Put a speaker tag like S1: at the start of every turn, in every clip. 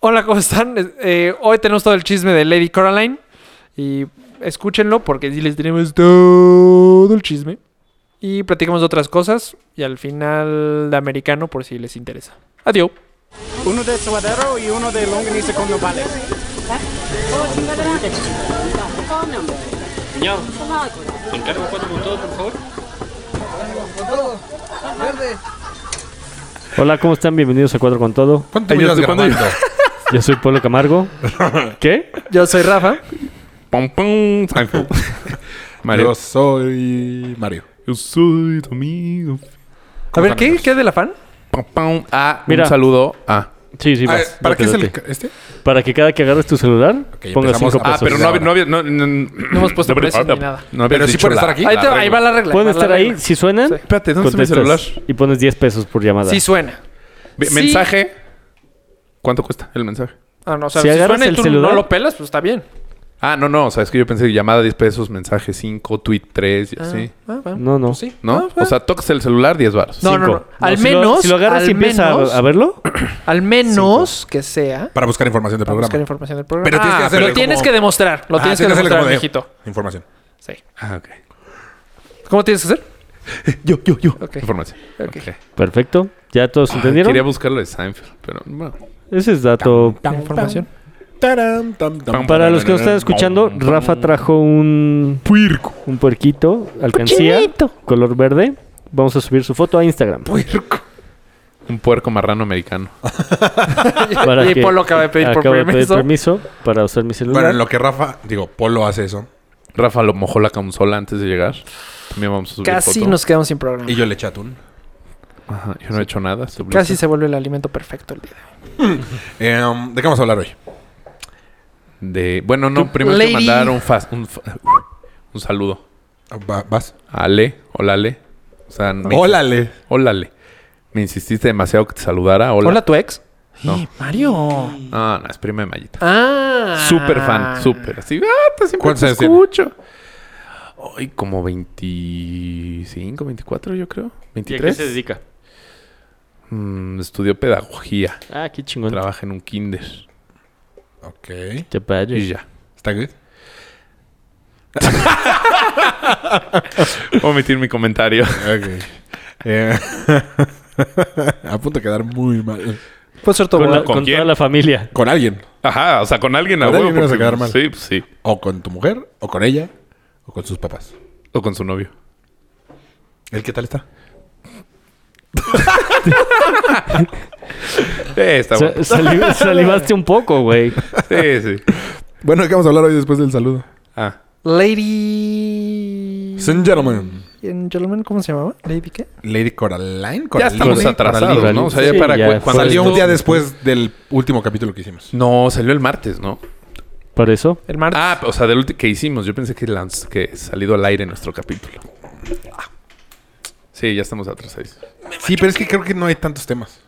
S1: Hola, ¿cómo están? Eh, hoy tenemos todo el chisme de Lady Coraline. Y escúchenlo porque sí les tenemos todo el chisme. Y platicamos de otras cosas. Y al final de americano, por si les interesa. Adiós.
S2: Uno de suadero y uno de longaniza con nopales.
S3: Cuñado, te encargo cuatro con todo, por favor.
S4: Hola, ¿cómo están? Bienvenidos a Cuatro con Todo.
S5: ¿Cuánto
S4: Ay,
S5: me
S4: yo-
S5: llevas
S4: ¿cuándo yo-
S5: grabando?
S4: Yo soy Polo Camargo. ¿Qué?
S1: Yo soy Rafa.
S5: Pum, pum. Ay, pum. Yo
S6: Mario.
S5: soy Mario.
S6: Yo soy tu amigo.
S1: A ver,
S5: están,
S1: ¿qué?
S5: amigos?
S1: ¿Qué es de la fan?
S5: Pum, pum. Ah,
S4: Mira.
S6: Un saludo a.
S4: Sí, sí,
S5: ah,
S4: vas.
S5: ¿Para qué
S4: Date,
S5: es el,
S4: date.
S5: este?
S4: Para que cada que agarres tu celular
S5: Ok,
S4: pongas
S5: empezamos.
S4: cinco
S5: Ah,
S4: pesos.
S6: Ah, pero no había. No, había- no, no,
S1: hemos puesto
S6: habría-
S1: precios ni nada.
S6: No había
S5: Pero sí
S6: dicho
S5: por
S6: la-
S5: estar aquí.
S1: Ahí, te-
S6: la
S1: ahí va
S6: regla.
S1: la regla.
S4: Pueden
S1: va la
S4: estar ahí.
S1: regla.
S4: Si suenan,
S6: Espérate, ¿dónde está mi celular?
S4: contestas. Y pones 10 pesos por llamada.
S1: Sí suena.
S6: Ve-
S1: Sí.
S6: Mensaje. ¿Cuánto cuesta el mensaje?
S1: Ah, no, o sea, si,
S4: Si agarras
S1: suena y
S4: el
S1: tú
S4: celular-
S1: no lo pelas, pues está bien.
S6: Ah, no, no. O sea, es que yo pensé llamada 10 pesos, mensaje 5, tweet 3 y así.
S1: Ah, bueno,
S4: No, no.
S1: pues sí.
S6: ¿No?
S1: Ah,
S6: O sea, tocas el celular 10 baros.
S1: No, no, no.
S4: Cinco.
S1: Al
S4: si
S1: menos.
S4: Lo, si lo agarras
S1: al
S4: y empiezas
S1: menos-
S4: a, a verlo,
S1: Al menos que sea.
S5: Para buscar información del
S1: Para
S5: programa.
S1: buscar información del programa.
S5: Pero tienes que
S1: Ah,
S5: hacerle
S1: lo tienes
S5: como-
S1: que demostrar. Lo
S5: Ah,
S1: tienes que
S5: hacerle
S1: demostrar,
S5: como de-
S1: mijito.
S5: Información.
S1: Sí.
S6: Ah, ok.
S1: ¿Cómo tienes que hacer?
S6: Yo, yo, yo.
S1: Ok.
S6: Información.
S1: Ok.
S6: Ok.
S4: perfecto. ¿Ya todos entendieron?
S6: Quería buscar lo de Seinfeld, pero bueno.
S4: Ese es dato.
S1: Información.
S5: Taram, tam, tam,
S6: Pam,
S4: Para los que nos están
S6: pam,
S4: escuchando,
S6: pam, pam.
S4: Rafa trajo un,
S5: Puirco.
S4: un puerquito, alcancía, color verde. Vamos a subir su foto a Instagram.
S6: Un puerco marrano americano.
S4: Para
S1: y
S4: que-
S1: Polo acaba de pedir por
S4: Acabo de pedir
S1: permiso.
S4: permiso para usar mi celular.
S5: Bueno, en lo que Rafa, digo, Polo hace eso.
S6: Rafa lo mojó la consola antes de llegar. También vamos a subir
S1: Casi
S6: foto.
S1: nos quedamos sin programa.
S5: Y yo le eché atún.
S6: Ajá, yo no he hecho nada. sublime.
S1: Casi se vuelve el alimento perfecto el día. de hoy.
S5: Em, ¿De qué vamos a hablar hoy?
S6: De... Bueno, no. Primero hay que
S1: lady.
S6: mandar un, fast, un, fa- un saludo.
S5: Va- ¿Vas?
S6: A Ale. Hola, Ale. O sea, me-
S5: ¡Ólale!
S6: Hola, Ale. Me insististe demasiado que te saludara. Hola.
S1: Hola, tu ex.
S6: No.
S1: Eh, Mario.
S6: No, no, es prima de Mayita.
S1: Ah.
S6: Súper fan. Súper. Así, ah, te siempre
S5: ¿Cuántos
S6: te
S5: años tiene?
S6: escucho. Ay, como 25, 24 yo creo.
S4: ¿Y a qué
S6: 23.
S4: se dedica?
S6: Mm, estudió pedagogía.
S4: Ah, qué chingón.
S6: Trabaja en un kinder.
S5: Ok.
S4: Te padre.
S6: Y ya.
S5: ¿Está good?
S6: Voy a omitir mi comentario.
S5: Ok. Eh, a punto de quedar muy mal.
S1: Puede ser tu
S4: Con, la-
S1: abuela.
S6: ¿Con
S4: con
S6: quién?
S4: toda la familia.
S5: Con alguien.
S6: Ajá, o sea, con alguien a
S5: Con
S6: huevo.
S5: alguien ibas a
S6: porque,
S5: quedar mal.
S6: Sí, pues, sí.
S5: O con tu mujer, o con ella, o con sus papás.
S6: O con su novio.
S5: ¿El qué tal está?
S6: Eh, está
S4: Sa-
S6: bueno.
S4: sali- salivaste un poco, güey.
S6: Sí, sí.
S5: Bueno, ¿de qué vamos a hablar hoy después del saludo?
S6: Ah,
S1: Lady.
S5: Ladies and gentlemen.
S1: and gentlemen, ¿Cómo se llamaba? ¿Lady qué?
S5: Lady Coraline.
S6: ya
S5: Coraline.
S6: estamos atrasados,
S4: Coraline.
S6: ¿no? O sea, ya
S4: Sí,
S6: para
S4: ya
S6: cu- cuando
S5: Salió
S6: esto-
S5: un día después del último capítulo que hicimos.
S6: No, salió el martes, ¿no?
S4: Por eso.
S1: El martes.
S6: Ah, o sea, del ulti- que hicimos. Yo pensé que, lanz- que salido al aire nuestro capítulo. Sí, ya estamos atrasados.
S5: Sí, pero es que creo que no hay tantos temas.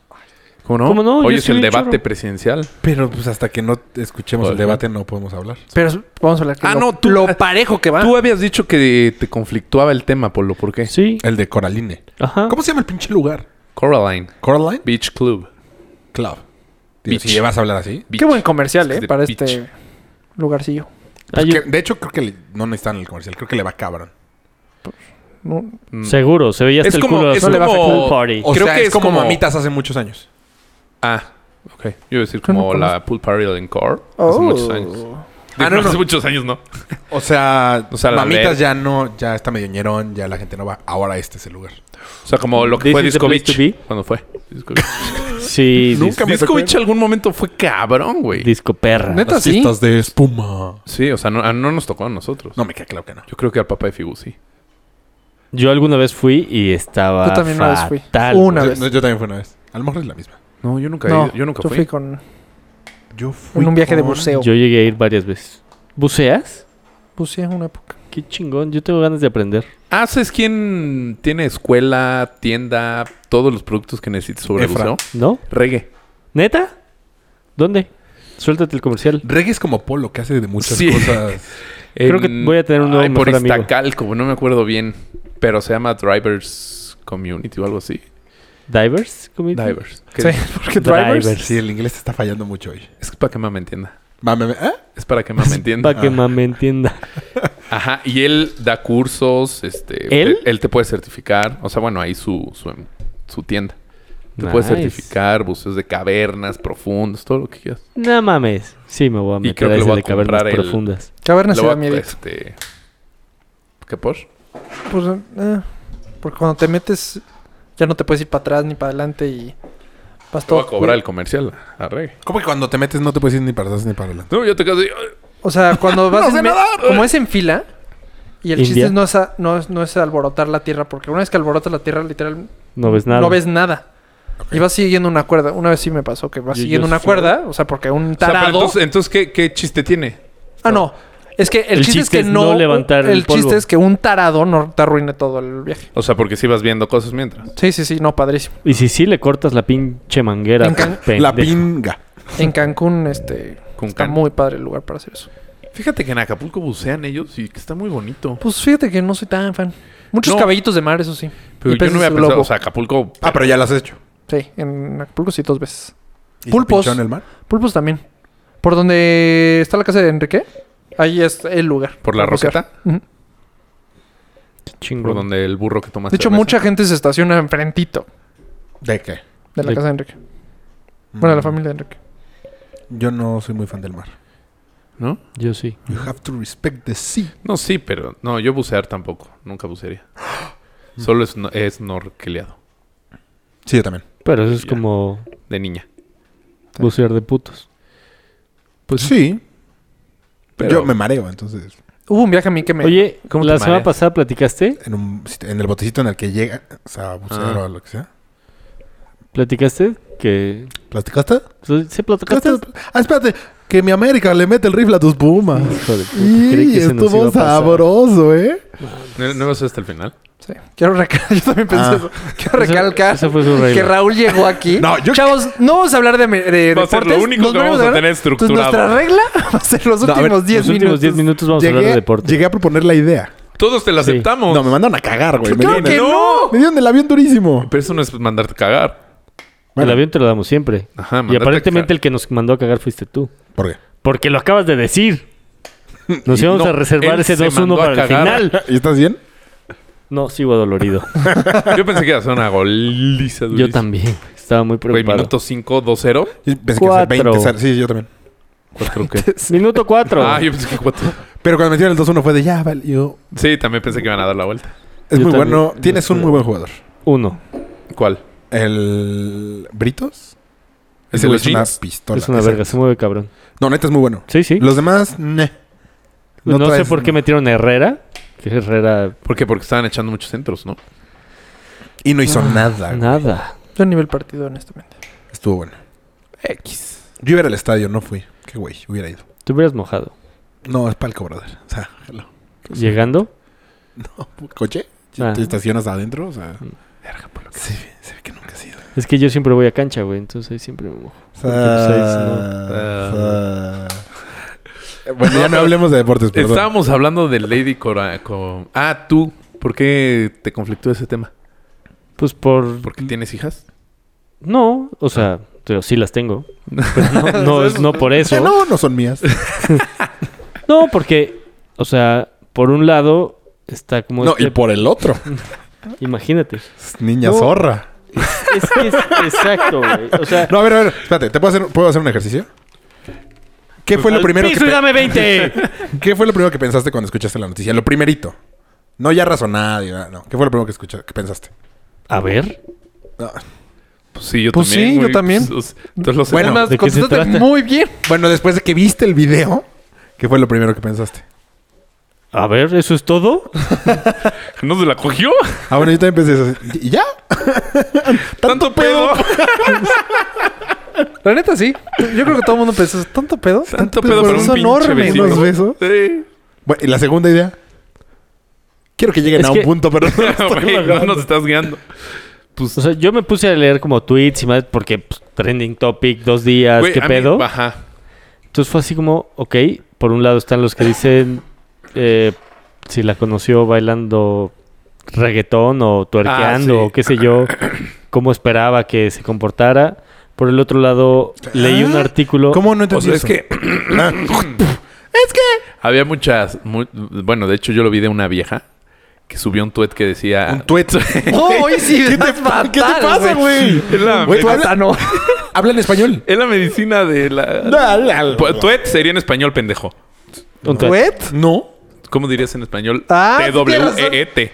S6: ¿Cómo no?
S4: ¿Cómo no?
S6: Hoy
S4: Yo
S6: es
S4: sí
S6: el
S4: vi un
S6: debate
S4: chorro.
S6: presidencial.
S5: Pero pues hasta que no escuchemos el
S6: Ojalá.
S5: debate no podemos hablar.
S1: Pero vamos a hablar. que
S6: Ah,
S1: lo-
S6: no, tú-
S1: Lo parejo que va.
S6: Tú habías dicho que te conflictuaba el tema, Polo. ¿Por qué?
S4: Sí.
S5: El de Coraline.
S4: Ajá.
S5: ¿Cómo se llama el pinche lugar?
S6: Coraline.
S5: Coraline
S6: Beach Club.
S5: Club. Digo,
S6: Beach.
S5: si vas a hablar así.
S1: Qué
S6: Beach.
S1: buen comercial,
S6: Es
S1: ¿eh?
S6: de
S1: Para
S6: beach.
S1: este lugarcillo.
S6: Ah,
S4: Ay,
S5: Pues Que, de hecho, creo que le- no necesitan el comercial. Creo que le va cabrón.
S1: No,
S6: Mm.
S4: yo- Seguro. Se veía hasta
S6: Es
S4: el
S6: como-
S4: culo. de
S6: es
S4: azul.
S6: como-
S4: Pool party.
S5: O
S6: Creo
S5: sea,
S6: que
S5: es,
S6: es
S5: como,
S6: como-
S5: mamitas hace muchos años.
S6: Ah, ok. Yo iba a decir como
S1: no
S6: la pool party del Encore. Hace
S1: Oh.
S6: muchos años.
S5: Ah, no,
S6: no, hace
S5: no.
S6: muchos años no.
S5: O sea,
S6: O sea, la
S5: mamitas
S6: ver-
S5: ya no, ya está medio ñerón, ya la gente no va. Ahora este es el lugar.
S6: O sea, como lo que
S4: This
S6: fue
S4: is the
S6: Disco
S4: place to
S6: Beach.
S4: be.
S6: ¿Cuándo fue? Disco Beach.
S4: Sí. dis-
S5: Nunca me
S6: Disco
S5: tocó
S6: Beach algún momento fue cabrón, güey.
S4: disco perra.
S1: Neta,
S5: Las
S1: sí.
S5: fiestas de espuma.
S6: Sí, o sea, no, ah, no nos tocó a nosotros.
S5: No me queda claro que no.
S6: Yo creo que al papá de Fibu, sí.
S4: Yo alguna vez fui y estaba.
S1: Yo también una vez fui.
S4: fatal,
S1: Una
S4: güey.
S5: Yo,
S1: vez.
S5: no, yo también fui una vez. A lo mejor es la misma.
S6: No, yo nunca, he
S1: No,
S6: ido- yo nunca
S1: yo
S6: fui.
S1: fui con.
S5: Yo fui
S1: En un viaje de
S5: con-
S1: buceo.
S4: Yo llegué a ir varias veces. ¿Buceas?
S1: Buceé en pues una época.
S4: Qué chingón. Yo tengo ganas de aprender.
S6: Ah, ¿sabes quién tiene escuela, tienda, todos los productos que necesites sobre
S5: Efra.
S6: buceo?
S4: ¿No?
S6: Reggae.
S4: ¿Neta? ¿Dónde? Suéltate el comercial.
S5: Reggae es como Polo, que hace de muchas
S6: Sí.
S5: cosas.
S4: Creo que voy a tener un nuevo
S6: por
S4: mejor amigo.
S6: Iztacalco, no me acuerdo bien. Pero se llama Drivers Community o algo así.
S4: Divers Committee.
S6: Divers.
S1: Sí, porque drivers.
S4: Drivers.
S5: Sí, el inglés está fallando mucho hoy.
S6: Es para que mamá me entienda.
S5: Va, me- me- ¿eh?
S6: Es para que mamá me entienda.
S4: Para que mame entienda.
S6: Ajá. Y él da cursos. Este,
S4: ¿Él?
S6: Él te puede certificar. O sea, bueno, ahí su, su, em, su tienda. Te puede
S4: Nice.
S6: certificar buceos de cavernas profundos, todo lo que quieras.
S4: No mames. Sí, me voy a
S6: Y
S4: meter
S6: creo
S4: a
S6: que le
S4: ese
S6: voy a
S4: de cavernas
S6: comprar el-
S4: profundas.
S1: Caverna
S6: Luego,
S1: Ciudad Miedito.
S6: este... ¿Qué por?
S1: Pues, eh, porque cuando te metes, ya no te puedes ir para atrás ni para adelante y vas
S6: Te
S1: todo.
S6: voy a cobrar el comercial. Arre.
S5: ¿Cómo que cuando te metes no te puedes ir ni para atrás ni para adelante?
S6: No, yo te quedo así.
S1: O sea, cuando vas. en
S6: sé
S1: me-
S6: nadar.
S1: Como es en fila. Y el
S4: India.
S1: chiste no es, a- no, es- no es alborotar la tierra, porque una vez que alborotas la tierra, literal,
S4: No ves nada.
S1: no ves nada. Y vas siguiendo una cuerda. Una vez sí me pasó que vas
S4: Yo-
S1: siguiendo
S4: yo
S1: una
S4: sí.
S1: cuerda, o sea, porque un
S6: O sea, pero
S1: tarado.
S6: entonces, entonces, ¿qué, ¿qué chiste tiene?
S1: ah, no. Es que el, chiste, es que no.
S4: levantar
S1: el,
S4: el
S1: chiste
S4: polvo.
S1: es que un tarado no te arruine todo el viaje.
S6: O sea, porque si vas viendo cosas mientras.
S1: Sí, sí, sí, no, padrísimo.
S4: Y si sí le cortas la pinche manguera.
S1: En can-
S4: pendejo.
S5: La pinga.
S1: En Cancún, este. Está
S6: Cuncán.
S1: muy padre el lugar para hacer eso.
S6: Fíjate que en Acapulco bucean ellos y que está muy bonito.
S1: Pues fíjate que no soy tan fan. Muchos
S6: No.
S1: caballitos de mar, eso sí.
S6: Pero
S1: Y pues
S6: yo
S1: peces
S6: no había
S1: de
S6: pensado,
S1: globo.
S6: o sea, Acapulco.
S5: Ah, pero ya las has hecho.
S1: Sí, en Acapulco sí dos veces.
S5: ¿Y se
S1: Pulpos.
S5: pinchó en el mar?
S1: Pulpos también. Por donde está la casa de Enrique, ahí es el lugar.
S6: por la
S1: para bucear.
S6: roqueta,
S1: Ujú.
S4: Chingón.
S6: por donde el burro que
S1: De
S6: tomaste.
S1: hecho, mucha gente se estaciona enfrentito
S5: ¿De qué?
S1: de la
S4: De-
S1: casa de Enrique. Bueno,
S6: Mm.
S1: de la familia de Enrique.
S5: Mm, Yo no soy muy fan del mar.
S6: ¿No?
S4: Yo sí.
S5: You have to respect the sea.
S6: No, sí, pero. No, yo bucear tampoco. Nunca bucearía. Solo es, es norqueleado.
S5: Sí, yo también.
S4: Pero eso es
S6: Ya.
S4: como
S6: De niña.
S4: bucear de putos.
S5: Pues sí.
S6: Pero-
S5: Yo me mareo, entonces.
S1: Hubo un viaje a mí que me...
S4: Oye,
S6: ¿cómo te
S4: la semana
S6: mareas?
S4: pasada platicaste,
S5: En, un, sitio- en el botecito en el que llega o sea, a bucear
S6: Ah.
S5: o lo que sea.
S4: platicaste que pues,
S5: ¿Platicaste?
S4: se platicaste.
S5: Ah, espérate. Que mi América le mete el rifle a tus pumas.
S4: Hijo de puta, creí
S5: Y
S4: que se nos iba
S5: estuvo
S4: a pasar.
S5: sabroso, ¿eh?
S6: ¿No, no vas hasta el final?
S1: Sí. Quiero recalcar... Yo también pensé
S5: Ah.
S1: eso. Quiero recalcar
S4: Esa fue su
S1: que
S4: regla.
S1: Raúl llegó aquí.
S5: No, yo-
S1: Chavos, no vamos a hablar de, me- de
S6: Va a ser lo
S1: deportes,
S6: único
S1: nos
S6: que
S1: a
S6: vamos a
S1: hablar-
S6: tener
S1: Entonces,
S6: estructurado.
S1: nuestra regla va a ser los
S5: No, a ver,
S1: últimos 10
S4: Los últimos 10
S1: minutos.
S4: minutos vamos a hablar de deporte.
S5: llegué a proponer la idea.
S6: Todos te la
S4: Sí.
S6: aceptamos.
S5: No, me mandaron a cagar, güey. Me,
S1: ¡Claro
S5: dieron
S1: que
S5: el-
S1: no!
S5: me dieron el avión durísimo.
S6: Pero eso no es mandarte a cagar.
S5: Bueno,
S4: El avión te lo damos siempre.
S6: Ajá,
S4: Y
S6: mandarte a
S4: aparentemente
S6: cagar.
S4: el que nos mandó a cagar fuiste tú.
S5: ¿Por qué?
S4: Porque lo acabas de decir. Nos
S6: Y
S4: íbamos
S6: no,
S4: a reservar
S6: él
S4: ese
S6: se
S4: 2-1
S6: mandó a
S4: para el
S6: cagar.
S4: final.
S5: ¿Y estás bien?
S4: No, sigo dolorido.
S6: Yo pensé que iba a ser una goliza
S4: Yo
S6: durísima.
S4: también. Estaba muy
S6: Güey,
S4: preocupado.
S6: minuto 5, 2, 0.
S5: Yo pensé que iba a ser
S4: Cuatro.
S5: 20. sal- Sí, yo también.
S6: Creo que.
S4: Minuto 4.
S6: Ah, yo pensé que 4.
S5: Pero cuando metieron el 2-1 fue de ya, vale. Yo...
S6: Sí, también pensé que iban a dar la vuelta.
S5: Es
S4: Yo
S5: muy
S4: también.
S5: bueno. Tienes un muy buen jugador.
S4: 1.
S6: ¿Cuál?
S5: El. ¿Britos?
S6: ¿El
S5: Ese
S6: de
S5: güey
S6: los
S5: es una
S6: jeans?
S5: pistola.
S4: Es una
S5: exacto.
S4: verga. Se mueve cabrón.
S5: No, neta es muy bueno.
S4: Sí, sí.
S5: Los demás, ne.
S4: No, sé
S5: traes-
S4: por qué metieron a Herrera. Que Herrera...
S6: ¿Por qué? Porque estaban echando muchos centros, ¿no?
S5: Y no hizo nada.
S4: Nada.
S1: Yo nivel partido, honestamente.
S5: Estuvo bueno.
S1: X.
S5: Yo iba a ir al estadio, no fui. Qué güey, hubiera ido.
S4: Te hubieras mojado.
S5: No, es palco, brother. O sea, hello.
S4: Llegando.
S5: No, coche.
S4: Ah.
S5: Te estacionas adentro, o sea. Verga, por lo que se ve, se ve que nunca has ido.
S4: Es que yo siempre voy a cancha, güey. Entonces ahí siempre me mojo.
S5: O
S6: Ah.
S4: Ah.
S5: sea, Bueno, ya no hablemos de deportes, perdón.
S6: Estábamos hablando de Lady Cora con... Ah, tú. ¿Por qué te conflictó ese tema?
S4: Pues por...
S6: ¿Porque tienes hijas?
S4: No. O sea... Pero sí las tengo. Pero no, no, es- no por eso.
S5: Eh, No, no son mías.
S4: No, porque, o sea, por un lado está como.
S5: No,
S4: este-
S5: y por el otro.
S4: Imagínate.
S5: Niña
S4: No.
S5: zorra.
S4: Es que es exacto, güey. O sea.
S5: No, a ver, a ver. Espérate, ¿te puedo hacer, ¿puedo hacer un ejercicio? ¿Qué fue lo
S4: al
S5: primero que
S4: piso y
S5: pe-
S4: dame 20!
S5: ¿Qué fue lo primero que pensaste cuando escuchaste la noticia? Lo primerito. No ya razonado, y nada, no. ¿Qué fue lo primero que escuchaste? ¿Qué pensaste?
S4: A ver.
S6: Pues sí, yo
S1: Pues
S6: también.
S1: sí, yo
S6: güey.
S1: también.
S6: Pues, o- entonces lo sé.
S5: Bueno,
S1: Además,
S4: ¿de qué se
S1: contestaste
S4: trata?
S1: muy bien.
S5: Bueno, después de que viste el video, ¿qué fue lo primero que pensaste?
S4: A ver, ¿eso es todo?
S6: ¿No se la cogió?
S5: Ah, bueno, yo también pensé eso. ¿Y ya?
S6: ¡Tanto pedo!
S5: pues,
S1: La neta, sí. Yo creo que todo el mundo pensó, ¿tanto pedo?
S6: ¡Tanto pedo
S5: por
S6: para un
S5: eso
S6: pinche
S5: enorme,
S6: vecino.
S5: unos besos.
S6: Sí.
S5: Bueno, y la segunda idea. Quiero que lleguen
S4: Es
S5: a
S4: que-
S5: un punto, pero no, lo estoy
S6: Güey, no
S5: logrando.
S6: nos estás guiando.
S4: O sea, yo me puse a leer como tweets y más porque pues, trending topic, dos días,
S6: Güey,
S4: ¿qué
S6: a mí-
S4: pedo?
S6: ajá.
S4: Entonces fue así como, ok, por un lado están los que dicen eh, si la conoció bailando reggaetón o tuerqueando
S6: sí.
S4: o qué sé yo. cómo esperaba que se comportara. Por el otro lado, leí un
S5: ¿Ah?
S4: artículo.
S5: ¿Cómo no entendí
S6: O sea, es
S5: eso?
S6: Es que... Había muchas... mu- bueno, de hecho yo lo vi de una vieja que subió un tuet que decía...
S5: Un tweet.
S1: No, hoy sí.
S5: ¿Qué te,
S1: estás
S5: pa- ¿Qué te
S1: fatal,
S5: pasa, güey?
S6: Es la,
S5: Güey,
S6: me-
S5: tú habla,
S1: No.
S5: habla en español.
S6: es la medicina de la... Pu- Tuet sería en español, pendejo.
S4: un tuit.
S1: ¿Wet?
S5: Pues, No.
S6: ¿Cómo dirías en español? E
S1: Ah,
S6: T-W-E-E-T.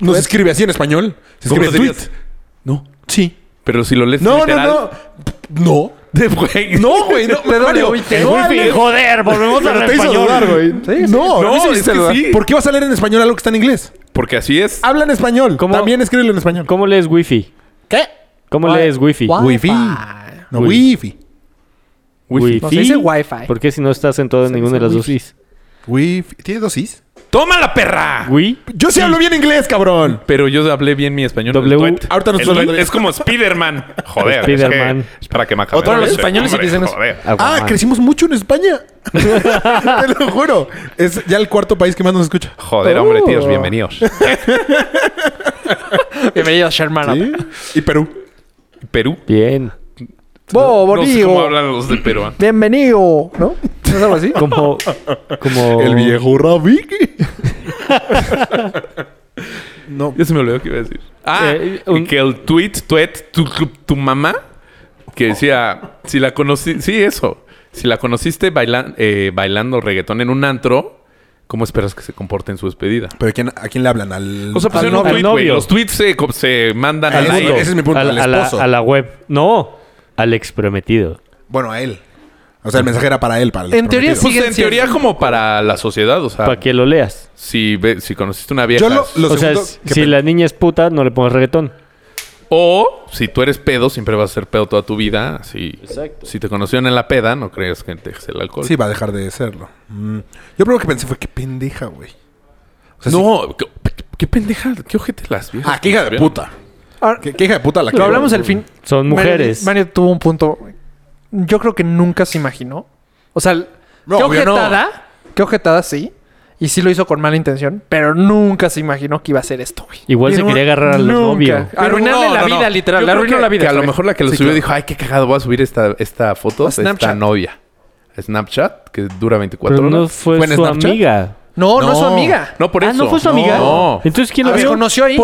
S5: No se escribe así en español. Se
S6: ¿Cómo
S5: escribe
S6: dirías?
S5: tweet.
S6: No.
S5: Sí.
S6: Pero si lo lees
S5: No,
S6: literal...
S5: no, no.
S6: no. Güey,
S5: No. No, güey. No,
S1: Pero
S5: Mario,
S1: de
S5: el
S1: no
S5: wifi-
S1: hables.
S4: Joder, volvemos
S5: Pero
S4: al
S5: te hizo
S4: español.
S5: dudar, güey.
S1: Sí, sí.
S5: no,
S6: No,
S5: no
S6: es que sí.
S5: ¿Por qué vas a leer en español algo que está en inglés?
S6: Porque así es.
S5: Habla en español.
S4: ¿Cómo?
S5: También escríbelo en español.
S4: ¿Cómo lees wifi?
S5: ¿Qué?
S4: ¿Cómo
S1: Wi-
S4: lees wifi?
S1: Wi-
S5: Wifi. No, wifi.
S4: Wifi.
S1: No, se dice wifi.
S4: ¿Por qué si no estás en todo en ninguna de las dos? is?
S5: Wifi. ¿Tienes dos is?
S6: ¡Toma la perra!
S4: Wi.
S5: Yo sí, hablo bien inglés, cabrón.
S6: Pero yo hablé bien mi español.
S4: W.
S6: El tuet.
S5: Ahorita nos
S6: El
S5: suena-
S6: tuet es como Spider-Man. Joder.
S4: Spiderman.
S6: Es, que- es para que me acabe.
S1: Otro de los
S6: Ese
S1: españoles
S6: hombre,
S1: que dicen eso.
S6: joder.
S5: Ah,
S4: Aquaman.
S5: crecimos mucho en España. Te lo juro. Es ya el cuarto país que más nos escucha.
S6: Joder, hombre,
S1: Oh.
S6: tíos, bienvenidos.
S1: Bienvenido a Sherman.
S5: ¿Sí? Y Perú.
S6: Perú.
S4: Bien.
S1: Bo,
S6: No sé cómo
S1: Borigo.
S6: hablan los de Perú. ¿eh?
S1: Bienvenido. ¿No? ¿No es algo así?
S4: Como... como...
S5: El viejo Rabí. no.
S6: Ya se me olvidó que iba a decir. Ah,
S4: Eh,
S6: y
S4: un-
S6: que el tweet, tweet, tu, tu, tu mamá, que decía, si la conocí, sí, eso. Si la conociste bailan- eh, bailando reggaetón en un antro, ¿cómo esperas que se comporte en su despedida?
S5: ¿Pero quién- a quién le hablan? Al,
S6: O sea,
S5: al
S6: pusieron
S4: novio.
S6: un pues tweet,
S4: Al
S6: güey.
S4: novio.
S6: Los tweets se, co- se mandan
S5: Al
S6: al
S5: mundo.
S6: aire.
S5: Ese es mi punto,
S4: a,
S5: el
S4: la- a la,
S5: esposo.
S4: a la web. No. Al ex prometido.
S5: Bueno, a él. O sea, el mensaje era para él, para el
S1: En teoría
S5: prometido.
S6: Pues, en
S1: Siguen siendo-
S6: teoría como para la sociedad,
S5: Ah.
S6: o sea,
S4: Para que lo leas.
S6: si, ve- si conociste una vieja
S5: Yo lo, lo
S4: o sea,
S5: segundo
S4: si
S5: que
S4: si
S5: pe-
S4: la niña es puta, no le pongas reggaetón.
S6: o si tú eres pedo, siempre vas a ser pedo toda tu vida. Si,
S4: Exacto.
S6: si te conocieron en la peda, no crees que te dejes el alcohol.
S5: Sí, va a dejar de serlo. Mm. Yo creo que pensé fue qué pendeja, güey. O sea, sí-
S6: no, qué, qué pendeja, qué ojete las viejas.
S5: Ah, qué hija de
S6: ¿Vieron?
S5: puta.
S1: Ahora,
S5: Qué, qué hija de puta la que.
S1: lo hablamos
S6: Mm.
S1: al fin.
S4: Son mujeres.
S1: Mario, Mario tuvo un punto. Yo creo que nunca se imaginó. O sea,
S5: No,
S1: qué
S5: obvio no.
S1: ojetada. Qué ojetada, sí. Y sí lo hizo con mala intención, pero nunca se imaginó que iba a ser esto, güey.
S4: Igual se
S1: Nunca.
S4: quería agarrar al novio.
S1: Pero Arruinarle
S6: no,
S1: la
S6: no,
S1: vida,
S6: no.
S1: literal.
S6: Yo
S1: Le
S6: creo
S1: arruinó
S6: que-
S1: la vida.
S6: que a lo
S1: güey.
S6: mejor la que lo
S5: Sí,
S6: subió
S5: claro.
S6: dijo, ay, qué cagado, voy a subir esta, esta foto
S1: A
S6: de esta
S1: Snapchat.
S6: novia. A Snapchat, que dura 24
S4: Pero no
S6: horas.
S4: fue,
S5: ¿Fue en
S4: su
S5: Snapchat?
S4: amiga.
S1: Oh, No, no, es su
S5: No.
S1: amiga.
S6: No, por
S4: Ah,
S6: eso.
S4: ¿no fue su amiga?
S6: No.
S4: Entonces,
S5: Ah,
S4: ¿quién
S1: A
S4: lo
S1: ver,
S4: vio?
S1: conoció ahí.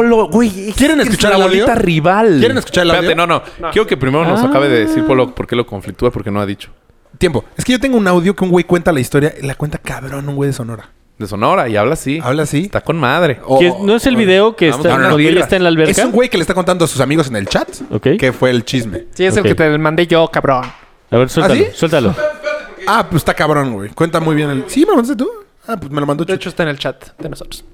S5: ¿Quieren escuchar
S6: la
S5: el audio?
S6: bolita rival.
S5: ¿Quieren escuchar el
S6: Espérate,
S5: audio?
S6: no, no, Quiero que primero nos acabe de
S4: Ah.
S6: decir Polo por qué lo conflictúa, porque no ha dicho.
S5: Tiempo. Es que yo tengo un audio que un güey cuenta la historia. La cuenta cabrón, un güey de Sonora.
S6: De Sonora y habla así.
S5: Habla así. Oh,
S6: Está con madre.
S5: O-
S4: ¿Qué- ¿No
S5: Ah,
S4: es el video que
S6: Vamos
S4: está,
S6: a hablar
S4: cuando
S6: de
S4: ella
S6: birras.
S4: está en la alberca?
S5: Es un güey que le está contando a sus amigos en el chat
S4: Ok.
S5: que fue el chisme.
S1: Sí, es
S4: Ok.
S1: el que te mandé yo, cabrón.
S4: A ver, suéltalo.
S5: sí?
S4: Suéltalo.
S5: Ah, pues está cabrón, güey. Cuenta muy bien el. Sí, me lo mandaste tú. Ah, pues me lo mandó
S1: De
S5: Chucho.
S1: hecho, está en el chat de nosotros.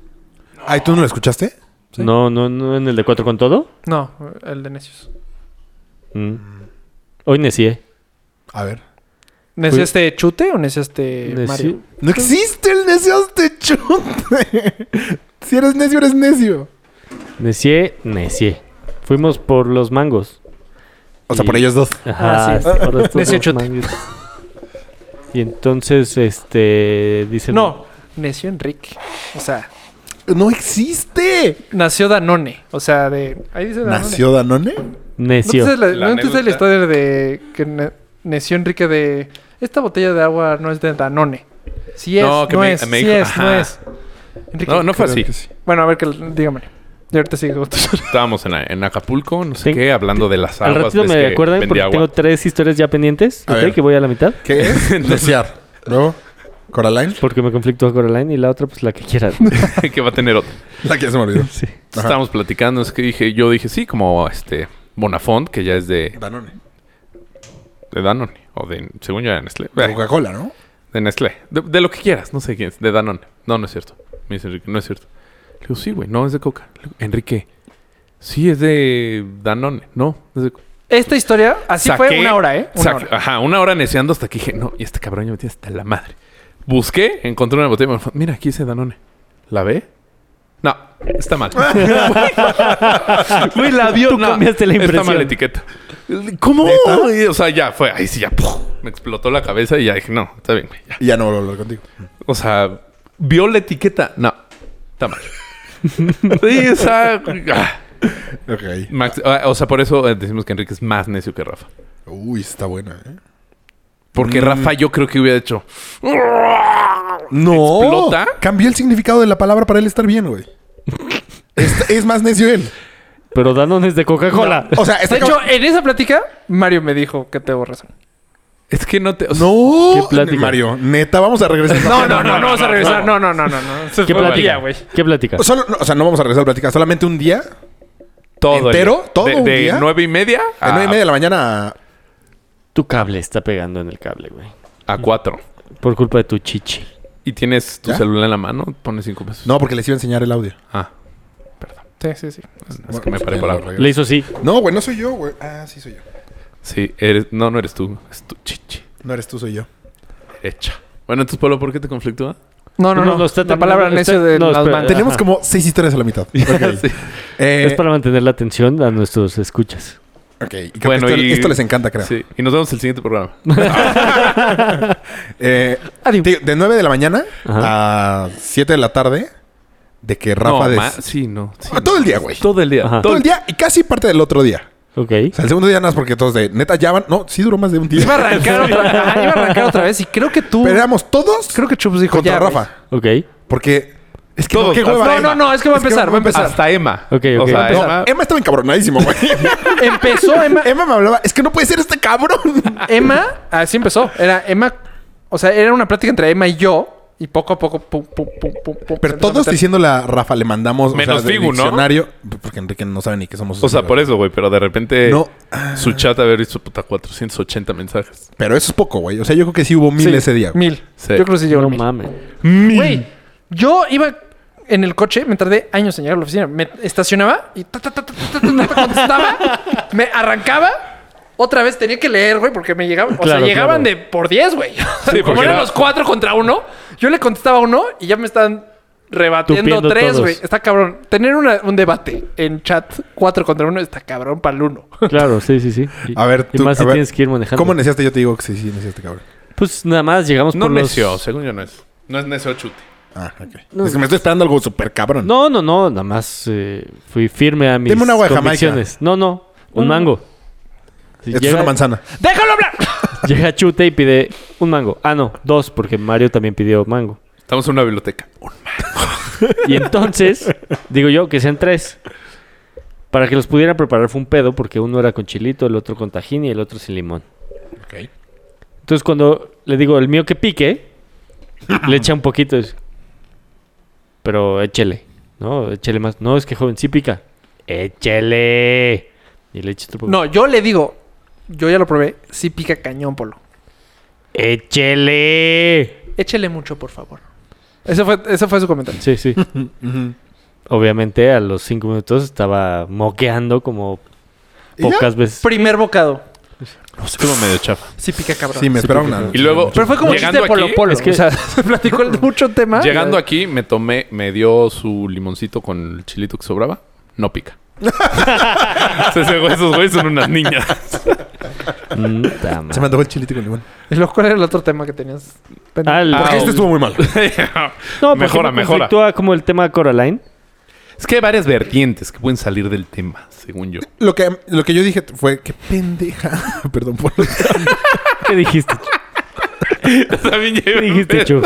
S5: Ay, ¿tú no lo escuchaste?
S4: No, no, no en el de cuatro con todo.
S1: No, el de Necios.
S4: Mm. Hoy eh. necié.
S5: A ver.
S1: ¿Neciaste este Chute o neciaste
S4: Neci-
S1: Mario?
S5: No existe el necio te chute. si eres necio, eres necio.
S4: Necié, necié. Fuimos por los mangos.
S5: O sea,
S4: Y-
S5: por ellos dos.
S4: Ajá,
S1: Así
S4: sí, por estos
S1: Necio
S4: dos
S1: chute.
S4: mangos. Y entonces, este, dice...
S1: No, neció Enrique. O sea,
S5: ¡No existe!
S1: nació Danone. O sea, de. Ahí dice Danone.
S5: ¿Nació Danone?
S1: ¿No
S4: Necio.
S1: te sabes la,
S6: La
S1: no te sabes la
S6: anécdota.
S1: historia de que ne- neció Enrique de esta botella de agua no es de Danone? Sí es, no,
S6: No, que me-
S1: es,
S6: me
S1: sí
S6: dijo-
S1: es, no
S6: ajá.
S1: es. Enrique,
S6: No, no fue así.
S1: Bueno, a ver, que, dígame. Y ahorita sigue con tu historia.
S6: Estábamos en, en Acapulco, no sé
S4: Ten-
S6: qué, hablando de las
S4: Al
S6: aguas.
S4: ratito
S6: ves
S4: me
S6: que
S4: acuerdan
S6: vendía
S4: porque
S6: agua.
S4: tengo tres historias ya pendientes.
S5: A
S4: ok,
S5: ver.
S4: que voy a la mitad.
S5: ¿Qué es? Neciar. Luego, Coraline.
S4: Porque me conflictó Coraline y la otra, pues la que quiera.
S6: que va a tener otro.
S5: La que se me olvidó.
S4: Sí.
S5: Ajá.
S6: Estábamos platicando, es que dije, yo dije, sí, como este Bonafont, que ya es de,
S5: Danone.
S6: de Danone, o de, según yo, de Nestlé.
S5: De Coca-Cola, ¿no?
S6: De Nestlé. De, de lo que quieras, no sé quién es. De Danone. No, no es cierto. Me dice Enrique, no es cierto. Le digo, sí, güey, no, es de Coca. Le digo, Enrique, sí, es de Danone. No, es de Coca.
S1: Esta historia, así fue una hora, ¿eh? Una
S6: saqué-
S1: hora.
S6: Ajá, una hora neceando hasta que dije, no, y este cabrón ya me tiene hasta la madre. Busqué, encontré una botella. y me dijo, Mira, aquí dice Danone. ¿La ve? No, está mal. Güey, la vio.
S4: Tú cambiaste la impresión.
S6: Está mal la etiqueta. ¿Cómo? Y, O sea, ya fue. Ahí sí, ya. ¡puf! Me explotó la cabeza y ya dije, no, está bien, güey. ya".
S5: Y ya no vuelvo a hablar contigo.
S6: O sea, vio la etiqueta. No, está mal. sí, o sea, ah,
S5: Ok.
S6: Max, ah, o sea, por eso eh, decimos que Enrique es más necio que Rafa.
S5: Uy, está buena, ¿eh?
S6: Porque
S5: Mm.
S6: Rafa yo creo que hubiera hecho...
S5: No.
S6: ¿Explota?
S5: Cambió el significado de la palabra para él estar bien, güey. es, es más necio él.
S4: Pero Danone es de Coca-Cola.
S5: O sea, está
S1: De hecho,
S5: cabrón.
S1: en esa plática, Mario me dijo que tengo razón.
S6: Es que no te... o sea,
S5: No,
S4: ¿Qué plática?
S5: Mario, neta, vamos a regresar.
S1: No, no, no, no vamos a regresar. No, no, no, no. no. Eso
S4: ¿Qué
S1: fue
S4: plática?
S1: María, güey.
S4: ¿Qué plática?
S5: Solo- no, o sea, no vamos a regresar a platicar. Solamente un día, de
S6: todo el-
S5: ¿Entero? ¿Todo
S6: de,
S5: un
S6: de
S5: día?
S6: nueve y media a,
S5: nueve y media de la mañana. a-
S4: Tu cable está pegando en el cable, güey.
S6: a cuatro.
S4: Por culpa de tu chichi.
S6: Y tienes tu
S5: ¿Ya?
S6: celular en la mano, pones cinco pesos.
S5: No, porque les iba a enseñar el audio.
S6: Ah,
S1: Sí, sí, sí.
S6: es que me paré por algo.
S4: Le hizo así.
S5: No, güey, no soy yo, güey. Ah, sí soy yo.
S6: Sí, eres... No, no eres tú. Es tu chichi
S5: No eres tú, soy yo.
S6: derecha. Bueno, entonces, Pablo, ¿por qué te conflictúa?
S1: No, no,
S4: No,
S1: no.
S4: no, está
S1: la palabra
S4: terminando,
S1: necio
S4: está-
S1: de
S4: no,
S1: las
S4: espera.
S1: bandas.
S4: Tenemos-
S5: Tenemos como seis historias a la mitad. Ok.
S6: Sí.
S5: Eh,
S4: Es para mantener la atención a nuestros escuchas.
S5: ok. Y creo que
S6: Bueno,
S5: esto,
S6: y-
S5: esto les encanta, creo.
S6: Sí. Y nos vemos el siguiente programa.
S5: Eh,
S1: Adiós.
S5: te- de 9 de la mañana
S4: Ajá.
S5: a 7 de la tarde, de que Rafa...
S6: no,
S5: des-
S6: ma- sí, no. sí,
S5: Ah,
S6: no.
S5: Todo el día, güey. Todo,
S6: Todo el día.
S4: Ajá.
S6: Todo
S5: el
S6: el
S5: día y casi parte del otro día.
S4: Ok.
S5: O sea, el segundo día nada más porque todos de... Neta, ya van... No, sí duró más de un
S1: Iba a
S5: día.
S1: arrancar otra vez. Iba a arrancar otra vez. Y creo que tú.
S5: Pero éramos todos
S1: Creo que Chups dijo
S5: contra
S1: ya. güey.
S5: Rafa.
S4: Ok.
S5: Porque... Es que
S6: Todos,
S5: qué
S6: hasta-
S5: hueva,
S1: No, no,
S5: Emma.
S1: no, es que va a empezar,
S5: voy
S1: va a empezar.
S6: Hasta Emma.
S4: Ok,
S6: O
S4: ok.
S6: sea,
S4: No,
S6: Emma...
S5: Emma estaba encabronadísimo, güey.
S1: Empezó Emma.
S5: Emma me hablaba, es que no puede ser este cabrón.
S1: Emma, así empezó. Era Emma. O sea, era una plática entre Emma y yo. Y poco a poco. pum, pum, pum, pum, pum, se
S5: Pero
S1: empezó a
S5: todos
S1: meter.
S5: diciéndole a Rafa, le mandamos
S6: Menos
S5: del
S6: Figu, ¿no?
S5: diccionario, porque Enrique no sabe ni qué somos. sus
S6: O sea,
S5: amigos.
S6: por eso, güey, pero de repente
S5: No.
S6: su chat haber visto puta 480 mensajes.
S5: Pero eso es poco, güey. O sea, yo creo que sí hubo mil
S1: Sí,
S5: ese día. güey.
S1: Mil.
S6: Sí.
S1: Yo creo que sí llegó
S4: No
S1: a mil.
S4: mames.
S1: Güey, yo iba en el coche, me tardé años en llegar a la oficina. Me estacionaba y ta, ta, ta, ta, ta, ta, ta, ta, contestaba, me arrancaba. Otra vez tenía que leer, güey, porque me llegaban. O
S4: Claro,
S1: sea, llegaban
S4: claro.
S1: de por 10, güey.
S6: porque
S1: Como eran
S6: era-
S1: los cuatro contra uno, yo le contestaba a uno y ya me están rebatiendo
S4: Tupiendo
S1: tres,
S4: todos.
S1: güey. Está cabrón. Tener una- un debate en chat cuatro contra uno está cabrón para el uno.
S4: Claro, sí, sí, sí. Y,
S5: A ver,
S4: y
S5: tú-
S4: más
S5: a
S4: si
S5: ver,
S4: tienes que ir manejando.
S5: ¿Cómo neciaste? Yo te digo que sí, sí, neciaste, cabrón.
S4: Pues nada más llegamos
S6: No
S4: por los...
S6: necio, según yo no es. No es necio chute.
S5: Ah, ok. es que me estoy esperando algo súper cabrón.
S4: No, no, no. Nada más eh, fui firme a mis
S5: Deme un agua de Jamaica. Mm.
S4: convicciones. No, no. Un mango. Si
S5: Esto es
S4: llega-
S5: una manzana.
S1: ¡Déjalo hablar!
S4: Llega Chute y pide un mango. Ah, no, dos, porque Mario también pidió mango.
S6: Estamos en una biblioteca.
S4: Y entonces, digo yo, que sean tres. Para que los pudieran preparar fue un pedo, porque uno era con chilito, el otro con tajín y el otro sin limón. Entonces, cuando le digo el mío que pique, le echa un poquito. es, Pero échele, ¿no? Échele más. No, es que joven, sí pica. Échele. Y le echa otro poco.
S1: No, yo le digo, yo ya lo probé, sí pica cañón, Polo.
S4: Échele.
S1: Échele mucho, por favor. Ese fue, ese fue su comentario.
S4: Sí, sí. Obviamente a los cinco minutos estaba moqueando como
S5: ya?
S4: pocas veces.
S1: Primer bocado.
S6: Estuvo medio chafa.
S1: Sí pica cabrón.
S5: Sí, me esperaba una.
S6: Y luego...
S1: Pero fue como
S6: llegando
S1: chiste de
S6: aquí,
S1: Polo Polo.
S4: es que-
S1: O sea, se platicó el mucho tema. Eh,
S6: Llegando aquí, me tomé... Me dio su limoncito con el chilito que sobraba. No pica. O sea, ese güey- esos güeyes son unas niñas.
S4: Mm, ta madre.
S5: Se me antojó el chilito con limón.
S1: Y luego, ¿Cuál era el otro tema que tenías? pendiente?
S4: Ah, el-
S5: Porque este estuvo muy mal.
S4: No, porque
S6: mejora,
S4: me
S6: mejora.
S4: conflictúa como el tema de Coraline.
S6: Es que hay varias vertientes que pueden salir del tema, según yo.
S5: Lo que, lo que yo dije fue que pendeja. Perdón por.
S4: ¿Qué dijiste?
S6: También
S4: ¿Qué dijiste, Chu?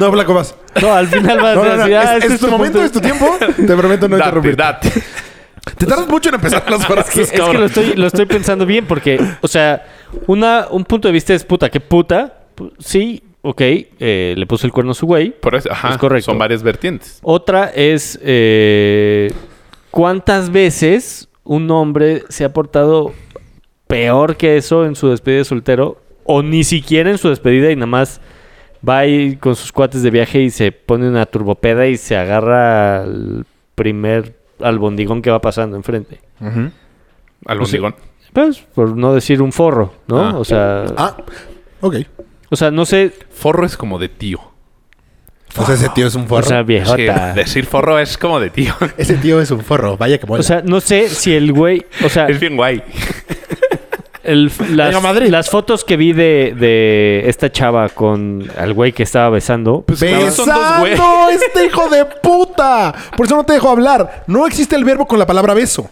S5: No, Blanco, vas.
S4: No, al final vas
S5: No,
S4: a
S5: no, no.
S4: decir, ah,
S5: Es,
S4: este
S5: es tu
S4: punto
S5: momento,
S4: de-
S5: es tu tiempo. Te prometo no
S6: Date,
S5: interrumpir.
S6: date.
S5: Te tardas mucho en empezar las horas.
S4: Es que lo estoy, lo estoy pensando bien porque, o sea, una, un punto de vista es puta, qué puta. Pu- Sí, ok, eh, le puso el cuerno a su güey.
S6: Por eso, ajá,
S4: Es correcto.
S6: Son varias vertientes.
S4: Otra es eh, cuántas veces un hombre se ha portado peor que eso en su despedida de soltero o ni siquiera en su despedida y nada más va ahí con sus cuates de viaje y se pone una turbopeda y se agarra al primer al bondigón que va pasando enfrente.
S6: Al
S4: O sea,
S6: bondigón.
S4: Pues, por no decir un forro, ¿no?
S6: Ah.
S4: O sea,
S5: Ah, ok.
S4: o sea, no sé,
S6: Forro es como de tío.
S5: O sea, Pues ese tío es un
S4: o
S5: forro.
S4: sea, viejota.
S6: Sí, decir forro es como de tío.
S5: ese tío es un forro. Vaya que mola.
S4: Ah. O sea, no sé si el güey, o sea,
S6: Es bien guay.
S4: el- las,
S5: Madrid.
S4: las fotos que vi de, de esta chava con al güey que estaba besando.
S6: Pues, son dos güey.
S5: ¡Besando este hijo de puta! Por eso no te dejo hablar. No existe el verbo con la palabra beso.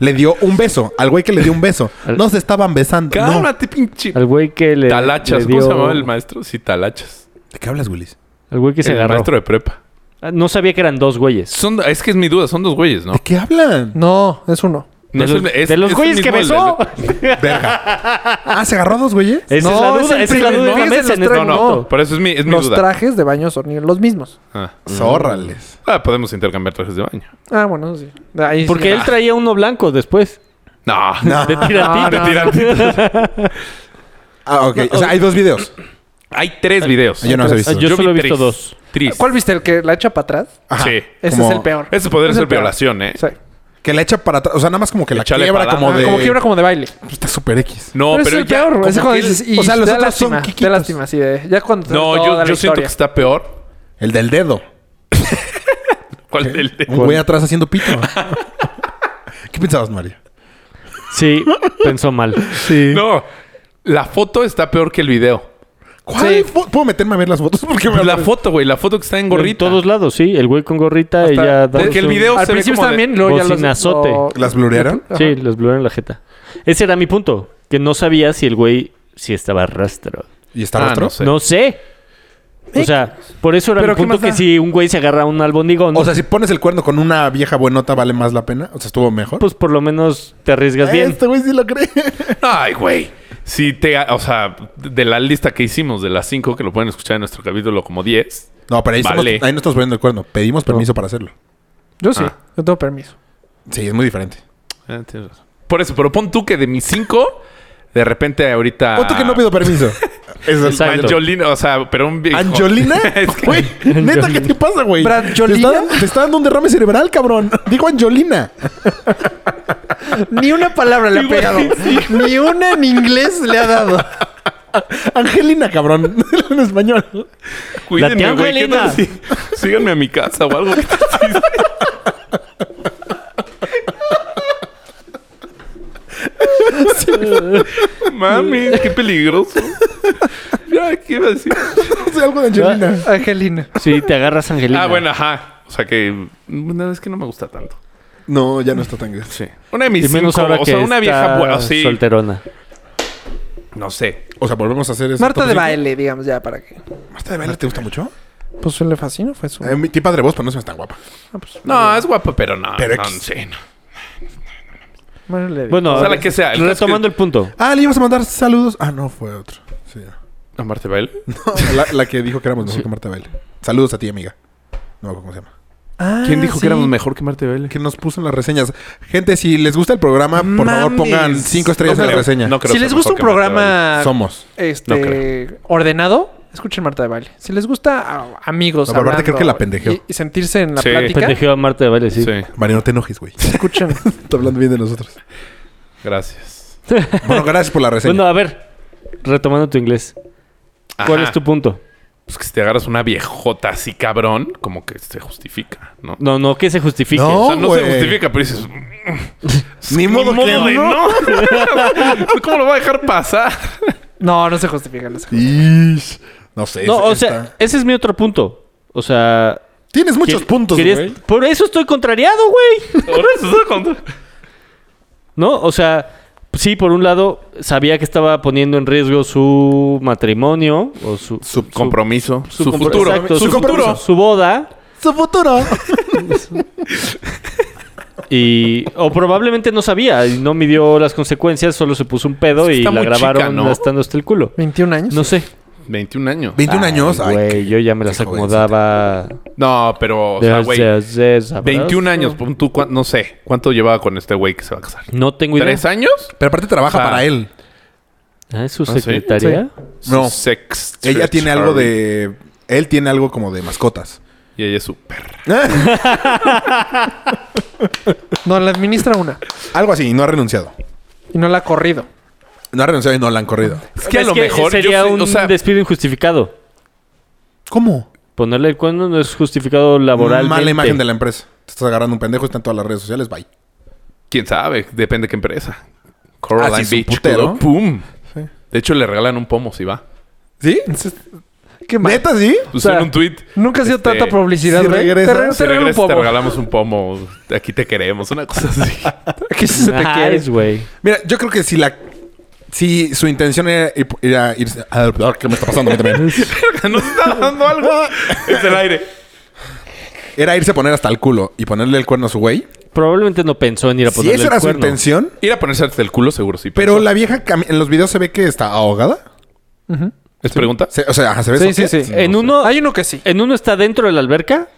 S5: Le dio un beso. Al güey que le dio un beso. No se estaban besando. no.
S6: Cálmate, pinche.
S4: Al güey que le.
S6: Talachas.
S4: le
S6: ¿Cómo se
S4: dio-
S6: llamaba el maestro? Sí, Talachas.
S5: ¿De qué hablas, Willis?
S4: Al güey que se
S6: el
S4: agarró.
S6: maestro de prepa.
S4: Ah, No sabía que eran dos güeyes.
S6: Son, es que es mi duda, son dos güeyes, ¿no?
S5: ¿De qué hablan?
S1: No, es uno.
S6: No
S4: de,
S6: es
S4: los,
S6: el- es-
S4: de los
S6: es el
S4: güeyes que
S6: mismo, el
S4: besó.
S6: de-
S5: Ah, ¿se agarró dos güeyes?
S6: Eh,
S4: Esa
S1: No,
S4: es la
S1: es el
S4: duda. Esa es la
S1: primer-
S4: duda.
S1: fíjense,
S4: Métanse en
S1: los
S4: este
S1: traen-
S4: momento.
S1: no.
S6: Por eso es mi, es mi
S1: Los
S6: duda.
S1: trajes de baño son los mismos.
S6: Ah.
S5: Zórrales.
S6: Ah, podemos intercambiar trajes de baño.
S1: Ah, bueno, sí. Ahí sí.
S4: Porque
S6: Ah.
S4: él traía uno blanco después.
S6: No,
S4: De
S1: Ah,
S4: tirantito.
S6: De
S1: no.
S6: tirantitos.
S5: Ah, ok. O sea, hay dos videos.
S6: Hay tres videos.
S5: Yo no los he visto.
S4: Ah, yo
S6: vi
S4: solo he visto
S6: tres.
S4: dos.
S6: Tres.
S1: ¿Cuál viste? ¿El que la echa para atrás?
S5: Ajá.
S6: Sí.
S1: Ese
S5: Como-
S1: es el peor.
S6: Eso podría
S1: Es el
S6: ser
S1: peor.
S6: violación, ¿eh?
S1: Sí.
S5: Que la echa para atrás. O sea, nada más como que la
S6: Échale
S5: quiebra
S6: para
S5: como
S1: Ah,
S5: de...
S1: Como quiebra como de baile.
S5: Está súper X.
S6: No,
S1: pero,
S6: pero,
S1: es el
S6: ya-
S1: peor.
S6: como
S1: Ese cuando
S6: que él-
S1: dices, y
S5: o sea, los
S1: da
S5: otros son
S1: lástima,
S5: quiquitos.
S1: Da lástima, sí. de- ya cuando te
S6: No,
S1: toda
S6: yo,
S1: la
S6: yo siento
S1: historia.
S6: que está peor.
S5: El del dedo.
S6: ¿Cuál del de-
S5: Un güey atrás haciendo pito. ¿Qué pensabas, Mario?
S4: Sí, pensó mal.
S5: Sí.
S6: No, la foto está peor que el video.
S5: ¿Cuál
S1: Sí.
S5: fo- ¿Puedo meterme a ver las fotos? Porque me
S6: Pues la foto, güey, la foto que está en
S4: En
S6: gorrita.
S4: todos lados, sí. El güey con gorrita, ella da.
S6: Porque el video
S1: Al
S6: se ve
S1: principio
S6: como
S1: está
S6: de-
S1: bien, luego ya los...
S4: bocinazote.
S1: lo-
S5: ¿Las blurearon?
S1: Ajá.
S4: Sí, los blurran la jeta. Ese era mi punto. Que no sabía si el güey si estaba rastro.
S5: ¿Y está
S6: Ah,
S5: rostro?
S6: no sé.
S4: No
S6: Sí.
S4: sé. O sea, por eso era mi
S1: ¿Pero qué
S4: punto
S1: más
S4: que
S1: da?
S4: si un güey se agarra un albondigón,
S5: O sea, si pones el cuerno con una vieja buenota, ¿vale más la pena? O sea, ¿estuvo mejor?
S4: pues por lo menos te
S1: pues,
S4: arriesgas bien.
S5: Este güey sí lo cree.
S6: Ay, güey. Si te, o sea, de la lista que hicimos de las cinco que lo pueden escuchar en nuestro capítulo como 10.
S5: No, pero ahí, estamos-
S6: Vale.
S5: ahí no estamos poniendo el cuerno. Pedimos permiso para hacerlo.
S1: Yo sí.
S6: Ah.
S1: Yo tengo permiso.
S5: Sí, es muy diferente.
S6: Ah, tienes razón. Por eso, pero pon tú que de mis cinco, de repente ahorita.
S1: Ah.
S5: Otro que no pido permiso. es el-
S4: Exacto.
S6: Angelina, o sea, pero un viejo.
S5: ¿Angelina?
S6: Es que-
S5: Güey, neta, ¿qué te pasa, güey? Te
S1: ¿Branjolina?
S5: está, dando, te está dando un derrame cerebral, cabrón. Digo Angelina.
S1: Ni una palabra le ha pegado. Ni una en inglés le ha dado.
S5: Angelina, cabrón. en español.
S4: La tía
S6: Cuídenme, güey. ¿qué
S4: Angelina.
S6: tal si- Síganme a mi casa o algo. Mami, qué peligroso. Ya, ¿qué iba a decir?
S5: No sé, algo de
S1: Ah.
S5: Angelina.
S1: Angelina.
S4: Sí, te agarras Angelina.
S6: Ah, bueno, ajá. O sea que. No, es que no me gusta tanto.
S5: No, ya no está tan grande.
S6: Sí. Una de mis
S4: Y menos
S6: cinco,
S4: ahora
S6: o
S4: que
S6: sea, una vieja
S4: está
S6: buena, sí.
S4: solterona.
S6: No sé.
S5: O sea, volvemos a hacer eso.
S1: Marta de baile, digamos ya, para que...
S5: ¿Marta de baile te gusta mucho?
S1: Pues se le fascina, fue su...
S5: Eh, mi- qué padre voz, pero no se me es tan guapa.
S1: Ah, pues,
S6: No, es guapa, pero no.
S5: Pero
S6: no,
S5: X.
S6: sí, no.
S1: bueno, le digo.
S4: Bueno,
S6: O sea, la que sea. El caso es
S4: retomando
S6: que-
S4: el punto.
S5: Ah, le ibas a mandar saludos. Ah, no, fue otro. Sí.
S6: ¿A Marta de baile?
S5: No, la, la que dijo que éramos mejor que Marta de baile. Saludos a ti, amiga. No me acuerdo cómo se llama.
S1: Ah,
S6: ¿Quién dijo
S1: sí.
S6: que éramos mejor que Marta de baile?
S5: que nos puso en las reseñas. Gente, si les gusta el programa, por favor
S1: Mames.
S5: pongan cinco estrellas
S6: No
S5: en la
S6: creo,
S5: reseña.
S6: no creo
S1: Si
S6: ser
S1: les gusta un
S6: mejor que Marta de Baile.
S1: programa
S5: Somos.
S6: No
S1: este ordenado, escuchen Marta de Baile. Si les gusta a- amigos
S5: No, pero aparte
S1: hablando
S5: creo que la pendejeo.
S1: y, y sentirse en la
S6: Sí.
S1: plática,
S4: Pendejeó a Marta de Baile, sí.
S6: Sí,
S5: Mario, no te enojes, güey.
S1: escuchen.
S5: Está hablando bien de nosotros.
S6: gracias.
S5: Bueno, gracias por la reseña.
S4: Bueno, a ver, retomando tu inglés. ¿Cuál
S6: Ajá.
S4: es tu punto?
S6: Pues que si te agarras una viejota así cabrón, como que se justifica, ¿no?
S4: No, no, que se justifique.
S5: No.
S6: o sea, no se
S5: güey.
S6: justifica, pero dices...
S5: Ni modo que
S6: de
S5: no.
S6: ¿Cómo lo va a dejar pasar?
S1: No, no se justifica. No se justifica.
S5: Ish. No sé.
S4: No,
S5: ese-
S4: o
S5: está-
S4: sea, ese es mi otro punto. O sea...
S5: Tienes muchos
S4: quer-
S5: puntos,
S4: querías-
S5: güey.
S4: Por eso estoy contrariado, güey.
S6: Ahora se está contando.
S4: ¿No? O sea, sí, por un lado, sabía que estaba poniendo en riesgo su matrimonio o su...
S6: Su compromiso, su,
S4: compro-
S6: futuro.
S4: exacto,
S6: su,
S4: su
S6: futuro.
S4: Su boda.
S5: Su futuro.
S4: Y, o probablemente no sabía y no midió las consecuencias, solo se puso un pedo
S6: Es que
S4: y
S6: está
S4: la
S6: muy
S4: grabaron
S6: chica, ¿no?
S4: estando hasta el culo.
S1: 21 años.
S4: No sé.
S6: 21 años.
S5: 21 años. Ay,
S4: Güey, yo ya me las
S5: qué
S4: acomodaba.
S6: No, pero, o sea, güey, 21 años. pon tú, cuán- no sé, ¿cuánto llevaba con este güey que se va a casar?
S4: No tengo idea.
S6: ¿Tres años?
S5: Pero aparte trabaja
S6: Ah.
S5: para él.
S4: Ah, ¿Es su
S6: sí?
S4: secretaria?
S5: No.
S6: Su sex
S5: Ella
S6: church
S5: tiene algo
S6: party.
S5: de... Él tiene algo como de mascotas.
S6: Y ella es su perra.
S1: No, la administra una.
S5: algo así. Y no ha renunciado.
S1: Y no la ha corrido.
S5: No ha renunciado y no la han corrido.
S6: Es que a lo mejor... yo
S4: sería
S6: sé-
S4: un
S6: o sea,
S4: despido injustificado.
S5: ¿Cómo?
S4: Ponerle el cuerno no es justificado laboralmente.
S5: Mala imagen de la empresa. Te estás agarrando un pendejo. Está en todas las redes sociales. Bye.
S6: quién sabe, depende de qué empresa.
S5: Ah,
S6: Coraline
S5: sí, es un
S6: Beach
S5: putero.
S6: Club. ¡Pum!
S5: Sí.
S6: De hecho, le regalan un pomo si va.
S5: ¿Sí?
S1: Qué mal.
S5: ¿Neta, sí?
S6: Pusieron
S1: sea,
S6: un tweet.
S1: Nunca ha sido
S6: Este,
S1: tanta publicidad,
S5: si
S1: güey.
S5: regresas,
S1: te, re-
S6: Si
S1: te regalo un
S6: regresas, te
S1: pomo.
S6: regalamos un pomo. Aquí te queremos. Una cosa así.
S1: Que se te quiere.
S4: Nice, güey.
S5: Mira, yo creo que si la... Si su intención era, ir- era irse... Ah, ¿Qué me está pasando a mí también?
S6: Nos está dando algo. es el aire.
S5: Era irse a poner hasta el culo y ponerle el cuerno a su güey.
S4: Probablemente no pensó en ir a
S5: Si
S4: ponerle
S5: esa
S4: el
S5: era su
S4: cuerno.
S5: intención...
S6: Ir a ponerse hasta el culo, seguro sí.
S5: Pero
S6: pensó.
S5: la vieja cami- en los videos se ve que está ahogada.
S6: ¿Es pregunta?
S5: Se- o sea, ajá, se ve
S1: Sí,
S5: eso,
S1: sí,
S5: ¿qué?
S1: sí.
S4: En uno,
S1: Hay uno que sí.
S4: en uno está dentro de la alberca,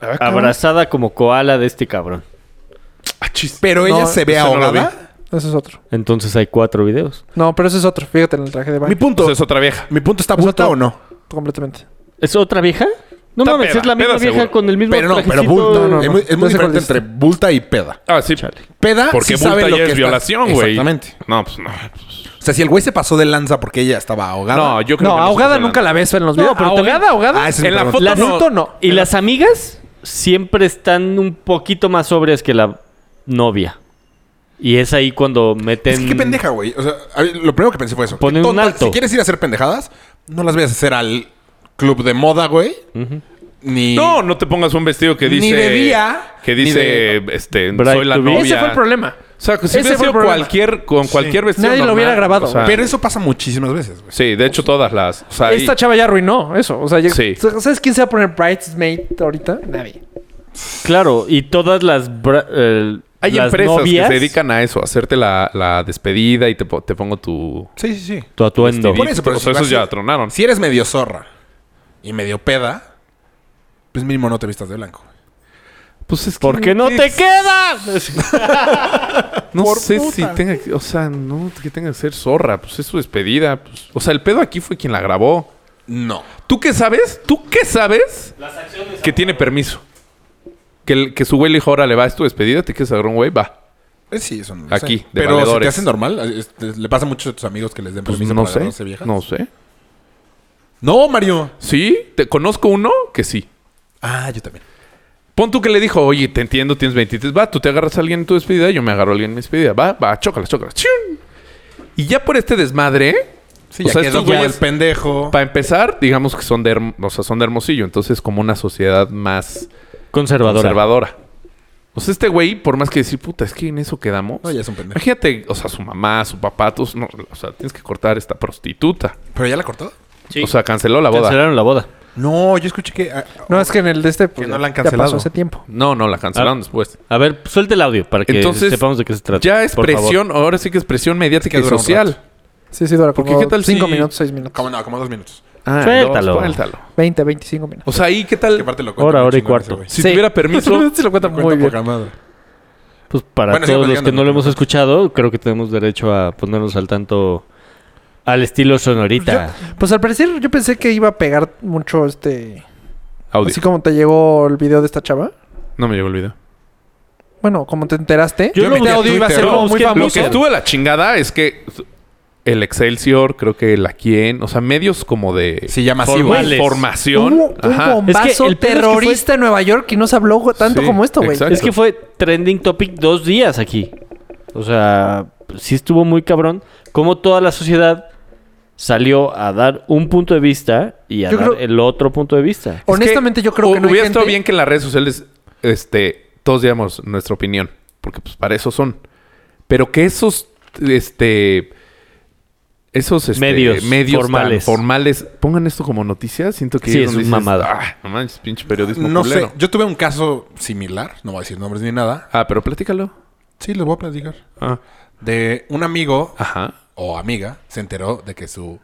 S4: Ah, abrazada como koala de este cabrón.
S5: Ah, Pero ella
S1: No,
S5: se ve
S6: eso no lo
S5: ahogada.
S1: Ese es otro.
S4: Entonces hay cuatro videos.
S1: No, pero ese es otro. Fíjate en el traje de
S5: mi
S1: baño.
S5: punto.
S6: Entonces es otra vieja.
S5: mi punto está
S1: Pues
S5: puta
S1: otro-
S5: o no.
S1: Completamente.
S4: ¿Es otra vieja? No
S6: Está
S4: mames,
S6: peda,
S4: es la misma
S6: peda
S4: vieja
S6: seguro.
S4: con el mismo
S5: Pero no, pero
S4: trajecito.
S5: bulta.
S1: no, no,
S5: es
S1: no.
S5: muy,
S1: Ya sé
S5: es muy
S1: cuál
S5: diferente
S1: es.
S5: entre bulta y peda.
S6: Ah, sí.
S5: Peda
S6: Porque
S5: sí
S6: multa
S5: sabe lo
S6: ya
S5: que
S6: es
S5: está-
S6: violación, güey.
S5: Exactamente.
S6: No, pues no.
S5: O sea, si el güey se pasó de lanza porque ella estaba ahogada.
S6: No, yo creo
S1: No,
S6: que
S1: ahogada
S6: estás
S1: nunca la ves en los
S4: No,
S1: videos.
S4: pero
S1: ahogada,
S4: también-
S1: ahogada.
S5: Ah, esa es mi
S6: En la
S5: pregunta.
S1: La
S6: foto no.
S1: foto no.
S4: Y las amigas siempre están un poquito más sobrias que la novia. Y es ahí cuando meten...
S5: Es que qué pendeja, güey. O sea, a ver, lo primero que pensé fue eso.
S4: Ponen
S5: Qué
S4: un alto.
S5: Si quieres ir a hacer pendejadas, no las vayas a hacer al club de moda, güey. Ni.
S6: No, no te pongas un vestido que
S5: Ni
S6: dice.
S5: de día,
S6: Que
S5: ni
S6: dice.
S5: de-
S6: Este,
S4: Bride
S6: soy la
S4: to be.
S6: novia.
S1: Ese fue el problema.
S6: O sea, que si
S1: Ese
S6: hubiera
S1: fue el
S6: sido
S1: problema.
S6: cualquier, con cualquier vestido.
S1: Nadie lo
S6: normal,
S1: hubiera grabado.
S6: o sea,
S5: Pero eso pasa muchísimas veces, güey.
S6: Sí, de hecho, todas las. O sea, ahí-
S1: Esta chava ya arruinó eso. O sea, ya-
S6: Sí.
S1: ¿sabes quién se va a poner Bridesmaid ahorita? Nadie.
S4: Claro, y todas las... bra- eh,
S6: hay
S4: las
S6: empresas
S4: novias-
S6: que se dedican a eso, a hacerte la, la despedida y te, po- te pongo tu.
S5: Sí, sí, sí.
S4: Tu atuendo.
S5: Por eso, pero
S6: o sea,
S5: si vas-
S6: esos ya tronaron.
S5: Si eres medio zorra y medio peda, pues mínimo no te vistas de blanco.
S6: Pues es que
S4: ¿Por qué no te quedas?
S6: No sé si tenga que, o sea, no que tenga que ser zorra, pues es su despedida. pues. O sea, el pedo aquí fue quien la grabó.
S5: No.
S6: ¿Tú qué sabes? ¿Tú qué sabes? que tiene permiso. Que, el- que su güey le dijo, órale, va, es tu despedida, te quieres agarrar un güey, va.
S5: Eh, sí, eso no lo
S6: Aquí,
S5: sé.
S6: de
S5: Pero si te
S6: valedores.
S5: hacen normal, eh, este, le pasa mucho a tus amigos que les den
S6: Pues
S5: permiso
S6: no
S5: para
S6: sé.
S5: agarrarse viejas.
S6: No sé.
S5: No, Mario.
S6: Sí, te conozco uno que sí.
S5: Ah, yo también.
S6: Pon tú que le dijo, oye, te entiendo, tienes 23, va, tú te agarras a alguien en tu despedida, yo me agarro a alguien en mi despedida, va, va, chócalas, chócalas. ¡Chiun! Y ya por este desmadre,
S5: Sí,
S6: O
S5: ya
S6: sea,
S5: quedó
S6: estos
S5: como el
S6: güeyes-
S5: pendejo.
S6: para empezar, digamos que son de, Herm- o sea, son de Hermosillo, entonces como una sociedad más
S4: Conservadora.
S6: conservadora. O sea, este güey, por más que decir, puta, es que en eso quedamos.
S5: No, ya es un pendejo.
S6: Imagínate, o sea, su mamá, su papá, todos, no, o sea, tienes que cortar esta prostituta.
S5: ¿Pero ya la cortó?
S6: O sea, canceló la boda.
S4: Cancelaron la boda.
S5: No, yo escuché que... ah,
S1: No, es que en el de este. pues,
S5: no la han
S1: ya
S5: cancelado.
S1: pasó hace tiempo.
S6: No, no, la cancelaron después.
S4: A ver, suelta el audio para que
S6: Entonces,
S4: sepamos de qué se trata.
S6: Ya es
S4: por favor.
S6: presión, ahora sí que es presión mediática
S5: Sí
S6: y
S5: que dura un
S6: social.
S1: Sí, sí, dura
S6: Porque
S1: como
S6: ¿qué tal
S1: cinco
S6: si-
S1: minutos, 6 minutos.
S5: como no, como dos minutos.
S6: Ah,
S4: Suéltalo.
S6: no, suéltalo.
S1: 20, 25 minutos.
S6: O sea, ahí, ¿qué
S5: Que
S6: tal?
S5: aparte lo
S4: Hora,
S5: muy
S4: hora y
S5: chingón ese
S4: cuarto.
S5: güey.
S6: Si
S1: Sí.
S6: tuviera permiso,
S1: Se lo cuenta
S5: Lo cuenta
S1: muy bien.
S5: poca madre.
S4: Pues para
S5: Bueno, sigue
S4: todos los que
S5: platicando.
S4: no lo hemos escuchado, creo que tenemos derecho a ponernos al tanto al estilo sonorita.
S1: Pues al parecer yo pensé que iba a pegar mucho este.
S6: audio.
S1: Así como te llegó el video de esta chava.
S6: No me llegó el video.
S1: Bueno, como te enteraste.
S4: Yo lo
S1: este
S4: busqué
S1: audio
S5: en
S1: iba a ser
S5: Twitter. Lo
S1: como muy
S4: busqué en
S6: Lo
S1: famoso.
S6: que estuvo de la chingada es que el Excelsior, creo que la Quien, o sea, medios como de
S5: Sí, ya masivos.
S6: formal,
S4: Güey.
S6: formación.
S1: Hubo un
S6: Ajá.
S1: bombazo
S4: Es que el pedo es que
S1: terrorista en Nueva York y no se habló güey, tanto
S6: Sí,
S1: como esto, güey.
S6: exacto.
S4: es que fue trending topic dos días aquí. O sea, sí estuvo muy cabrón. Como toda la sociedad salió a dar un punto de vista y a
S1: Yo
S4: dar
S1: creo-
S4: el otro punto de vista.
S6: Es
S1: Honestamente, yo creo
S6: hu-
S1: que no hay
S6: hubiera estado
S1: gente-
S6: bien que en las redes sociales este, todos digamos nuestra opinión. Porque pues para eso son. Pero que esos este esos este,
S4: Medios
S6: tan
S4: formales.
S6: formales pongan esto como noticias siento que
S4: Sí,
S6: ahí
S4: es
S6: donde
S4: un mamado.
S6: ah, no manches pinche periodismo
S5: No
S6: culero".
S5: sé. Yo tuve un caso similar. No voy a decir nombres ni nada.
S6: ah pero platícalo
S5: Sí, les voy a platicar.
S6: Ah,
S5: De un amigo
S6: ajá
S5: o amiga se enteró de que su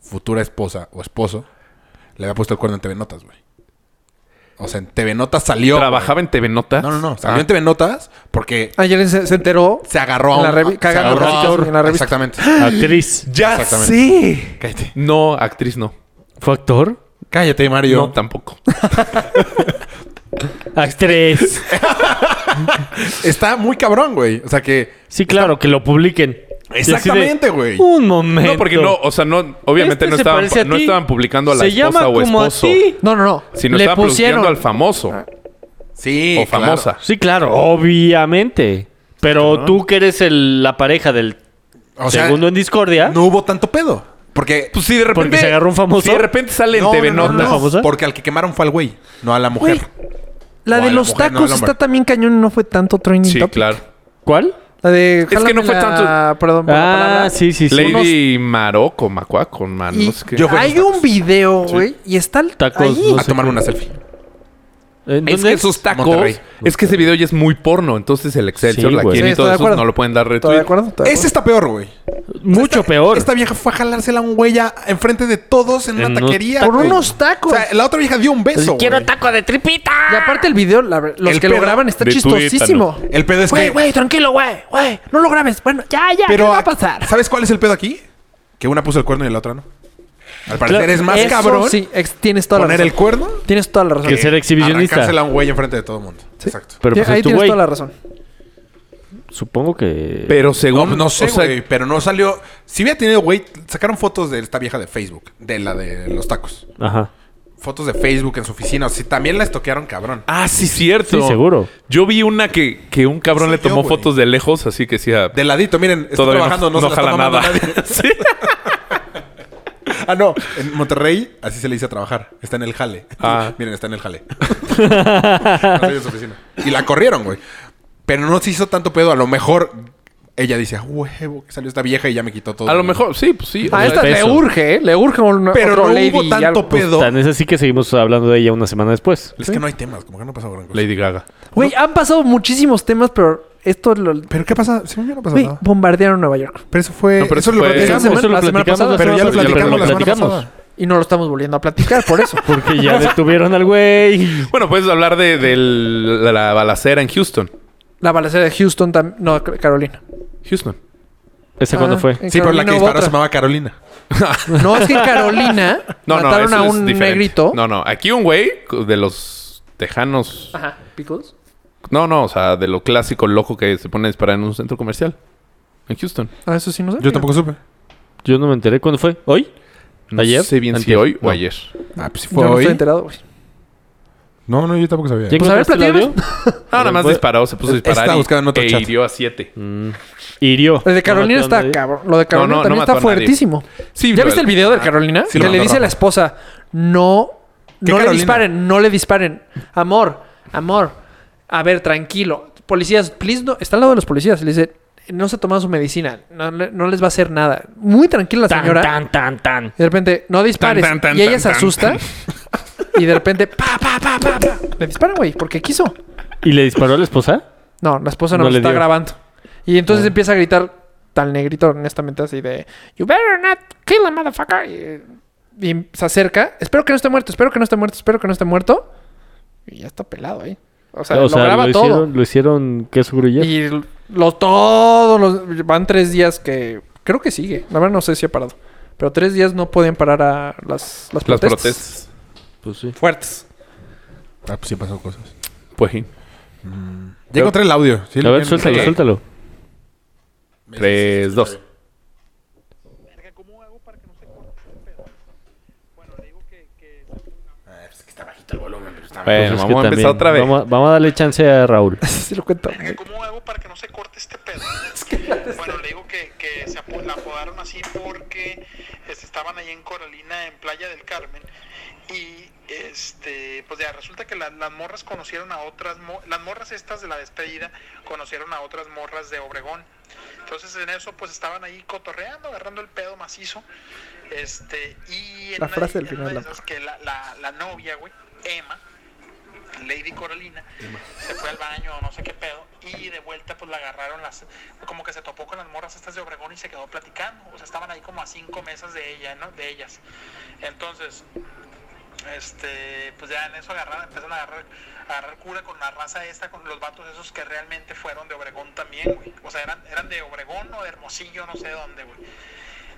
S5: futura esposa o esposo le había puesto el cuerno en TV Notas, güey. O sea, en TV Notas salió.
S6: trabajaba en TV Notas
S5: güey. No, no, no. Salió
S6: Ah,
S5: en TV Notas porque
S1: Ayer Ah, se, se enteró.
S5: se agarró a
S1: En
S5: un...
S1: la revi-
S5: se
S1: cagando
S5: agarró a-
S1: casi en la revista.
S5: Exactamente.
S4: Actriz.
S6: ya
S5: Exactamente.
S6: sí
S5: Cállate.
S6: no actriz no
S4: ¿Fue actor?
S5: Cállate, Mario.
S6: no tampoco
S4: Actriz.
S5: Está muy cabrón, güey. O sea que...
S4: Sí, claro, que lo publiquen. Y así de,
S5: Exactamente, güey.
S4: Un momento.
S6: no porque no o sea no
S4: Este
S6: obviamente no
S4: se
S6: estaban
S4: parece a
S6: no
S4: ti.
S6: estaban publicando a la
S4: Se
S6: esposa
S4: llama
S6: o
S4: como a
S6: esposo
S4: ti.
S1: No, no, no.
S6: Si no
S1: Le
S6: estaba
S1: pusieron.
S6: pusieron al famoso
S5: Sí,
S6: o
S5: claro.
S6: famosa.
S4: Sí, claro, obviamente. Pero tú que eres el- la pareja del
S5: O sea,
S4: Segundo en discordia.
S5: no hubo tanto pedo. Porque.
S6: Pues sí, de repente.
S4: Porque se agarró un famoso.
S6: Sí, de repente sale en
S5: no,
S6: TV
S5: no, no,
S6: Notas.
S5: no,
S4: famosa.
S5: Porque al que quemaron fue al güey, no a la mujer.
S1: La
S5: O a
S1: de
S5: la
S1: los
S5: mujer, no al
S1: tacos
S5: hombre.
S1: está también cañón y no fue tanto training
S6: Sí,
S1: topic.
S6: claro.
S4: ¿Cuál?
S1: La de
S6: que
S1: jálame
S6: no fue
S1: la-
S6: tanto-
S1: Perdón por la
S4: Ah,
S1: palabra.
S4: sí, sí, sí.
S6: Lady Maroco, Macuaco, man,
S1: Y
S6: no sé qué.
S5: Yo- fui a
S1: hay
S5: los
S1: un video, güey, y está el
S4: Tacos,
S1: ahí.
S4: no
S5: A
S4: sé
S5: tomar
S4: cómo.
S5: una selfie.
S4: ¿Eh, ¿Dónde?
S6: Es que esos tacos.
S5: Monterrey.
S6: Ah, Es que ese video ya es muy porno. Entonces el Excelsior,
S4: Sí,
S6: la
S4: güey.
S6: Quien
S1: Sí,
S6: y
S1: estoy
S6: todos
S1: de
S6: esos
S1: acuerdo.
S6: no lo pueden dar retweet.
S1: ¿Estoy de acuerdo? estoy de
S5: Ese está peor, güey.
S4: Mucho
S5: Esta-
S4: peor.
S5: Esta vieja fue a jalársela a un güey ya enfrente de todos en,
S4: En
S5: una
S4: unos
S5: taquería.
S1: Por
S5: güey.
S1: unos tacos.
S5: O sea, la otra vieja dio un beso. güey.
S4: taco de tripita.
S1: Y aparte el video, la ver- los
S5: El
S1: que lo
S5: pedo
S1: graban está
S6: de
S1: chistosísimo.
S5: El pedo es
S1: Güey,
S5: que.
S1: güey, tranquilo, güey, güey, no lo grabes. Bueno, ya, ya,
S5: pero
S1: ¿qué va a
S5: aquí-
S1: pasar?
S5: ¿Sabes cuál es el pedo aquí? Que una puso el cuerno y la otra no. Al parecer es más
S1: Eso
S5: cabrón
S1: Sí, ex- tienes toda la
S5: poner
S1: razón.
S5: el cuerno
S1: Tienes toda la razón.
S4: Que ser exhibicionista.
S5: arrancársela a un güey enfrente de todo el mundo. Exacto.
S4: Pero pues
S1: Ahí
S4: es tu
S1: tienes
S4: güey.
S1: toda la razón.
S4: Supongo que.
S6: Pero
S5: No,
S6: según.
S5: Pues no sé,
S6: o sea,
S5: güey, pero no salió. Si hubiera tenido, güey, sacaron fotos de esta vieja de Facebook, de la de los tacos.
S4: Ajá.
S5: Fotos de Facebook en su oficina. Si también la estoquearon, cabrón.
S6: Ah, sí, cierto.
S4: Sí, seguro.
S6: Yo vi una que, que un cabrón
S5: Sí,
S6: le tomó
S5: yo, güey.
S6: fotos de lejos, así que decía.
S5: De ladito, miren, estoy
S6: Todavía
S5: trabajando, no,
S6: no,
S5: se la
S6: no
S5: está
S6: jala
S5: mamando
S6: nada.
S5: nadie.
S6: Sí.
S5: Ah, no. En Monterrey, así se le dice a trabajar. Está en el jale.
S6: Ah.
S5: Miren, está en el jale. Arriba de su oficina. Y la corrieron, güey. Pero no se hizo tanto pedo. A lo mejor ella dice, "Ah, huevo, que salió esta vieja y ya me quitó todo.
S6: A lo mejor, sí, pues sí. o
S1: A
S6: sea,
S1: esta le
S4: peso.
S1: urge, ¿eh? Le urge un
S5: Pero
S1: otro
S5: no
S1: lady
S5: hubo
S1: y
S5: tanto
S1: algo. pues,
S5: pedo.
S4: Tan es así que seguimos hablando de ella una semana después.
S5: Es que no hay temas, como que no pasa gran cosa.
S6: Lady Gaga.
S1: Güey, han pasado muchísimos temas, pero esto lo...
S5: Pero ¿qué pasa? Según yo no pasa
S1: Güey,
S5: nada.
S1: bombardearon Nueva York.
S5: Pero eso fue.
S6: No, pero eso
S5: lo
S6: fue-
S5: platicamos.
S1: Esa semana- la semana pasada,
S5: Pero ya lo
S4: pero
S5: platicamos la semana
S4: platicamos.
S5: pasada.
S1: Y no lo estamos volviendo a platicar, por eso.
S4: Porque ya detuvieron al güey.
S6: Bueno, puedes hablar de, del- la, la balacera en Houston.
S1: La balacera de Houston también... No, Carolina.
S6: Houston.
S4: ¿Ese cuándo
S1: Ah,
S4: fue?
S1: en
S5: Sí, pero la
S1: Carolina
S5: que
S1: hubo
S5: disparó se
S1: otra.
S5: llamaba Carolina.
S1: No, es que en Carolina
S6: No,
S1: mataron
S6: no,
S1: a
S6: eso es
S1: un
S6: diferente.
S1: negrito.
S6: No, no. Aquí un güey de los tejanos.
S1: Ajá, ¿picos?
S6: No, no, o sea, de lo clásico loco que se pone a disparar en un centro comercial. En Houston.
S1: Ah, eso sí no sé.
S5: Yo tampoco supe.
S4: Yo no me enteré. ¿Cuándo fue? ¿Hoy?
S6: No
S4: ¿Ayer?
S6: sé bien si
S4: Antier.
S6: hoy
S4: No.
S6: o ayer.
S5: Ah, pues si
S1: Yo
S5: fue
S1: no
S5: hoy.
S1: estoy enterado, güey.
S5: No, no, yo tampoco sabía.
S4: ¿Ya
S1: Pues a ver,
S4: encontraste el
S1: platícanos.
S4: audio?
S6: No, nada más
S4: fue-
S6: disparado, se puso a disparar.
S5: Estaba
S6: y-
S5: buscando en otro
S6: e
S5: chat.
S6: hirió a siete.
S4: Mm. Hirió.
S1: El de Carolina
S4: No mató
S1: está
S4: a nadie.
S1: cabrón. Lo de Carolina
S6: No, no, no
S1: también está
S6: mató a nadie.
S1: fuertísimo.
S6: Sí,
S1: ¿Ya
S6: pero- ah,
S1: viste el video de Carolina? que
S5: sí, lo
S1: le
S5: mandó
S1: dice a la
S5: Rafa.
S1: esposa, no,
S5: ¿Qué
S1: no le
S5: Carolina?
S1: disparen, no le disparen. Amor, amor, a ver, tranquilo. Policías, please, no, está al lado de los policías. Le dice, no se ha tomado su medicina, no, le- no les va a hacer nada. Muy tranquila la señora.
S4: Tan, tan, tan, tan.
S1: Y de repente, no dispares.
S6: Tan, tan, tan,
S1: y ella
S6: tan,
S1: se
S6: tan.
S1: asusta. Y de repente, pa, pa, pa, pa, pa. Le disparan, güey, porque quiso.
S4: ¿Y le disparó a la esposa?
S1: No, la esposa no, Ah.
S4: No
S1: lo
S4: le
S1: está
S4: dio.
S1: grabando. Y entonces empieza a gritar tal negrito, honestamente, así de You better not kill a motherfucker. Y, y se acerca. Espero que no esté muerto, espero que no esté muerto, espero que no esté muerto. Y ya está pelado ahí. O sea, lo graba todo.
S4: hicieron, lo hicieron queso gruyere.
S1: Y los todos los van tres días que creo que sigue. La verdad no sé si ha parado. Pero tres días no podían parar a las, las
S6: Las
S1: protestas.
S6: protestas.
S4: Pues sí.
S1: Fuertes.
S5: Ah, pues sí pasó cosas.
S6: Pues sí.
S5: Ya encontré el audio. Sí,
S4: A
S5: lo
S4: ver,
S5: vi en-
S4: suéltalo,
S6: Ok.
S4: suéltalo.
S6: Tres, dos. Bueno,
S4: Pues es que
S6: vamos a empezar
S4: también.
S6: otra vez.
S4: Vamos a, vamos a darle chance a Raúl.
S1: sí lo cuento. güey.
S7: ¿Cómo hago para que no se corte este pedo? bueno, le digo que, que se apo- la apodaron así porque este, estaban ahí en Coralina, en Playa del Carmen. Y este, pues ya resulta que la- las morras conocieron a otras, mo- las morras estas de la despedida conocieron a otras morras de Obregón. Entonces en eso pues estaban ahí cotorreando, agarrando el pedo macizo. Este, y en
S1: La
S7: una-
S1: frase del
S7: en
S1: final,
S7: una de
S1: la-
S7: esas que la, la, la novia, güey, Emma, Lady Coralina se fue al baño no sé qué pedo y de vuelta pues la agarraron las como que se topó con las morras estas de Obregón y se quedó platicando o sea estaban ahí como a cinco mesas de ella no de ellas entonces este pues ya en eso agarraron empezaron a agarrar, a agarrar cura con la raza esta con los vatos esos que realmente fueron de Obregón también güey o sea eran eran de Obregón o de Hermosillo no sé dónde güey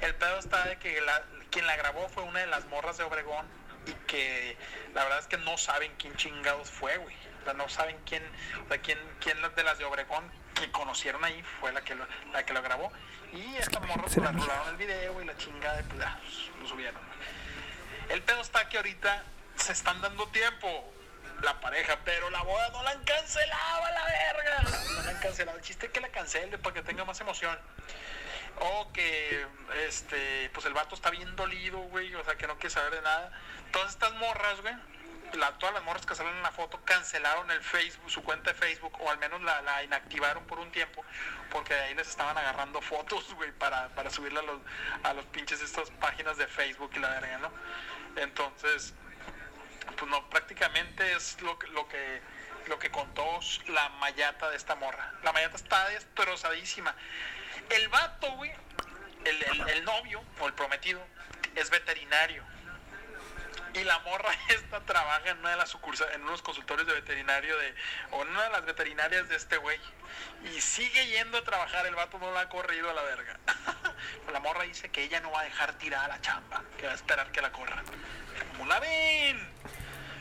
S7: el pedo está de que la- quien la grabó fue una de las morras de Obregón y que la verdad es que no saben quién chingados fue, güey. O sea, no saben quién, o sea, quién, quién de las de Obregón que conocieron ahí fue la que lo, la que lo grabó. Y esta morra pues, la rolaron el video y la chingada, y pues ya, lo subieron. El pedo está que ahorita se están dando tiempo la pareja, pero la boda no la han cancelado a la verga. No la han cancelado. El chiste es que la cancelen para que tenga más emoción. O que, este, pues el vato está bien dolido, güey, o sea, que no quiere saber de nada. Todas estas morras, güey, la- todas las morras que salen en la foto cancelaron el Facebook, su cuenta de Facebook, o al menos la, la inactivaron por un tiempo, porque de ahí les estaban agarrando fotos, güey, para, para subirla a los, a los pinches estas páginas de Facebook y la verga, ¿no? Entonces, pues no, prácticamente es lo, que- lo que lo que contó la mayata de esta morra. La mayata está destrozadísima. El vato, güey, el, el- el novio o el prometido, es veterinario. Y la morra esta trabaja en una de las sucursa- en unos consultorios de veterinario de, o en una de las veterinarias de este güey. Y sigue yendo a trabajar, el vato no la ha corrido a la verga. la morra dice que ella no va a dejar tirada la chamba, que va a esperar que la corran. ¿Cómo la ven?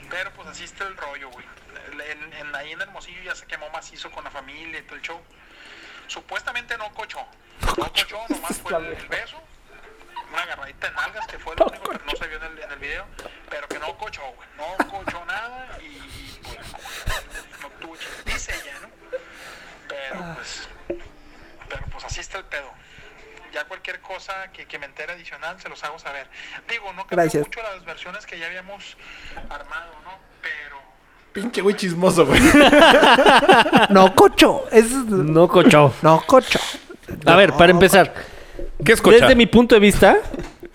S7: Pero pues así está el rollo, güey. En, en- ahí en Hermosillo ya se quemó macizo con la familia y todo el show. Supuestamente no cochó. No cochó, nomás fue el, el beso. Una agarradita de nalgas que fue lo único que no se vio en el, en el video. Pero que no cochó, güey. No cochó nada y, y, pues, no tuvo chiste. Dice ella, ¿no? Pero pues, pero pues así está el pedo. Ya cualquier cosa que, que me entere adicional se los hago saber. Digo, no cambió
S1: Gracias.
S7: mucho las versiones que ya habíamos armado, ¿no? Pero
S5: Pinche güey chismoso, güey.
S1: No, cocho. Es...
S4: No cocho.
S1: No, cocho.
S4: A ver, para empezar.
S6: ¿Qué es cochar?
S4: Desde mi punto de vista,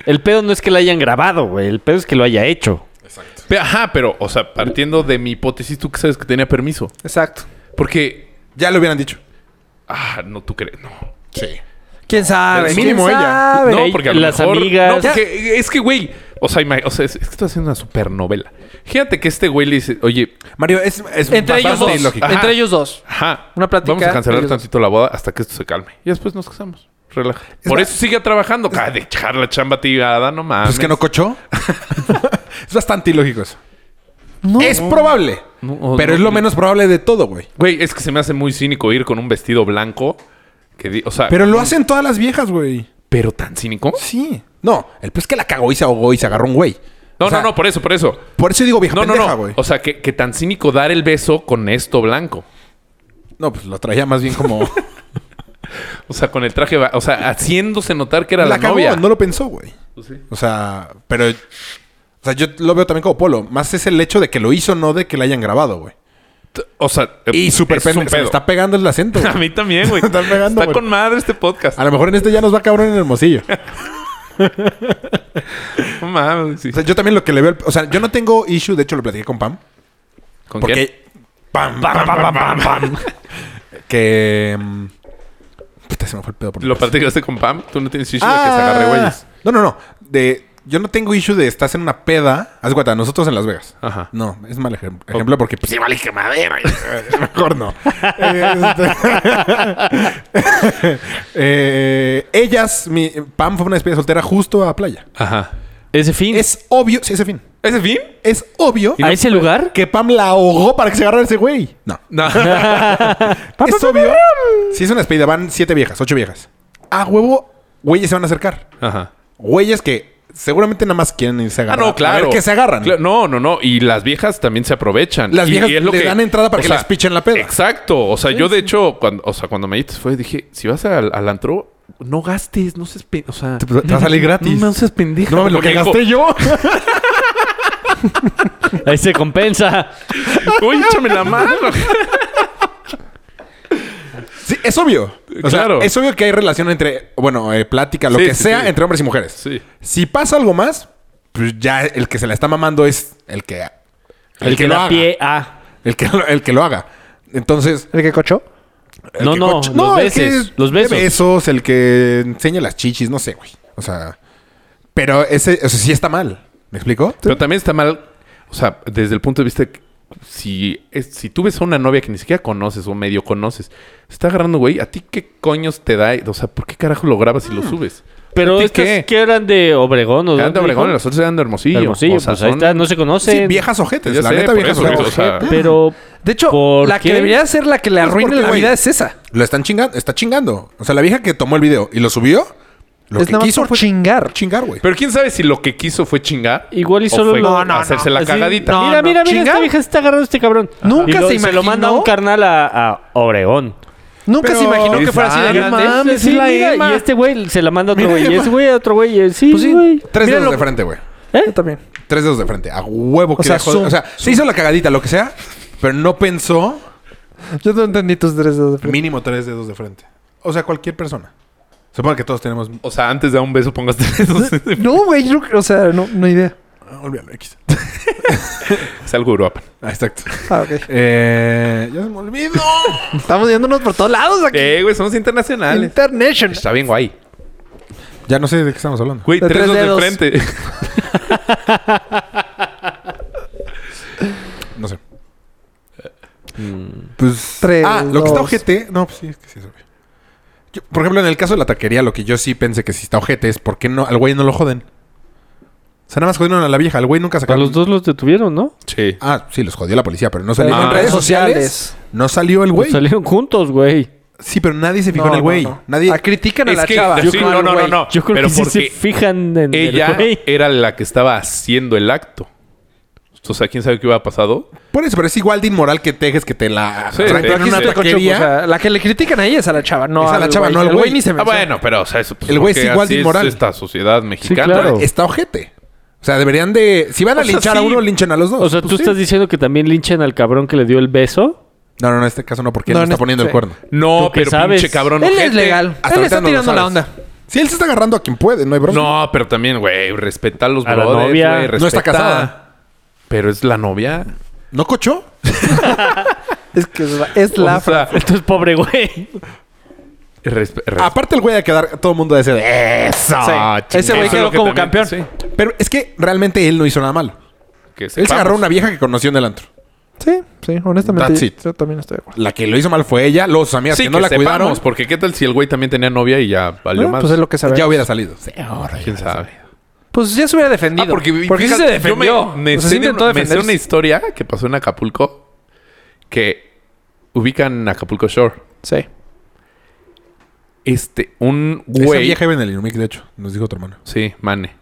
S4: el pedo no es que lo hayan grabado, güey. El pedo es que lo haya hecho.
S5: Exacto.
S6: Pe- Ajá, pero, o sea, partiendo de mi hipótesis, tú que sabes que tenía permiso.
S1: Exacto.
S6: Porque,
S5: Ya lo hubieran dicho.
S6: ah, no, tú crees, no.
S5: Sí.
S1: ¿Quién sabe?
S5: Pero mínimo
S1: Ah, ¿Quién
S5: ella.
S1: sabe?
S6: no,
S4: ahí
S6: porque a lo
S4: las
S6: mejor-
S4: amigas-
S6: No, porque es que, güey, o sea, ima- o sea, es, es que estás haciendo una supernovela. Fíjate que este güey le dice, oye,
S5: Mario, es, es
S1: Entre ellos
S5: bastante
S1: dos.
S5: ilógico.
S6: Ajá.
S1: Entre ellos dos.
S6: ajá,
S1: Una plática
S6: vamos a cancelar
S1: ellos dos.
S6: tantito la boda hasta que esto se calme. Y después nos casamos. Relaja. Por
S5: la-
S6: eso sigue trabajando. Cara, de echar la chamba tirada, no mames.
S5: Pues que no cochó. es bastante ilógico eso. es probable.
S6: No,
S5: pero
S6: no,
S5: es lo
S6: no.
S5: menos probable de todo, güey.
S6: Güey, es que se me hace muy cínico ir con un vestido blanco. Que di- o sea,
S5: Pero lo hacen todas las viejas, güey.
S6: pero tan cínico.
S5: Sí. No, el pez que la cagó y se ahogó y se agarró un güey.
S6: No,
S5: O sea,
S6: no, no, por eso, por eso.
S5: Por eso digo vieja
S6: No, no,
S5: pendeja,
S6: no.
S5: güey.
S6: O sea, que, que tan cínico dar el beso con esto blanco.
S5: No, pues lo traía más bien como...
S6: O sea, con el traje, ba- o sea, haciéndose notar que era la,
S5: la cagó,
S6: novia. Pues
S5: no lo pensó, güey. O sea, pero... O sea, yo lo veo también como Polo. Más es el hecho de que lo hizo, no de que lo hayan grabado, güey.
S6: O sea,
S5: Y
S6: es
S5: súper
S6: un pedo.
S5: pendejo. Se me está pegando el acento. güey.
S6: A mí también, güey.
S5: Está pegando, güey.
S6: con madre este podcast.
S5: A lo mejor en este ya nos va cabrón en Hermosillo.
S6: No mames, sí.
S5: O sea, yo también lo que le veo... al- O sea, yo no tengo issue. De hecho, lo platiqué con Pam.
S6: ¿Con quién?
S5: Porque... Pam, pam, pam, pam, pam, pam. que... mm, Puta, se me fue el pedo. Por
S6: ¿Lo platicaste con Pam? ¿Tú no tienes issue de que se
S5: Ah.
S6: agarre güeyes?
S5: No, no, no. De, yo no tengo issue de estás en una peda. Haz de cuenta, nosotros en Las Vegas.
S6: Ajá.
S5: No, es mal ejem- ejemplo porque pues igual dije madera. Mejor no. Eh, este- Eh, ellas, mi Pam fue una despedida soltera justo a playa.
S6: Ajá.
S4: Ese fin.
S5: Es obvio, sí, ese fin.
S6: ¿Ese fin?
S5: Es obvio
S4: ¿A ese lugar?
S5: que Pam la ahogó para que se agarrara ese güey. No.
S6: No.
S5: Es obvio. Si es una despedida, van siete viejas, ocho viejas. A huevo, güeyes se van a acercar.
S6: Ajá.
S5: Güeyes que seguramente nada más quieren irse a
S6: Ah,
S5: agarrar.
S6: no, claro.
S5: A ver que se agarran.
S6: Cla- no, no, no. Y las viejas también se aprovechan.
S5: Las
S6: Y-
S5: viejas
S6: y
S5: le dan entrada para que las pichen la peda.
S6: Exacto. O sea, yo de hecho, cuando, o sea, cuando me dijiste fue, dije, si vas al, al antro, no gastes, no seas pendeja. O sea,
S5: Te va a salir gratis.
S6: No, no seas pendeja.
S5: No mames, lo que
S6: Porque
S5: gasté yo.
S4: Ahí se compensa.
S6: dijo, Uy, échame la mano.
S5: Sí, es obvio. O sea,
S6: Claro.
S5: es obvio que hay relación entre, bueno, eh, plática, lo
S6: Sí,
S5: que
S6: sí,
S5: sea,
S6: sí.
S5: entre hombres y mujeres.
S6: Sí.
S5: Si pasa algo más, pues ya el que se la está mamando es el que. El,
S4: El, que, da
S5: haga.
S4: pie a.
S5: El que, lo- el que lo haga. Entonces.
S1: ¿El que cochó?
S5: el
S4: No,
S5: que
S4: no,
S5: coche-
S4: los besos, los
S5: dé
S4: besos.
S5: El que enseña las chichis, no sé, güey. O sea. Pero ese, o sea, sí está mal. ¿Me explico?
S6: Pero también está mal, o sea, desde el punto de vista de que si, es- si tú ves a una novia que ni siquiera conoces o medio conoces, está agarrando, güey, ¿a ti qué coños te da? O sea, ¿por qué carajo lo grabas y lo subes?
S4: Mm.
S6: ¿A
S4: Pero
S6: ti
S4: estas
S6: qué?
S4: que eran de Obregón o
S6: Eran de
S4: dónde
S6: Obregón,
S4: dijo?
S6: las otras eran de Hermosillo.
S4: Hermosillo,
S6: O sea,
S4: pues ahí
S6: son-
S4: está, no se conoce.
S5: Sí, viejas ojetes.
S6: Ya
S5: la
S6: sé,
S5: neta,
S6: por
S5: viejas
S6: eso,
S5: ojetes.
S6: o sea,
S4: Pero
S1: De hecho,
S4: ¿Por
S1: la
S4: qué?
S1: que debería ser la que le
S5: Pues
S1: arruine
S5: porque,
S1: la
S5: güey,
S1: vida es esa.
S5: Lo están chingando, está chingando. O sea, la vieja que tomó el video y lo subió, lo
S1: Es
S5: que
S1: nada más
S5: quiso
S1: por
S5: fue
S1: chingar.
S5: Chingar, güey.
S6: Pero quién sabe si lo que quiso fue chingar.
S4: Igual y
S6: o
S4: solo
S6: fue
S4: lo- No,
S1: no, no.
S6: hacerse la
S4: Así,
S6: cagadita.
S1: no.
S4: mira, mira, mira,
S1: ¿Chinga?
S4: esta vieja se está agarrando a este cabrón.
S1: Nunca
S4: Y lo-
S1: se
S4: lo manda
S1: imaginó.
S4: un carnal a, a Obregón.
S1: Nunca se
S5: Pero-
S1: imaginó que fuera así de
S6: Exacto.
S1: grande.
S4: Mames,
S1: Sí,
S4: sí, mira,
S1: mira,
S4: y este güey se la manda a otro güey. Y ese güey a otro güey. y- Sí,
S1: Pues sí.
S4: güey.
S5: Tres
S1: Mira
S5: dedos
S1: lo-
S5: de frente, güey.
S1: Yo también.
S5: Tres dedos de frente. A huevo que
S1: sea,
S5: dejó-
S1: zoom,
S5: O sea, se hizo la cagadita, lo que sea, pero no pensó
S1: Yo no entendí tus tres dedos de frente.
S5: mínimo tres dedos de frente. O sea, cualquier persona. Supongo que todos tenemos.
S6: O sea, antes de dar un beso pongas tres dedos.
S1: No, güey, yo no- o sea, no, no idea.
S5: Ah, Olvídalo, X.
S6: es algo Europa.
S5: Ah, exacto.
S1: Ah, ok.
S5: Eh, ya se me olvidó.
S1: Estamos yéndonos por todos lados aquí.
S6: Eh, güey, somos internacionales.
S1: International.
S6: Está bien guay.
S5: ya no sé de qué estamos hablando.
S6: Güey,
S1: De
S6: tres,
S1: tres
S6: dedos
S1: dedos.
S6: de frente.
S5: No sé. Pues.
S1: Tres,
S5: ah, lo que está
S1: dos.
S5: ojete. No, pues sí, es que sí es obvio. Yo, por ejemplo, en el caso de la taquería, lo que yo sí pensé que sí está ojete es por qué no, al güey no lo joden. O sea, nada más jodieron a la vieja. Al güey nunca
S4: A
S5: sacaron.
S4: los dos los detuvieron, ¿no?
S6: Sí.
S5: Ah, sí, los jodió la policía, pero no
S1: En
S5: salió.
S6: Ah.
S5: en redes sociales. No Pues salió el güey.
S4: Pues Salieron juntos, güey.
S5: Sí, pero nadie se fijó
S1: No,
S5: en el
S1: no,
S5: güey.
S1: no.
S5: Nadie.
S1: Ah, critican a
S6: Es
S1: la
S6: que-
S1: chava.
S6: sí, no,
S1: al
S6: no, no,
S1: güey.
S6: no.
S4: Yo creo
S6: Pero
S4: que sí se
S6: porque
S4: fijan en el
S6: Ella
S4: güey.
S6: era la que estaba haciendo el acto. O sea, quién sabe qué hubiera pasado.
S5: Por eso, pero es igual de inmoral que te dejes que te la
S6: Sí,
S5: arranquen
S6: pero
S5: en
S6: aquí
S5: una
S6: estoy
S1: Con Choco, o
S5: taquería.
S1: sea, la que le critican a ella es a la chava, no
S5: Es a la
S1: al
S5: chava,
S1: güey.
S5: no al
S1: El güey
S5: güey.
S1: ni se me
S6: Ah, bueno, pero o sea, eso, pues,
S5: El güey es
S6: porque
S5: igual
S6: así
S5: de inmoral.
S6: Es esta sociedad mexicana.
S4: claro.
S5: Está ojete. O sea, deberían de. Si van a
S6: O sea,
S5: linchar a
S6: sí.
S5: uno, linchen a los dos.
S4: O sea, tú
S5: Pues sí.
S4: estás diciendo que también linchen al cabrón que le dio el beso.
S5: No, no, no, en este caso no, porque
S1: No,
S5: él
S1: en
S5: le está
S1: este-
S5: poniendo
S1: sí.
S5: el cuerno.
S6: No,
S4: Tú que
S6: pero
S4: sabes.
S6: pinche cabrón.
S1: Él es
S6: ojete.
S1: legal.
S5: Hasta
S1: Él
S5: ahorita
S1: está
S5: no lo
S1: tirando la
S5: sabes.
S1: onda.
S5: Si él se está agarrando a quien puede, no hay broma.
S6: No, pero también, güey, respeta a los
S4: A la
S6: brothers,
S4: novia.
S6: güey,
S4: No
S5: No está
S6: respeta.
S5: casada.
S6: Pero es la novia.
S5: ¿No cochó?
S1: Es que es la- es la
S6: o sea,
S4: Entonces, pobre güey.
S6: respe- res-
S5: Aparte, el güey va a quedar todo el mundo de ese de eso.
S1: Sí. Ese
S6: Eso
S1: güey
S6: es lo
S1: quedó
S6: que
S1: como
S6: también-
S1: campeón.
S6: sí,
S5: Pero es que realmente él no hizo nada malo.
S6: que
S5: Él se agarró a
S6: sepamos.
S5: una vieja que conoció en el antro.
S1: Sí, sí, honestamente.
S5: That's it.
S1: Yo también estoy de acuerdo.
S5: La que lo hizo mal fue ella, los amigas
S6: Sí,
S5: que no la cuidaron.
S6: Porque qué tal si el güey también tenía novia y ya valió
S1: Ah,
S6: más.
S1: pues es lo que sabemos.
S5: Ya hubiera salido. Sí,
S6: ¿Quién sabe?
S1: Pues ya se hubiera defendido. sí se
S6: Ah, fíjate, yo me-
S1: defendió.
S6: me,
S1: O sea,
S6: sé
S1: sí
S6: de
S1: intentó
S6: una- me sé
S1: defenderse.
S6: una historia que pasó en Acapulco que ubican Acapulco Shore.
S1: Sí.
S6: Este, un
S5: Esa
S6: güey.
S5: vieja iba en el Inumic, de hecho. Nos dijo tu hermano.
S6: Sí, Mane.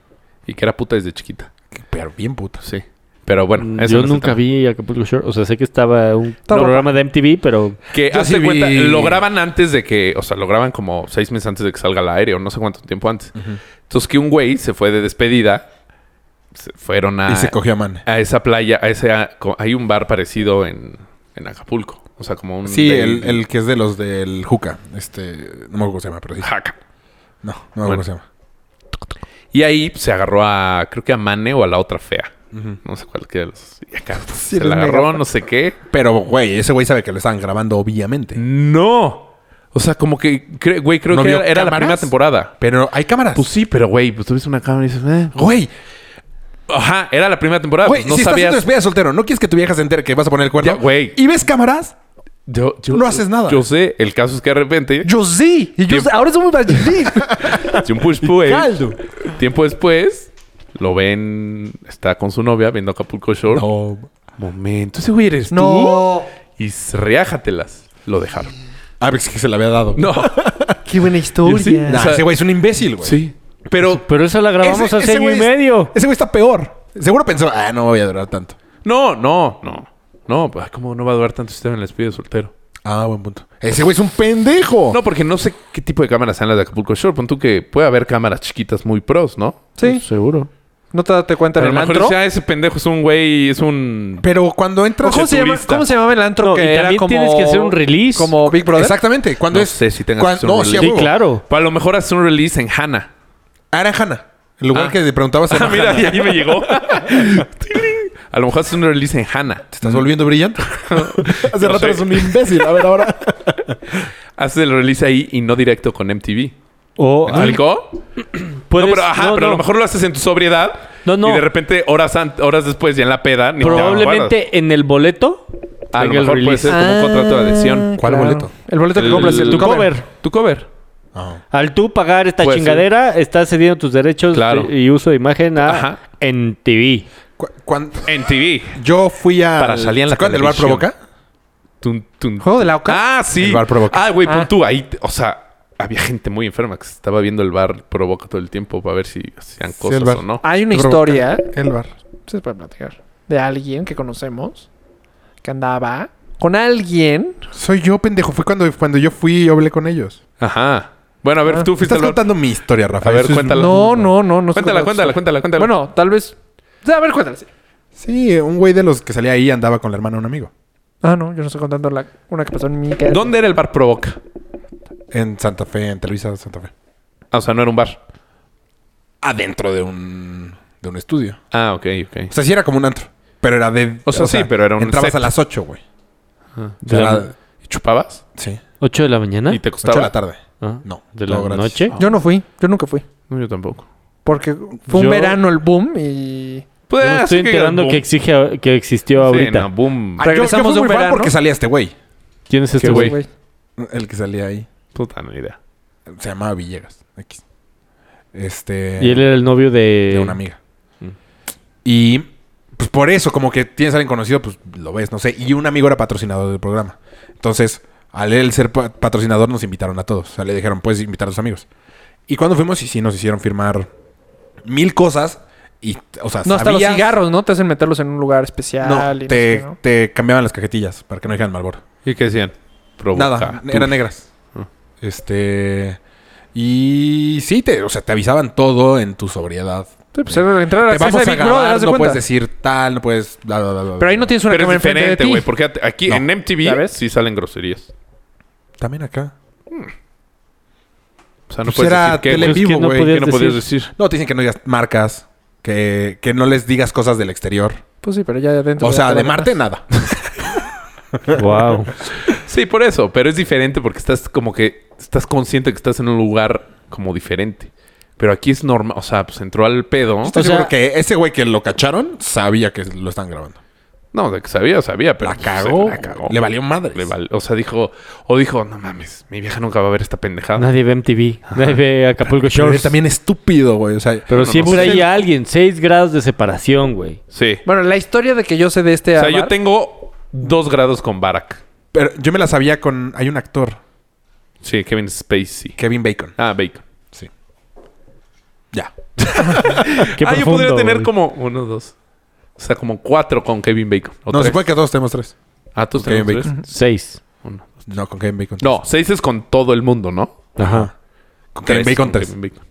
S6: Y que era puta desde chiquita.
S5: Pero bien puta.
S6: Sí. Pero bueno,
S4: Mm,
S6: eso
S4: Yo
S6: no es el
S4: nunca
S6: tema.
S4: vi Acapulco Shore. O sea, sé que estaba un programa de MTV, pero
S6: Que
S5: Yo
S6: hazte
S5: sí vi-
S6: cuenta, lo graban antes de que, o sea, lo graban como seis meses antes de que salga al aire o no sé cuánto tiempo antes. Entonces que un güey se fue de despedida, se fueron a,
S5: Y se cogió a man.
S6: a esa playa, a ese, a- co- hay un bar parecido en, en Acapulco, o sea, como un...
S5: Sí,
S6: del-
S5: el, el que es de los del Juca. Este. No me acuerdo cómo se llama, pero sí.
S6: Jaca.
S5: No, no me acuerdo
S6: Bueno.
S5: cómo se llama.
S6: Y ahí se agarró a, creo que a Mane o a la otra fea. No sé cuál que era. los- y acá, se
S1: eres
S6: la
S1: mega
S6: agarró, no sé qué.
S5: Pero, güey, ese güey sabe que lo estaban grabando, obviamente.
S6: Mm. No. O sea, como que, cre- güey, creo
S5: ¿No
S6: que
S5: vio
S6: era, era la
S5: cámaras?
S6: primera temporada.
S5: Pero hay cámaras.
S6: Pues sí, pero güey, pues tú ves una cámara y dices, eh,
S5: Güey,
S6: Ajá, era la primera temporada.
S5: güey,
S6: pues no
S5: si estás haciendo
S6: sabías.
S5: despedida de soltero, no quieres que tu vieja se entere que vas a poner el cuerno.
S6: Ya, güey.
S5: Y ves cámaras,
S6: Yo- yo-
S5: No haces nada.
S6: Yo sé. El caso es que de repente,
S1: Yo sí. Y yo
S6: Tiempo-
S1: ahora somos más
S6: tiempo después,
S5: caldo.
S6: tiempo después, lo ven, está con su novia viendo Acapulco Shore.
S5: No.
S6: Momento, ese güey eres
S1: No.
S6: tú. Y s- reájatelas. Lo dejaron.
S5: Ah, es que se la había dado.
S6: No.
S1: Qué buena historia.
S6: Sí,
S5: Nah,
S6: o sea,
S5: ese güey es un imbécil, güey.
S6: sí.
S5: Pero.
S4: pero esa la grabamos
S5: ese-
S4: hace
S5: ese
S4: año
S5: güey
S4: y
S5: es-
S4: medio.
S5: Ese güey está peor. Seguro pensó, ah, no voy a durar tanto.
S6: No, no, no. No, pues cómo no va a durar tanto si está en el despido de soltero.
S5: Ah, buen punto. Ese güey es un pendejo.
S6: No, porque no sé qué tipo de cámaras sean las de Acapulco Shore. Pon tú que puede haber cámaras chiquitas muy pros, ¿no?
S1: Sí.
S4: Pues, Seguro.
S1: No te date cuenta
S6: A
S1: en
S6: lo
S1: el
S6: mejor
S1: antro.
S6: dice, ah, ese pendejo es un güey, es un...
S5: Pero cuando entras.
S1: ¿Cómo se, llama,
S6: turista.
S1: ¿Cómo se llamaba el antro?
S4: No,
S1: que
S4: y
S1: era
S4: también
S1: como-
S4: tienes que hacer un release.
S1: Como Big Brother.
S5: Exactamente. Cuando
S6: No
S5: es.
S6: sé si tengas
S5: cuan-
S6: que hacer un
S5: No, sí, a
S4: Sí,
S5: huevo.
S4: claro.
S6: O a lo mejor hace un release en Hannah.
S5: Ara Hanna. El lugar
S6: Ah.
S5: que te preguntabas. se
S6: Ah,
S5: llama
S6: mira,
S5: Hanna.
S6: y ahí me llegó. Tiling. a lo mejor hace un release en Hannah.
S5: ¿Te estás volviendo brillante? Hace
S6: No
S5: rato
S6: sé.
S5: eres un imbécil. A ver, ahora.
S6: Hace el release ahí y no directo con MTV.
S4: O
S6: ¿Me explicó?
S4: puedes-
S6: no, pero, ajá,
S4: no,
S6: pero a lo
S4: no.
S6: mejor lo haces en tu sobriedad.
S4: No, no.
S6: Y de repente, horas, an- horas después, ya en la peda. ni te acuerdas.
S4: probablemente en el boleto
S6: A lo
S4: tenga el
S6: mejor puede
S4: release.
S6: ser como un contrato de adhesión.
S5: ¿Cuál boleto?
S1: El boleto que compras.
S6: El-
S1: el
S4: tu
S1: cover.
S4: cover.
S6: Tu cover.
S5: Ah.
S4: Al tú pagar esta
S6: Puede ser.
S4: chingadera, estás cediendo tus derechos
S6: Pues Claro.
S4: de- y uso de imagen a
S6: Ajá.
S4: en TV.
S5: Cu- cuando
S6: En TV.
S5: yo fui a.
S6: Para salir en la
S5: del bar
S6: televisión.
S5: provoca?
S6: Tun, tun.
S1: ¿Juego de la Oca?
S6: Ah, sí.
S5: El bar provoca.
S6: Ah, güey, pon
S1: Ah.
S6: tú ahí. te- O sea, había gente muy enferma que se estaba viendo el bar provoca todo el tiempo para ver si hacían cosas
S5: el bar.
S6: o no.
S1: Hay una
S5: Provoca.
S1: historia.
S5: El bar.
S1: Se puede platicar. De alguien que conocemos. Que andaba con alguien.
S5: Soy yo, pendejo. Fue cuando, cuando yo fui y hablé con ellos.
S6: Ajá. Bueno, a ver, tú fuiste
S5: Estás
S6: al bar.
S5: contando mi historia, Rafa.
S6: A ver,
S5: Eso es-
S6: cuéntala.
S1: No, no, no, no. sé
S6: Cuéntala,
S1: contar
S6: cuéntala,
S1: tu
S6: cuéntala,
S1: historia.
S6: cuéntala.
S1: Bueno, tal vez. A ver, cuéntala. sí.
S5: Sí, un güey de los que salía ahí andaba con la hermana de un amigo.
S1: Ah, no, yo no estoy contando la, una que pasó en mi casa.
S6: ¿dónde era el bar Provoca?
S5: En Santa Fe, en Televisa Santa Fe.
S6: Ah, o sea, no era un bar.
S5: Adentro de un, de un estudio.
S6: Ah, ok, ok.
S5: O sea, sí era como un antro. Pero era de...
S6: O sea, sí, pero era un
S5: Entrabas
S6: set. Ah.
S5: a las 8, güey. O sea,
S4: ¿De
S5: era-
S4: la-
S6: ¿Y chupabas?
S5: sí.
S4: 8 de ¿Eh? la mañana.
S6: ¿Y
S5: 8
S6: te
S5: de
S6: costaba?
S5: la tarde.
S4: Ah,
S5: No,
S4: ¿De la
S5: todo gratis.
S4: noche?
S6: Ah.
S1: Yo no fui, yo nunca fui.
S6: No, yo tampoco.
S1: Porque fue un
S4: Yo-
S1: verano el boom y.
S6: Pues,
S4: Yo me
S6: así
S4: estoy enterando
S6: boom.
S4: que, exige a- que existió
S6: Sí,
S4: ahorita.
S6: no, boom.
S5: Ah, yo- yo,
S1: Regresamos
S5: fui
S1: de un
S5: muy fan
S1: verano.
S5: porque salía este güey.
S4: ¿Quién es este
S6: Qué
S4: güey?
S6: güey.
S5: El que salía ahí.
S6: Puta, no idea.
S5: Se llamaba Villegas. X. Este...
S4: Y él era el novio de...
S5: de una amiga.
S1: Mm.
S5: Y pues por eso, como que tienes a alguien conocido, pues lo ves, no sé. Y un amigo era patrocinador del programa. Entonces, al él ser pa- patrocinador, nos invitaron a todos. O sea, le dijeron, puedes invitar a tus amigos. Y cuando fuimos, y sí, nos hicieron firmar mil cosas. Y, o sea,
S1: No, hasta los
S5: sabías-
S1: cigarros, ¿no? Te hacen meterlos en un lugar
S5: No,
S1: especial. No, y no sé
S5: te,
S1: qué, ¿no?
S5: te cambiaban las cajetillas para que no dijeran Malboro.
S6: ¿Y qué decían? Provoca.
S5: Nada,
S6: Tú.
S5: eran negras. Este. Y sí, te, o sea, te avisaban todo en tu sobriedad.
S1: Sí, pues, era entrar a la
S5: te
S1: casa
S5: vamos
S1: de
S5: a
S1: Big Brother,
S5: grabar,
S1: haz de
S5: no
S1: cuenta.
S5: puedes decir tal, no puedes... Bla, bla, bla, bla,
S1: Pero ahí no
S5: bla.
S1: tienes una
S6: Pero
S1: cámara
S6: es
S1: enfrente de
S6: diferente,
S1: ti.
S6: güey. Porque at- aquí
S5: No.
S6: en MTV
S1: ¿Ya ves?
S6: sí salen groserías.
S5: También acá.
S6: O sea, no
S5: Pues
S6: puedes
S5: era
S6: decir qué,
S5: tele
S6: güey.
S5: en
S4: Pues, ¿qué
S5: vivo,
S4: no
S5: güey,
S6: ¿Qué
S4: podías
S6: no podías decir?
S5: No, te dicen que no digas marcas, que, que no les digas cosas del exterior.
S1: Pues sí, pero ya de adentro.
S5: O
S1: ya
S5: sea,
S1: te
S5: de
S1: la-
S5: Marte nada.
S4: Wow.
S6: Sí, por eso. Pero es diferente porque estás como que... Estás consciente que estás en un lugar como diferente. Pero aquí es normal. O sea, pues entró al pedo.
S5: Estoy
S4: O sea-
S5: seguro que ese güey que lo cacharon sabía que lo están grabando.
S6: No, de que sabía, sabía. Pero
S5: La
S6: pues,
S5: cagó.
S6: se la cagó.
S5: Le valió madre.
S6: Le val- O sea, dijo... O dijo, no mames. Mi vieja nunca va a ver esta pendejada.
S4: Nadie ve MTV. Nadie ve Acapulco
S5: Pero
S4: Shores.
S5: es también estúpido, güey. O sea,
S4: Pero
S6: No,
S4: siempre
S6: no sé.
S4: hay alguien. 6 grados de separación, güey.
S6: Sí.
S1: Bueno, la historia de que yo sé de este.
S6: O sea, yo
S1: bar-
S6: tengo dos grados con Barack.
S5: pero yo me la sabía con... Hay un actor,
S6: Sí, Kevin Spacey.
S5: Kevin Bacon.
S6: Ah, Bacon.
S5: Sí. Ya.
S4: Qué
S6: ah, yo
S4: profundo,
S6: podría tener
S4: güey.
S6: como uno, dos. O sea, como cuatro con Kevin Bacon. O
S5: No,
S6: tres.
S5: se puede que todos tenemos tres.
S6: Ah, tú
S5: con Kevin
S6: tenemos tres?
S4: Seis.
S6: Uno.
S5: No, con Kevin Bacon.
S6: No, seis es con todo el mundo, ¿no?
S4: Ajá.
S5: Con Kevin
S6: Tres,
S5: Bacon
S6: con
S5: tres.
S6: Kevin Bacon.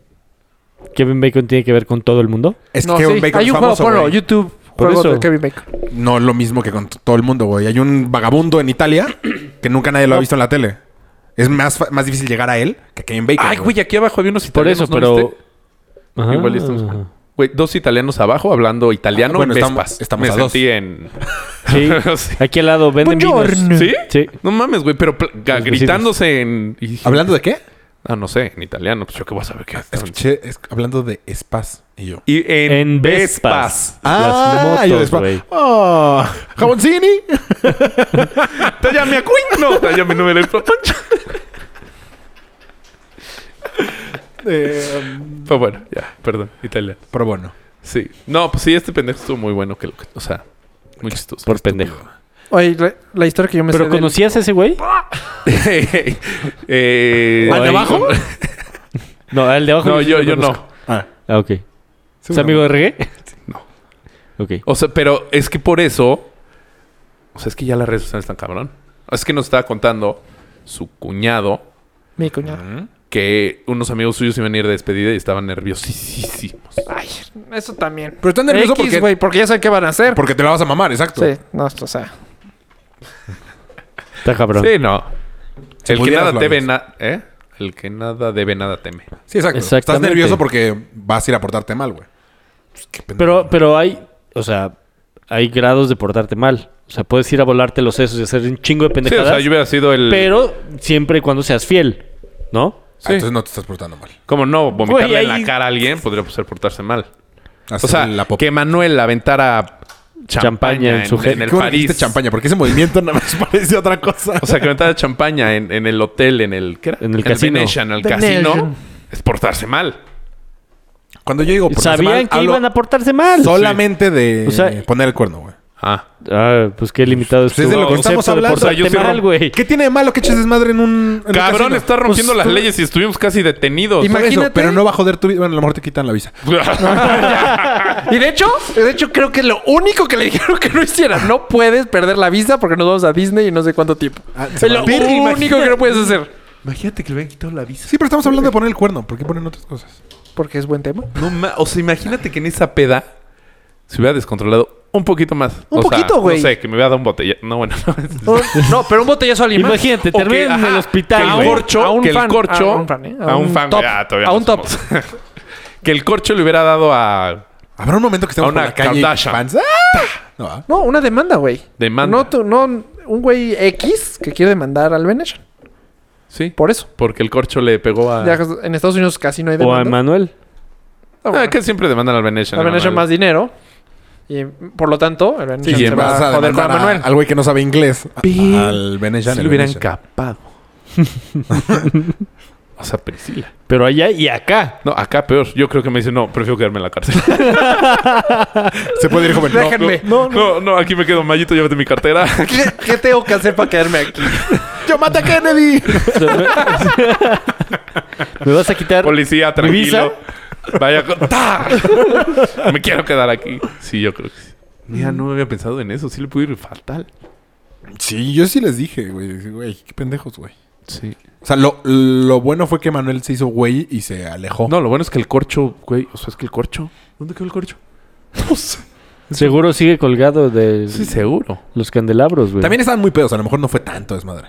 S4: Kevin Bacon tiene que ver con todo el mundo.
S5: Es que
S1: No,
S5: Kevin
S1: sí.
S5: Bacon
S1: Hay
S5: es
S1: un juego,
S5: famoso,
S1: ponlo,
S5: güey.
S1: YouTube.
S4: Por
S1: Juego de
S4: eso.
S1: Kevin Bacon.
S5: No lo mismo que con t- todo el mundo, güey. Hay un vagabundo en Italia que nunca nadie lo ha visto en la tele. Es más, fa- más difícil llegar a él que a Kevin Bacon.
S6: Ay, güey, aquí abajo había unos
S4: Por
S6: italianos.
S4: eso,
S6: ¿no
S4: pero... Ah.
S6: viste?
S4: Ajá.
S6: Igual ya estamos con- Güey, dos italianos abajo hablando italiano
S5: Ah, bueno,
S6: en
S5: estamos-
S6: Vespas.
S5: estamos
S6: Me
S5: a dos.
S6: sentí en...
S4: Sí.
S6: Sí.
S4: Aquí al lado venden vinos.
S1: Buongiorno.
S6: ¿Sí?
S4: Sí.
S6: No mames, güey, pero pl- ga-
S4: Los vecinos.
S6: gritándose en... y-
S5: ¿Hablando de qué?
S6: Ah, no sé, en italiano. Pues yo qué voy a saber qué...
S5: Escuché, es- hablando de spas. Y yo.
S6: Y en,
S4: En Vespas.
S6: Vespas.
S4: Las
S5: yo de
S4: motos,
S5: Ah, spa.
S4: güey.
S5: Oh, jaboncini.
S6: Tagliami a Queen. No, tagliami a numero di protoncia. Pues bueno, ya, perdón, Italia.
S5: Pero bueno.
S6: Sí. No, pues sí, este pendejo estuvo muy bueno. Que lo que- o sea, muy chistoso.
S4: Por pendejo.
S1: Oye, la, la historia que yo me sé.
S5: Pues
S4: ¿Pero
S1: del-
S4: conocías a ese güey?
S6: eh,
S4: ¿Al de abajo? No, el de abajo.
S6: No, yo,
S4: lo
S6: yo
S4: conozco.
S6: no.
S4: Ah, ok. ¿Es amigo de reggae?
S6: No.
S4: Ok.
S6: O sea, pero es que por eso. O sea, es que ya las redes sociales están cabrón. Es que nos estaba contando su cuñado
S1: Mi cuñado.
S6: que unos amigos suyos iban a ir de despedida y estaban nerviosísimos.
S1: Ay, eso también.
S5: Pero están nervioso
S1: X,
S5: porque-
S1: güey, porque ya saben qué van a hacer.
S5: Porque te la vas a mamar, exacto.
S1: Sí, no, esto, o sea.
S4: Está cabrón.
S6: Sí, no.
S5: Si
S6: el que
S5: pudieras,
S6: nada
S5: lo
S6: debe
S5: harías.
S6: nada. ¿Eh? El que nada debe, nada teme.
S5: Sí, exacto. Estás
S4: Exactamente.
S5: nervioso porque vas a ir a portarte mal, güey. Pues, qué pendejo.
S4: Pero, pero hay, o sea, hay grados de portarte mal. O sea, puedes ir a volarte los sesos y hacer un chingo de
S6: Sí, o
S4: pendejadas.
S6: sea, yo hubiera sido el.
S4: Pero siempre y cuando seas fiel, ¿no?
S5: Ah, Entonces no te estás portando mal.
S6: Como no, vomitarle
S4: Güey,
S6: en
S4: ahí-
S6: la cara a alguien podría ser portarse mal.
S5: Hacer
S6: O sea,
S5: la pop-
S6: que Manuel aventara champaña,
S4: Champaña en
S6: en,
S4: su
S6: en
S4: gel.
S6: el
S5: Qué bueno que dijiste
S6: París.
S5: champaña, porque ese movimiento nada más parece otra cosa.
S6: O sea, que aventara champaña en, en el hotel, en el... ¿qué era?
S4: En el casino.
S6: Venetian, en el
S1: Venetian.
S6: casino. Es portarse mal.
S5: Cuando yo digo portarse
S4: Sabían
S5: mal,
S4: que
S5: hablo
S4: iban a portarse mal.
S5: solamente de eh,
S4: O sea-
S5: poner el cuerno, güey.
S6: Ah.
S4: Ah, pues qué limitado
S5: Pues es de lo que
S4: estuvo el
S5: estamos
S4: concepto de
S5: hablando.
S4: portarte
S6: O sea, yo sí
S4: mal,
S6: rom-
S4: güey.
S5: ¿Qué tiene de malo que eches desmadre en un. en un
S6: Cabrón,
S5: casino?
S6: está rompiendo
S1: Pues
S6: las
S1: tú-
S6: leyes y estuvimos casi detenidos.
S5: Por eso,
S1: Imagínate-
S5: pero no va a joder tu vida. Bueno, a lo mejor te quitan la visa.
S1: Y de hecho, de hecho, creo que es lo único que le dijeron que no hiciera. No puedes perder la vista porque nos vamos a Disney y no sé cuánto tiempo.
S5: Ah, se
S1: es lo
S5: va. Verga,
S1: único que no puedes hacer.
S6: Imagínate que le hubieran quitado la visa.
S5: Sí, pero estamos hablando de poner el cuerno. ¿Por qué ponen otras cosas?
S1: Porque es buen tema.
S6: No ma- o sea, imagínate que en esa peda se hubiera descontrolado un poquito más.
S1: Un
S6: O sea,
S1: poquito, güey.
S6: No sé, que me hubiera dado un botella. No, bueno, no.
S1: No, no, pero un botellazo al imán.
S4: Imagínate,
S6: O que,
S4: termina en el
S6: ajá,
S4: hospital.
S6: Que el
S4: güey.
S6: corcho,
S1: A un
S6: que el
S1: fan,
S6: corcho-
S1: a un fan, ¿eh?
S6: A un fan,
S1: top,
S6: güey. Ah, todavía
S1: a
S6: no
S1: un top.
S6: somos. que el corcho le hubiera dado a
S5: Habrá un momento que estemos
S6: A una
S5: por la calle y
S6: Kardashian.
S5: fans, ¡ah! No, ¿ah?
S1: No, una demanda, güey.
S6: Demanda.
S1: No, tu- no, un güey X que quiere demandar al Venetian.
S6: Sí.
S1: Por eso.
S6: Porque el corcho le pegó a.
S1: Ya en Estados Unidos casi no hay
S4: O
S1: demanda.
S4: a Emanuel.
S1: Ah, bueno.
S6: Ah, que siempre demandan al Venetian.
S1: Al Venetian
S6: Emanuel.
S1: más dinero. Y por lo tanto, el Venetian
S6: y
S1: se
S5: Vas
S1: va a
S5: a
S1: joder con
S5: demandar a-
S1: Manuel.
S5: Al güey que no sabe inglés. A-
S6: Pi-
S5: Al Venetian.
S6: Si
S5: el
S6: lo hubieran
S5: Venetian.
S6: capado. o sea, Priscila.
S4: Pero allá y acá.
S6: No, acá peor. Yo creo que me dice, no, prefiero quedarme en la cárcel.
S5: Se puede ir joven. No,
S1: Déjenme.
S6: No, no, no, aquí me quedo. Mayito, llévate mi cartera.
S1: ¿Qué, qué tengo que hacer para quedarme aquí?
S5: ¡Yo mata a Kennedy!
S4: O sea, me... me vas a quitar.
S6: Policía,
S4: visa?
S6: tranquilo. Vaya con... ¡Ta! Me quiero quedar aquí. Sí, yo creo que sí. Mira, no había pensado en eso. Sí le pude ir fatal.
S5: sí, yo sí les dije, güey. Güey, qué pendejos, güey.
S6: Sí.
S5: O sea, lo, lo bueno fue que Manuel se hizo güey y se alejó.
S6: No, lo bueno es que el corcho, güey. O sea, es que el corcho. ¿Dónde quedó el corcho? No sé.
S4: Seguro sigue colgado de
S6: Sí, seguro.
S4: los candelabros, güey.
S5: También estaban muy pedos. A lo mejor no fue tanto desmadre.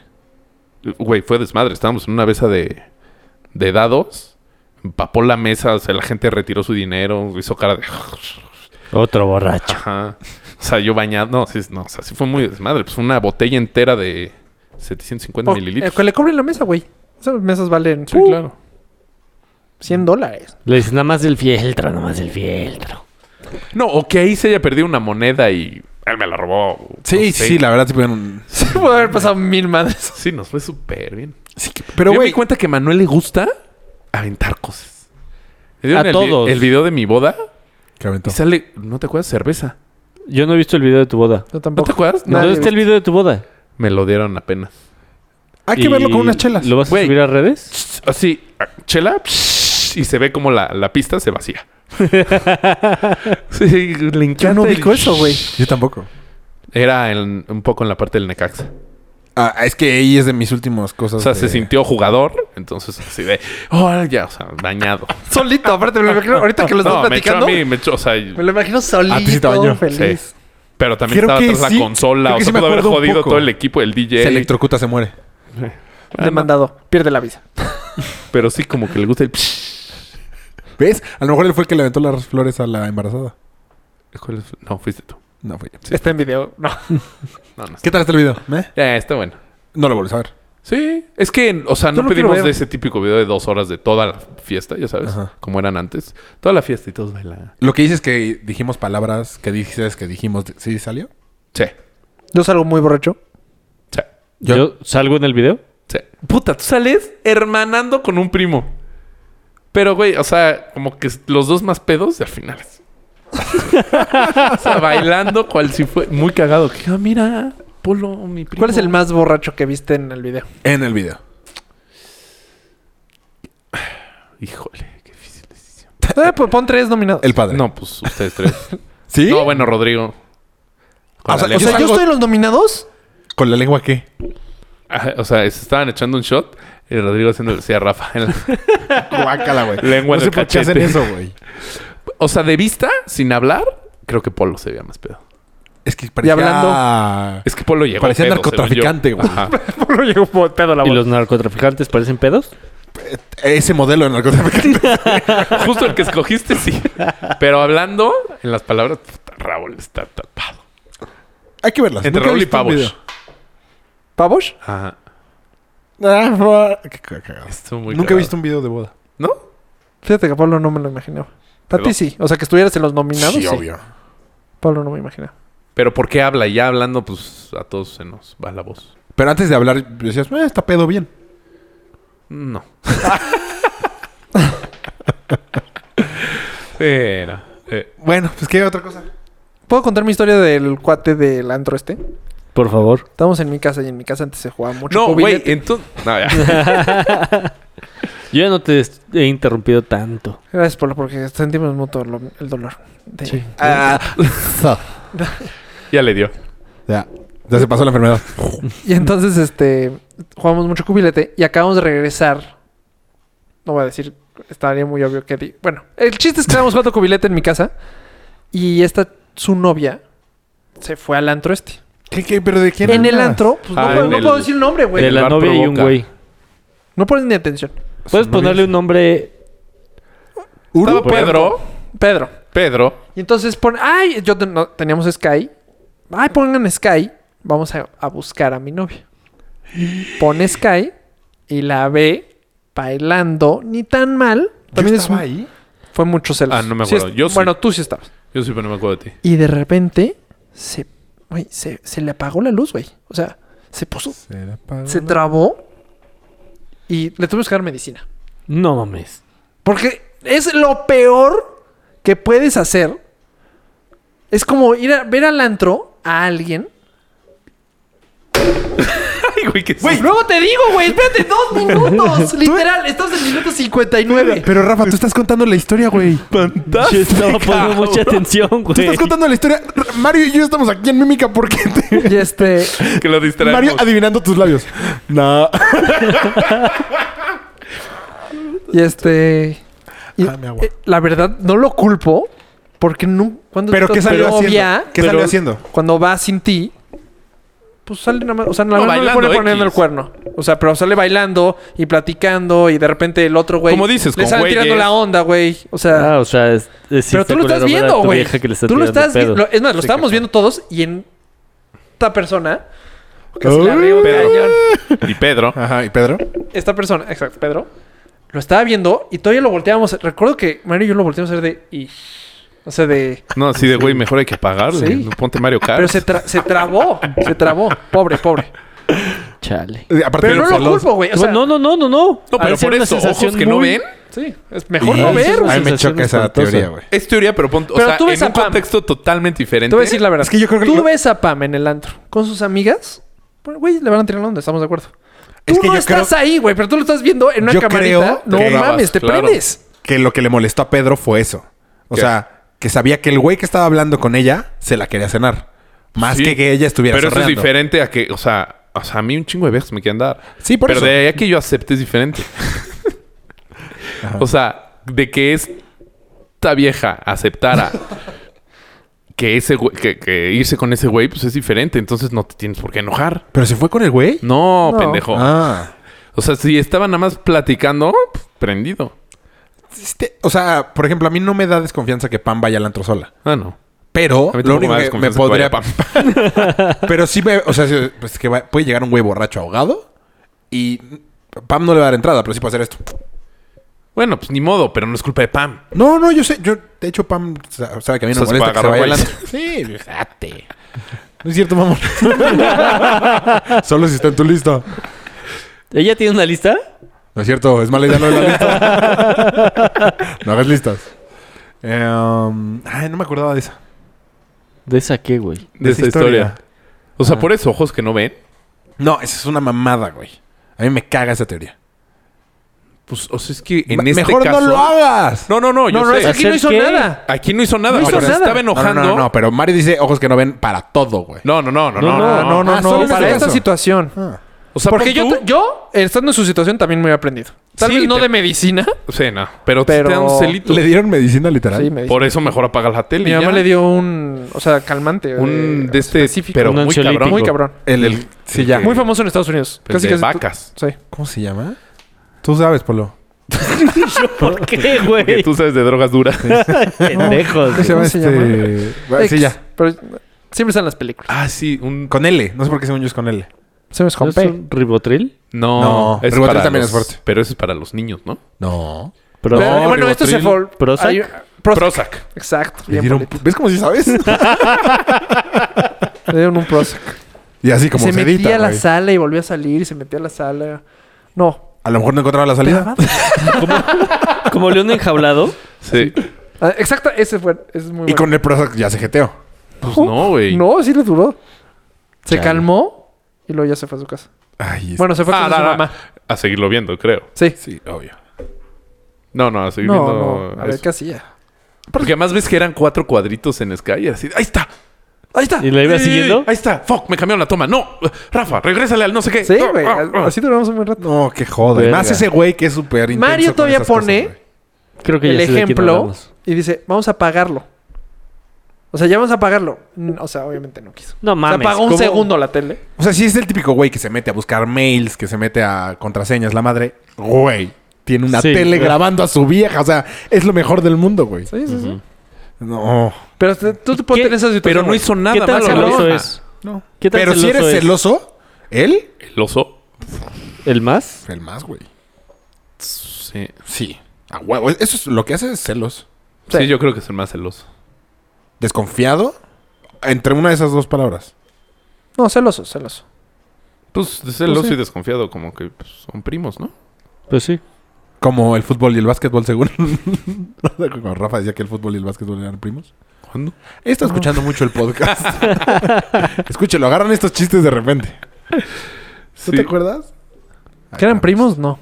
S6: Güey, fue desmadre. Estábamos en una mesa de, de dados. Empapó la mesa. O sea, la gente retiró su dinero. Hizo cara de...
S4: Otro borracho.
S6: Ajá. O sea, yo bañado... No, sí, no. O sea, sí fue muy desmadre. Pues fue una botella entera de 750
S1: O- eh,
S6: mililitros.
S1: que le cobren la mesa, güey. Esas mesas valen
S6: Sí,
S1: uh,
S6: claro.
S1: 100 dólares.
S4: Le dices, nada más del fieltro, nada más del fieltro.
S6: No, o que ahí se haya perdido una moneda y él me la robó.
S5: Sí,
S6: No
S5: sí,
S6: sé.
S5: la verdad sí pudieron...
S1: Se puede haber pasado mil madres.
S6: Sí, nos fue súper bien.
S5: Sí, que- pero,
S6: Yo me
S5: güey...
S6: di cuenta que a Manuel le gusta aventar cosas. Le
S4: A
S6: dieron el vi-
S4: todos.
S6: El video de mi boda
S5: que aventó.
S6: y sale, ¿no te acuerdas? Cerveza.
S4: Yo no he visto el video de tu boda.
S1: Yo
S6: ¿No
S1: tampoco.
S6: te acuerdas?
S1: No.
S4: ¿Dónde está el video de tu boda?
S6: Me lo dieron apenas.
S5: Hay que
S4: Y-
S5: verlo con unas chelas.
S4: ¿Lo vas a
S6: Güey.
S4: subir a redes?
S6: Así, chela, y se ve como la, la pista se vacía. sí, le encanta.
S1: Yo no
S6: el-
S1: ubico eso, güey.
S5: Yo tampoco.
S6: Era en- un poco en la parte del Necaxa.
S5: Ah, es que ahí es de mis últimas cosas.
S6: O sea, se
S5: de-
S6: sintió jugador, entonces así de, oh, ya, o sea, dañado.
S1: Solito, aparte, me lo imagino. Ahorita que los
S6: No,
S1: dos
S6: me echó
S1: platicando,
S6: a mí,
S1: me,
S6: me echó, o sea,
S1: lo imagino
S5: A ti sí te
S1: solito,
S5: bañó.
S1: feliz.
S6: Sí. Pero también
S5: Creo que
S6: estaba atrás
S5: sí.
S6: la consola.
S5: Creo
S6: O
S5: que
S6: sea,
S5: sí me
S6: pudo haber
S5: acuerdo un
S6: jodido
S5: poco.
S6: todo el equipo, el DJ.
S5: Se electrocuta, se muere.
S1: Demandado. Pierde la visa.
S6: Pero sí, como que le gusta el...
S5: ¿Ves? A lo mejor él fue el que le aventó las flores a la embarazada.
S6: ¿Cuál es? No, fuiste tú.
S5: No fue yo.
S1: Está en video. No.
S6: No, no. está.
S5: ¿Qué tal está el video? ¿Eh?
S6: Eh, está bueno.
S5: No lo vuelves a ver.
S6: Sí, es que, o sea,
S1: Yo lo
S6: no
S1: quiero
S6: pedimos
S1: ver.
S6: de ese típico video de dos horas de toda la fiesta, ya sabes,
S5: Ajá.
S6: como eran antes. Toda la fiesta y todos bailaban.
S5: Lo que dices es que dijimos palabras que dices que dijimos. ¿Sí salió?
S6: Sí,
S1: Yo salgo muy borracho.
S6: sí,
S5: Yo-
S4: Yo, salgo en el video.
S6: sí. Puta, tú sales hermanando con un primo. Pero, güey, o sea, como que los dos más pedos y al final es- o sea, bailando cual si fue... Muy cagado. Que, ah, mira, Polo, mi primo.
S1: ¿Cuál es el más borracho que viste en el video?
S5: En el video.
S6: Híjole, qué difícil decisión.
S1: Eh, pues pon tres nominados.
S5: El padre.
S6: No, pues ustedes tres.
S5: ¿Sí?
S6: No, bueno, Rodrigo. Con
S5: O sea,
S6: la
S1: o sea,
S6: lengua.
S1: yo
S5: Algo-
S1: estoy en los nominados.
S5: ¿Con la lengua qué?
S6: Ajá, o sea, se estaban echando un shot y Rodrigo haciendo decía Rafa. en la-
S5: Guácala, güey.
S6: Lengua
S5: no
S6: de
S5: sé por qué hacen
S6: cachete.
S5: eso, güey.
S6: O sea, de vista, sin hablar, creo que Polo se veía más pedo.
S5: Es que parecía...
S1: hablando.
S6: Es que Polo llegó.
S5: Parecía
S6: pedo,
S5: narcotraficante,
S6: según yo.
S5: güey.
S6: Ajá.
S1: Polo llegó por pedo a la
S4: ¿Y los narcotraficantes parecen pedos?
S5: Ese modelo de narcotraficante.
S6: Justo el que escogiste, sí. Pero hablando, en las palabras, puta, Raúl está tapado.
S5: Hay que verlas.
S6: Entre
S5: Nunca he
S6: Raúl y
S5: visto un
S6: Pavos.
S5: video.
S1: ¿Pavos?
S6: Ajá.
S5: Ah, fa- qué cagado.
S6: Estuvo muy
S5: Nunca he
S6: cagado.
S5: visto un video de boda.
S6: ¿No?
S1: Fíjate que Pablo no me lo imaginaba. A ti
S6: Perdón.
S1: sí. O sea, que estuvieras en los nominados. Sí, Pablo no me imaginaba.
S6: Pero ¿por qué habla? Ya hablando, pues a todos se nos va la voz.
S5: Pero antes de hablar, decías, "Eh, está pedo bien.
S6: No. Pero, eh,
S5: Bueno, pues qué otra cosa.
S1: ¿Puedo contar mi historia del cuate del antro este?
S4: Por favor.
S1: Estábamos en mi casa y en mi casa antes se jugaba mucho
S6: No, güey,
S1: cubilete.
S6: entonces. No, ya.
S4: Yo ya no te est- he interrumpido tanto.
S1: Gracias, Polo, porque sentimos mutuo lo- el dolor. de-
S6: Ya le dio.
S5: Ya. Ya se pasó la enfermedad.
S1: Y entonces, este, jugamos mucho cubilete y acabamos de regresar. No voy a decir, estaría muy obvio que... di- Bueno, el chiste es que estábamos jugando cubilete en mi casa y esta, su novia, se fue al antro este.
S5: ¿Qué, qué? ¿Pero de quién?
S1: En el
S5: hablabas?
S1: antro, pues no
S6: Ah,
S1: puedo-
S6: en
S1: no,
S6: el- Eh.
S1: puedo decir nombre, güey.
S4: de
S6: el
S4: la
S6: bar
S4: novia y un
S6: provoca.
S4: güey.
S1: No pones ni atención.
S4: Puedes ponerle un nombre.
S6: Estaba Pedro.
S1: Pedro.
S6: Pedro.
S1: Y entonces pone, ay, yo ten- no, teníamos Sky. Ay, pongan Sky. Vamos a, a buscar a mi novia. Pone Sky y la ve bailando, ni tan mal. También es un-
S5: ahí?
S1: Fue mucho celos.
S6: Ah, no me
S1: Sí
S6: acuerdo.
S1: es-
S6: Yo sí.
S1: bueno, tú sí estabas.
S6: Yo sí, pero no me acuerdo de ti.
S1: Y de repente se, güey, se, se le apagó la luz, güey. O sea, se puso, se trabó y le tuvimos que dar medicina.
S4: No mames.
S1: Porque es lo peor que puedes hacer. Es como ir a ver al antro a alguien.
S6: Ay, güey, qué
S1: Luego te digo, güey, espérate dos minutos. Literal, estamos en el minuto 59.
S5: Pero Rafa, tú estás contando la historia, güey.
S4: Yo estaba poniendo mucha atención,
S5: Tú
S4: güey.
S5: estás contando la historia. R- Mario y yo estamos aquí en mímica porque te-
S1: Y este.
S6: Que lo distraemos.
S5: Mario adivinando tus labios. No.
S1: Y este. y,
S5: Dame Ah, agua.
S1: eh, la verdad, no lo culpo. Porque no. Cuando
S5: Pero
S1: tu
S5: ¿qué salió
S1: novia,
S5: haciendo? ¿Qué salió haciendo?
S1: Cuando va sin ti. Pues sale nada más. O sea, la
S6: No,
S1: verdad no, le
S6: bailando,
S1: pone poniendo
S6: X.
S1: el cuerno. O sea, pero sale bailando y platicando. Y de repente el otro, güey.
S6: Como dices,
S1: Le
S6: con
S1: sale
S6: güeyes.
S1: tirando la onda, güey. O sea.
S4: Ah, o sea, es, es- sí
S1: Pero
S4: está
S1: tú lo estás
S4: culero ver a
S1: viendo,
S4: tu
S1: güey.
S4: vieja que le está
S1: Tú lo
S4: tirando
S1: estás
S4: pedo.
S1: viendo. Es más, lo estábamos viendo todos y en esta persona. Casi la riego,
S6: Pedro.
S1: cañón.
S6: Y Pedro.
S5: Ajá, ¿y Pedro?
S1: Esta persona, exacto, Pedro, lo estaba viendo y todavía lo volteamos. Recuerdo que Mario y yo lo volteamos a hacer de. "Ih". O sea, de.
S6: No, así de güey, mejor hay que apagarle.
S1: Sí.
S6: No Ponte Mario
S5: Ah.
S6: Kart.
S1: Pero se, tra- se trabó. se trabó. Pobre, pobre.
S4: Chale.
S5: Eh, Aparte
S1: Pero
S5: de
S1: no lo culpo, güey. O sea,
S4: no, no, no, no, no.
S6: No, pero
S4: Ha de ser
S6: por
S4: una
S6: eso,
S4: sensación
S6: ojos que no
S4: muy-
S6: ven.
S1: Sí, es mejor
S5: Y-
S1: no ver.
S5: A mí me
S4: sensación
S5: choca esa
S4: espantosa.
S5: teoría, güey.
S6: Es teoría, pero ponte.
S1: Pero
S6: o sea,
S1: tú ves
S6: en
S1: a
S6: un
S1: Pam.
S6: contexto totalmente diferente.
S1: Te voy a decir la verdad.
S5: Es que yo creo que
S1: Tú
S5: lo-
S1: ves a Pam en el antro con sus amigas. Bueno, Güey, le van a tirar onda, estamos de acuerdo. Tú
S5: Es que
S1: no
S5: yo
S1: estás ahí, güey, pero tú lo estás viendo en una
S5: Yo
S1: camarita.
S5: creo
S1: No
S5: que-
S1: mames, te
S6: Claro.
S1: prendes.
S5: Que lo que le molestó a Pedro fue eso. O
S6: ¿Qué?
S5: sea, que sabía que el güey que estaba hablando con ella se la quería cenar. Más
S6: Sí.
S5: que que ella estuviera
S6: Pero eso es
S5: zorreando.
S6: diferente a que, o sea, o sea, a mí un chingo de veces me quieren dar.
S5: Sí, por
S6: Pero
S5: eso.
S6: de ahí a que yo acepte es diferente. o sea, de que esta vieja aceptara que ese güey- que, que irse con ese güey, pues es diferente. Entonces no te tienes por qué enojar.
S5: ¿Pero se fue con el güey?
S6: No,
S1: No.
S6: pendejo.
S5: Ah.
S6: O sea, si estaban nada más platicando, pf, prendido.
S5: Este- o sea, por ejemplo, a mí no me da desconfianza que Pam vaya al antro sola.
S6: Ah, no.
S5: Pero
S6: A mí
S5: lo único
S6: tampoco me da
S5: que me podría...
S6: desconfianza que vaya Pam.
S5: Pero sí me... O sea, sí, pues que va- puede llegar un güey borracho ahogado y... Pam no le va a dar entrada, pero sí puede hacer esto.
S6: Bueno, pues ni modo, pero no es culpa de Pam.
S5: No, no, yo sé. Yo, de hecho, Pam sa- sabe que a mí no me
S6: O sea, se
S5: molesta que se
S6: puede
S5: vaya al
S6: agarrar
S5: antro. Sí, fíjate. No es cierto, mamón. Solo si está en tu lista.
S4: ¿Ella tiene una lista?
S5: No es cierto, es mala idea no la lista. no hagas listas. Eh, um, ay, no me acordaba de esa.
S4: ¿De esa qué, güey?
S6: De
S5: esa
S6: esa historia. O sea, por eso, ojos que no ven.
S5: No, esa es una mamada, güey. A mí me caga esa teoría.
S6: Pues, o sea, es que en
S5: Me-
S6: este
S5: mejor
S6: caso...
S5: no lo hagas.
S6: No, no, no, yo
S1: No, no,
S6: sé.
S1: es que aquí no
S4: ¿Hacer
S1: hizo
S4: qué?
S1: nada.
S6: Aquí no hizo nada.
S1: No hizo
S6: pero se
S1: nada.
S6: estaba
S5: No, no,
S6: enojando.
S5: no, no, pero Mari dice ojos que no ven para todo, güey.
S6: No, no, no, no, no,
S4: no,
S6: no,
S5: no, no,
S1: Solo
S5: para
S1: para esta
S5: eso.
S1: situación.
S5: Ah.
S6: O sea,
S1: Porque
S6: pon
S1: yo,
S6: tú-
S1: yo, estando en su situación, también me he aprendido. Tal
S6: Sí,
S1: vez no
S6: te-
S1: de medicina.
S6: Sí, no. Pero,
S1: Pero-
S6: te dan un celito.
S5: ¿Le dieron medicina literal?
S1: Sí, medicina.
S6: Por eso mejor apaga la tele.
S1: Mi
S6: ya.
S1: mamá le dio un, o sea, calmante.
S6: un de este,
S1: específico.
S6: pero
S4: Un
S6: muy
S4: ansiolítico.
S6: cabrón.
S1: Muy cabrón.
S5: El,
S6: El-
S5: sí, ya.
S1: Muy famoso en Estados Unidos.
S5: pues
S6: El de
S1: tú-
S6: vacas.
S1: Sí.
S5: ¿Cómo se llama? Tú sabes, Polo.
S4: ¿Por qué,
S6: Que
S4: güey?
S6: tú sabes de drogas duras.
S4: Pendejos.
S5: ¿Cómo se llama
S1: ¿Cómo
S5: este?
S1: se
S5: Bueno, Sí,
S1: X,
S5: ya.
S1: Pero siempre están las películas.
S6: ah, sí, un
S5: Con L. No sé por qué según yo es con L.
S1: Se me
S4: ¿No es
S1: escompe.
S4: un ribotril?
S6: no,
S5: No, Ribotril también
S6: los-
S5: es fuerte.
S6: Pero eso es para los niños, ¿no?
S5: No.
S4: Pero,
S1: Pero, eh, bueno, esto se fue.
S4: ¿Prozac?
S1: hay- Prozac.
S6: Prozac.
S1: Exacto.
S5: Le
S1: bien
S5: dieron-
S1: bonito.
S5: ¿Ves cómo si sabes?
S1: Le dieron un Prozac.
S5: y así como
S1: se
S5: se,
S1: metía
S5: edita.
S1: a la
S5: güey.
S1: sala y volvía a salir y se metía a la sala. No.
S5: A lo mejor no encontraba la salida.
S4: como león enjaulado.
S6: Sí.
S1: Ah, Exacto, ese fue. ese es muy
S5: Y
S1: bueno.
S5: con el Prozac ya se jeteó.
S6: Pues no, güey.
S1: No, sí le duró. Se
S4: Chale.
S1: calmó y luego ya se fue a su casa.
S5: Ay, es-
S1: Bueno, se fue
S6: Ah,
S1: con su
S6: da, da.
S1: mamá.
S6: A seguirlo viendo, creo.
S1: Sí.
S5: sí, obvio.
S6: No, no, estoy viendo.
S1: No, no. A ver
S6: eso.
S1: qué hacía.
S6: Porque además ves que eran cuatro cuadritos en Sky. Así, ahí está. Ahí está.
S4: ¿Y la iba
S6: Sí,
S4: siguiendo?
S6: Ahí está. Fuck, me cambiaron la toma. No. Rafa, regrésale al no sé qué.
S1: Sí,
S6: No,
S1: güey.
S6: ah, ah.
S1: Así duramos un buen rato.
S5: No, qué joda. Y
S4: Verga.
S5: Más ese güey que es súper intenso
S1: Mario
S5: con
S1: todavía
S5: esas cosas,
S1: pone-
S5: güey.
S4: Creo que ya
S1: el
S4: sé de quién
S1: ejemplo
S4: hablamos.
S1: y dice, vamos a apagarlo. O sea, ya vamos a apagarlo. Mm, O sea, obviamente no quiso.
S4: No mames.
S1: se apagó un
S4: ¿cómo?
S1: segundo la tele.
S5: O sea, si es el típico güey que se mete a buscar mails, que se mete a contraseñas, la madre. Güey. Tiene una
S4: Sí,
S5: tele
S4: claro.
S5: grabando a su vieja. O sea, es lo mejor del mundo, güey.
S1: Sí, sí, sí.
S5: No.
S1: Pero te- tú te
S4: ¿Qué?
S1: puedes tener esa situación.
S6: Pero no
S1: güey. Ah.
S6: hizo nada.
S4: ¿Qué tan
S6: más que
S4: celoso
S6: Rafa.
S4: es?
S5: No.
S4: ¿Qué tan
S5: Pero si
S4: celoso
S5: eres
S4: es?
S5: celoso, él,
S6: ¿El oso?
S4: ¿El más?
S5: el más, güey.
S6: Sí.
S5: Sí. A huevo. Eso es lo que hace es celos.
S6: Sí,
S1: Sí.
S6: yo creo que es el más celoso.
S5: Desconfiado. Entre una de esas dos palabras.
S1: No, celoso, celoso.
S6: Pues celoso
S5: Pues sí.
S6: y desconfiado, como que pues, son primos, ¿no?
S4: Pues sí.
S5: Como el fútbol y el básquetbol, según. Cuando Rafa decía que el fútbol y el básquetbol eran primos.
S6: ¿Cuándo?
S5: He estado escuchando mucho el podcast. Escúchelo, agarran estos chistes de repente. ¿Tú
S6: Sí.
S5: te acuerdas?
S1: ¿Que eran primos? No.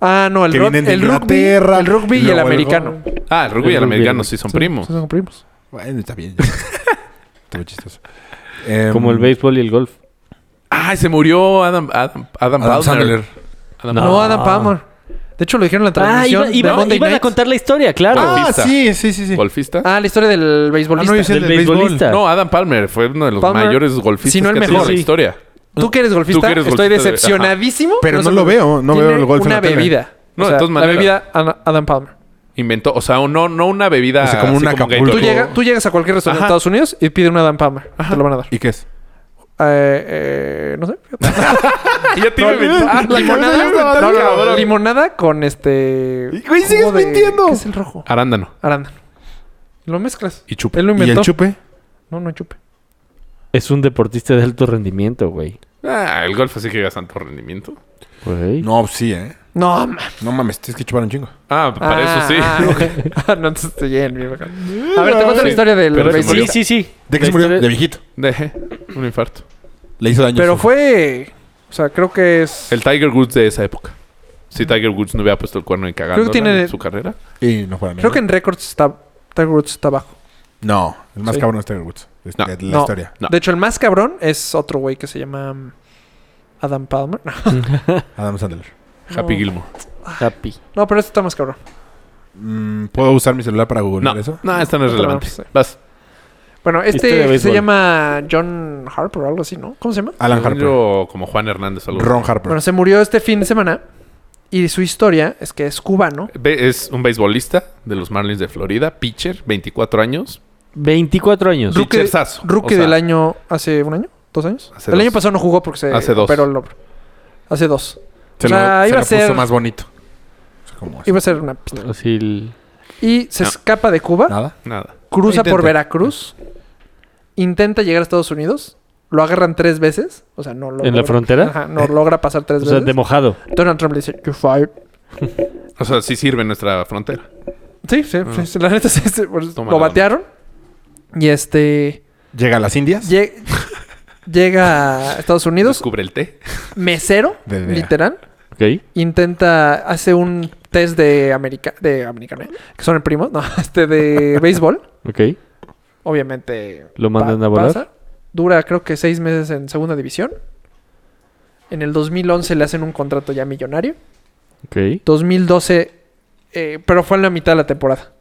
S1: Ah, no, el,
S5: Que
S1: ru-
S5: vienen de
S1: el rugby,
S5: Inglaterra,
S1: el rugby y
S5: luego
S1: el
S5: el
S1: americano.
S6: Ah, el rugby y
S4: El
S6: el
S4: rugby,
S6: americano
S4: el-
S6: sí son primos.
S1: Sí, son primos.
S5: pues, Bueno, está bien. Estuvo chistoso. Em,
S4: Como el béisbol y el golf.
S6: Ay, se murió Adam, Adam, Adam,
S5: Adam
S6: Paldner.
S5: Sandler.
S6: Adam
S1: No,
S4: No.
S1: Adam Palmer. De hecho, lo dijeron en la transmisión. de Monday Night.
S4: la historia, claro.
S6: Ah,
S5: Ah,
S6: Golfista.
S5: sí, sí, sí. sí.
S6: ¿Golfista?
S1: Ah, la historia del beisbolista.
S5: Ah, no, yo sé
S4: del
S5: del béisbol.
S4: beisbolista.
S6: No, Adam Palmer fue uno de los
S1: Palmer,
S6: mayores golfistas
S1: si no el
S6: que ha tenido
S1: mejor.
S6: la
S1: Sí.
S6: historia.
S1: Tú que eres golfista,
S6: Tú que eres
S1: estoy
S6: golfista de-
S1: decepcionadísimo.
S5: Pero no
S1: sé
S5: lo
S1: cómo-
S5: veo, no veo
S1: Tiene
S5: el golf en
S1: Una
S5: la tele.
S1: bebida.
S6: No,
S1: O
S6: de
S1: sea,
S6: todas
S1: La
S6: maneras.
S1: bebida Ana- Adam Palmer.
S6: Inventó, o sea, no, no una bebida.
S5: O sea, como
S6: así
S5: un Acapulco.
S1: Tú,
S6: Gatorade.
S1: llega- tú llegas a cualquier restaurante
S6: Ajá.
S1: de Estados Unidos y pide una Adam Palmer. Te lo van a dar.
S5: ¿Y qué es?
S1: Eh, eh, no sé.
S6: Y ya te iba a inventar.
S1: Ah, limonada.
S5: inventar,
S1: No, no,
S5: cabrón.
S1: limonada con este.
S5: Güey, sigues
S1: jugo de-
S5: mintiendo.
S1: ¿Qué es el rojo?
S6: Arándano.
S1: Arándano. Lo mezclas.
S6: Y chupe.
S1: Él lo
S5: ¿Y
S1: inventó.
S5: el chupe?
S1: No, no hay chupe.
S4: Es un deportista de alto rendimiento, güey.
S6: Ah, el golf así que gasta tanto rendimiento.
S4: Güey.
S5: No, sí, ¿eh?
S1: No, mames.
S5: No mames, tienes que chupar un chingo.
S6: Ah, para eso sí.
S1: Ah, ok. Ah, no, entonces estoy bien. bien, bien. A ver, te cuento la
S6: Sí,
S1: historia del
S6: pero se
S1: béisbol.
S6: murió.
S4: Sí, sí, sí.
S5: ¿De qué
S4: La
S5: se murió?
S4: historia-
S5: De viejito.
S6: Dejé un infarto.
S5: Le hizo daño.
S1: Pero
S5: su-
S1: fue. O sea, creo que es.
S6: El Tiger Woods de esa época. Si Tiger Woods no hubiera puesto el cuerno y cagando
S1: tiene-
S6: en su carrera.
S5: Y no fuera
S1: Creo que en récords está. Tiger Woods está abajo.
S5: No, el más
S1: Sí.
S5: cabrón es Tiger Woods. Es
S6: No.
S5: de la
S1: No.
S5: historia.
S6: No.
S1: De hecho, el más cabrón es otro güey que se llama. mm, Adam Palmer.
S5: Adam Sandler.
S6: Happy Gilmore.
S4: Happy.
S1: No, pero este está más cabrón.
S5: Mm, ¿Puedo usar mi celular para googlear
S6: No,
S5: eso?
S6: no, esta no es
S1: No,
S6: relevante.
S1: sí.
S6: Vas.
S1: Bueno,
S4: Historia de
S1: este se
S4: béisbol.
S1: llama John Harper o algo así, ¿no? ¿Cómo se llama?
S5: Alan
S6: Según
S5: Harper.
S6: yo, como Juan Hernández o algo.
S5: Ron Harper.
S1: Bueno, se murió este fin de semana y su historia es que es cubano.
S6: Ve- Es un beisbolista de los Marlins de Florida, pitcher, 24 años.
S4: 24 años.
S6: Ru-
S1: Rookie,
S6: Pitcherzazo.
S1: rookie
S6: O sea-
S1: del año... ¿Hace un año? ¿Dos años?
S6: Hace
S1: el
S6: dos.
S1: año pasado no jugó porque se
S6: Hace dos.
S1: operó el hombro. Hace dos.
S5: Se
S1: o sea,
S5: lo, se
S1: iba
S5: lo
S1: a ser-
S5: puso más bonito. O sea, ¿cómo es?
S1: Iba a ser una pista.
S4: Así el-
S1: Y se
S6: No.
S1: escapa de
S6: Ah.
S1: Cuba,
S5: Nada.
S6: Nada.
S1: cruza por
S5: Intenta.
S1: Veracruz, intenta llegar a Estados Unidos, lo agarran tres veces. O sea, no lo
S4: ¿En la frontera?
S1: Ajá, no logra pasar tres
S4: O sea,
S1: veces.
S4: de mojado.
S1: Donald Trump le dice, you're fired.
S6: O sea, sí sirve nuestra frontera.
S1: Sí, sí, sí, la neta sí, sí, pues,
S6: Toma
S1: lo
S6: la
S1: batearon. Y este
S5: Llega a las Indias.
S1: lle- llega a Estados Unidos,
S6: Descubre el té.
S1: mesero,
S5: De idea.
S1: literal,
S4: Ok.
S1: intenta hace un test de america de americano, ¿eh? que son el primo, no, este de béisbol,
S4: Ok.
S1: obviamente
S4: Lo mandan
S1: pa-
S4: a volar.
S1: pasa. Dura creo que seis meses en segunda división. En el 2011 le hacen un contrato ya millonario.
S4: Ok.
S1: 2012, eh, pero fue en la mitad de la temporada.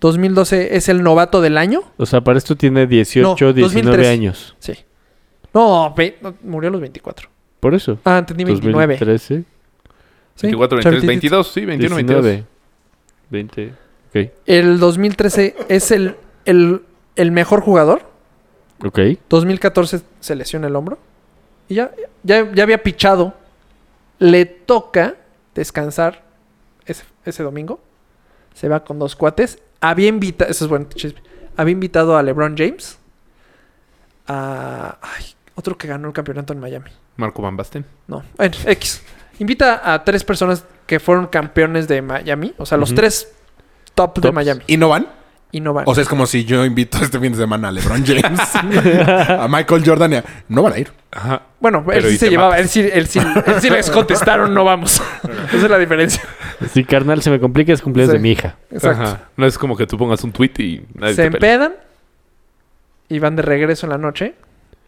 S1: 2012 es el novato del año.
S4: O sea, para esto tiene 18,
S1: No,
S4: 19
S1: 2003.
S4: años.
S1: Sí. No, ve- no, murió a los 24.
S4: Por eso.
S1: Ah, entendí 29.
S4: 2013,
S1: Sí,
S6: 24, 23,
S1: Charity.
S6: 22. Sí, 21, 22.
S4: 19, 20. Ok.
S1: El 2013 es el, el, el mejor jugador.
S4: Ok.
S1: 2014 se lesiona el hombro. Y ya, ya, ya había pichado. Le toca descansar ese, ese domingo. Se va con dos cuates. Había invitado. Eso es buen chisme. Había invitado a LeBron James. A. Ay, otro que ganó el campeonato en Miami.
S6: Marco Van Basten.
S1: No, bueno, X. Invita a tres personas que fueron campeones de Miami. O sea, los
S4: Ujú.
S1: tres top de
S4: Tops.
S1: Miami.
S5: ¿Y no van?
S1: y no van.
S5: O sea, es como si yo invito este fin de semana a LeBron James, a Michael Jordan, y a- no van a ir.
S6: Ajá.
S1: bueno, él
S6: pero
S1: sí
S6: y
S1: se
S6: te
S1: llevaba, él sí, él sí, él sí les contestaron, no vamos. Esa es la diferencia.
S4: Sí, carnal, se me complica, es cumpleaños
S1: Sí.
S4: de mi hija.
S1: Exacto.
S6: Ajá. No es como que tú pongas un tweet y nadie
S1: se
S6: te pela.
S1: empedan y van de regreso en la noche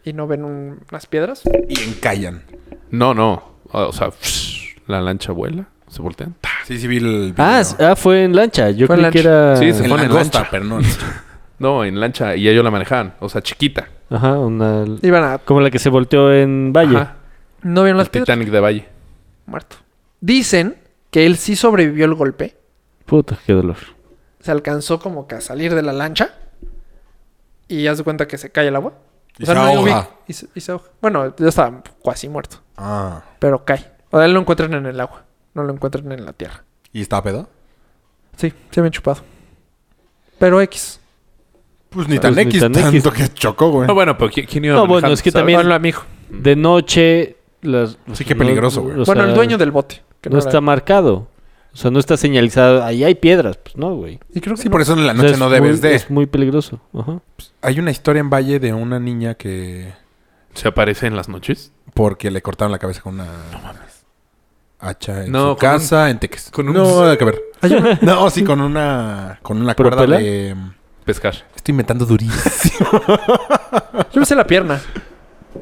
S1: y no ven un- unas piedras.
S5: Y encallan.
S6: No, no. O sea, la lancha vuela. Se voltean.
S5: Sí, sí vi el
S4: Ah, s- ah, fue en lancha. Yo
S1: Fue en
S4: creí que era.
S6: Sí, se
S5: en
S6: fue
S5: la
S6: en
S5: costa,
S6: lancha.
S5: pero no.
S6: No, en lancha. Y ellos la manejaban. O sea, chiquita.
S4: Ajá, una.
S1: Iban a...
S4: Como la que se volteó en Valle.
S6: Ajá.
S1: No vieron
S6: El
S1: las piedras.
S6: Titanic de Valle.
S1: Muerto. Dicen que él sí sobrevivió el golpe.
S4: Puta, qué dolor.
S1: Se alcanzó como que a salir de la lancha. Y haz de cuenta que se cae el agua.
S5: Y se
S1: hay
S5: ahoga.
S1: ubic- Y se, y se ahoga. Bueno, ya estaba casi muerto.
S5: Ah.
S1: Pero cae. O sea, él lo encuentran en el agua. No lo encuentran en la tierra.
S5: ¿Y está pedo?
S1: Sí, se habían chupado. Pero X.
S5: Pues ni
S4: tan
S5: tan
S4: X,
S5: X,
S4: tanto
S5: tanto que chocó, güey.
S6: No, bueno, pero ¿quién, quién iba
S4: No, bueno,
S6: manejando,
S4: es que
S6: sabes?
S4: Bien. también-
S1: Ponlo a mi hijo.
S4: De noche. Las,
S5: Sí, qué peligroso, güey.
S4: o
S1: bueno,
S4: sea,
S1: el dueño del bote. que
S4: No
S1: era-
S4: está marcado. O sea, no está señalizado. Ahí hay piedras. Pues no, güey.
S1: Y creo que
S5: Sí,
S1: no-
S5: por eso en la
S4: O sea,
S5: noche
S4: es
S5: no debes
S4: muy-
S5: de.
S4: Es muy peligroso. Ajá.
S5: Hay una historia en Valle de una niña que...
S6: ¿Se aparece en las noches?
S5: Porque le cortaron la cabeza con una... Hacha en
S6: No,
S5: su
S6: con un-
S5: casa, en Teques.
S6: con un-
S5: No, nada que ver. No, sí, con una... Con una cuerda
S4: ¿Propela?
S5: de...
S6: Pescar.
S5: Estoy inventando durísimo.
S1: Yo me sé la pierna.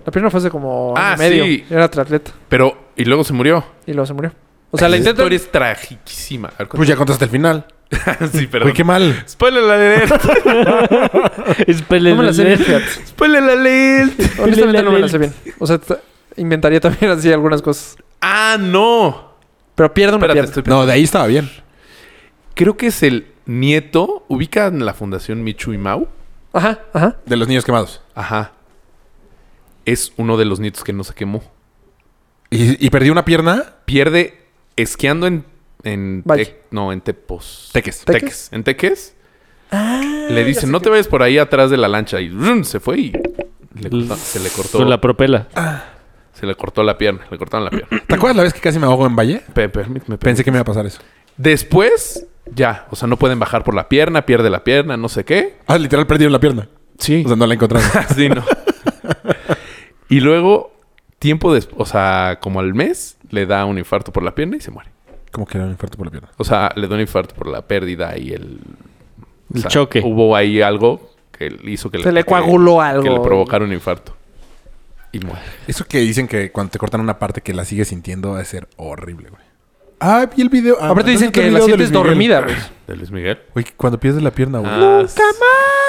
S1: La pierna fue hace como
S6: Ah,
S1: año y medio.
S6: sí.
S1: Era triatleta.
S6: Pero, y luego se murió.
S1: Y luego se murió. O sea, la
S6: la
S1: intento...
S6: historia es tragiquísima. A ver,
S5: pues ya contaste el final.
S6: cuéntame. sí, pero.
S5: Güey, qué mal.
S6: Spoiler alert.
S4: Es
S1: No me la sé bien, fíjate.
S6: Spoiler alert.
S1: Honestamente no me la sé bien. O sea, t- inventaría también así algunas cosas.
S6: ah, no.
S1: Pero pierdo una
S6: Espérate,
S1: pierna.
S6: estoy
S5: No, de ahí estaba bien.
S6: Creo que es el nieto. ¿Ubican la fundación Michu y Mau?
S1: Ajá, ajá.
S5: De los niños quemados.
S6: Ajá. Es uno de los nietos que no se quemó.
S5: Y, y perdí una pierna.
S6: Pierde esquiando en. en
S1: Valle.
S6: Tec- no, en Tepos.
S5: Teques.
S1: Teques.
S6: Teques. En Teques. le dicen, no te vayas por ahí atrás de la lancha. Y ¡rum! se fue y le corta- se le cortó.
S4: Con la propela.
S6: Se le cortó la pierna. Le cortaron la pierna.
S5: ¿Te acuerdas la vez que casi me ahogo en Valle?
S6: Pe- permíteme,
S5: Pensé que me iba a pasar eso.
S6: Después, ya. O sea, no pueden bajar por la pierna, pierde la pierna, no sé qué.
S5: Ah, literal perdieron la pierna.
S6: Sí.
S5: O sea, no la encontraron.
S6: sí, no. y luego, tiempo después, o sea, como al mes, le da un infarto por la pierna y se muere.
S5: Como que era un infarto por la pierna.
S6: O sea, le da un infarto por la pérdida y el... o
S4: El
S6: sea,
S4: choque.
S6: Hubo ahí algo que hizo que
S1: Se le
S6: que-
S1: coaguló
S6: Que le
S1: algo.
S6: provocaron un infarto. Y muere.
S5: Eso que dicen que cuando te cortan una parte que la sigues sintiendo va a ser horrible, güey. Ah, vi el video. Ah,
S1: Aparte
S5: ¿no
S1: dicen
S5: viste el
S1: que la
S5: video de
S1: sientes
S5: Luis Miguel?
S1: dormida, güey.
S6: ¿De Luis Miguel?
S5: Güey, cuando pierdes la pierna, güey.
S6: Ah, sí.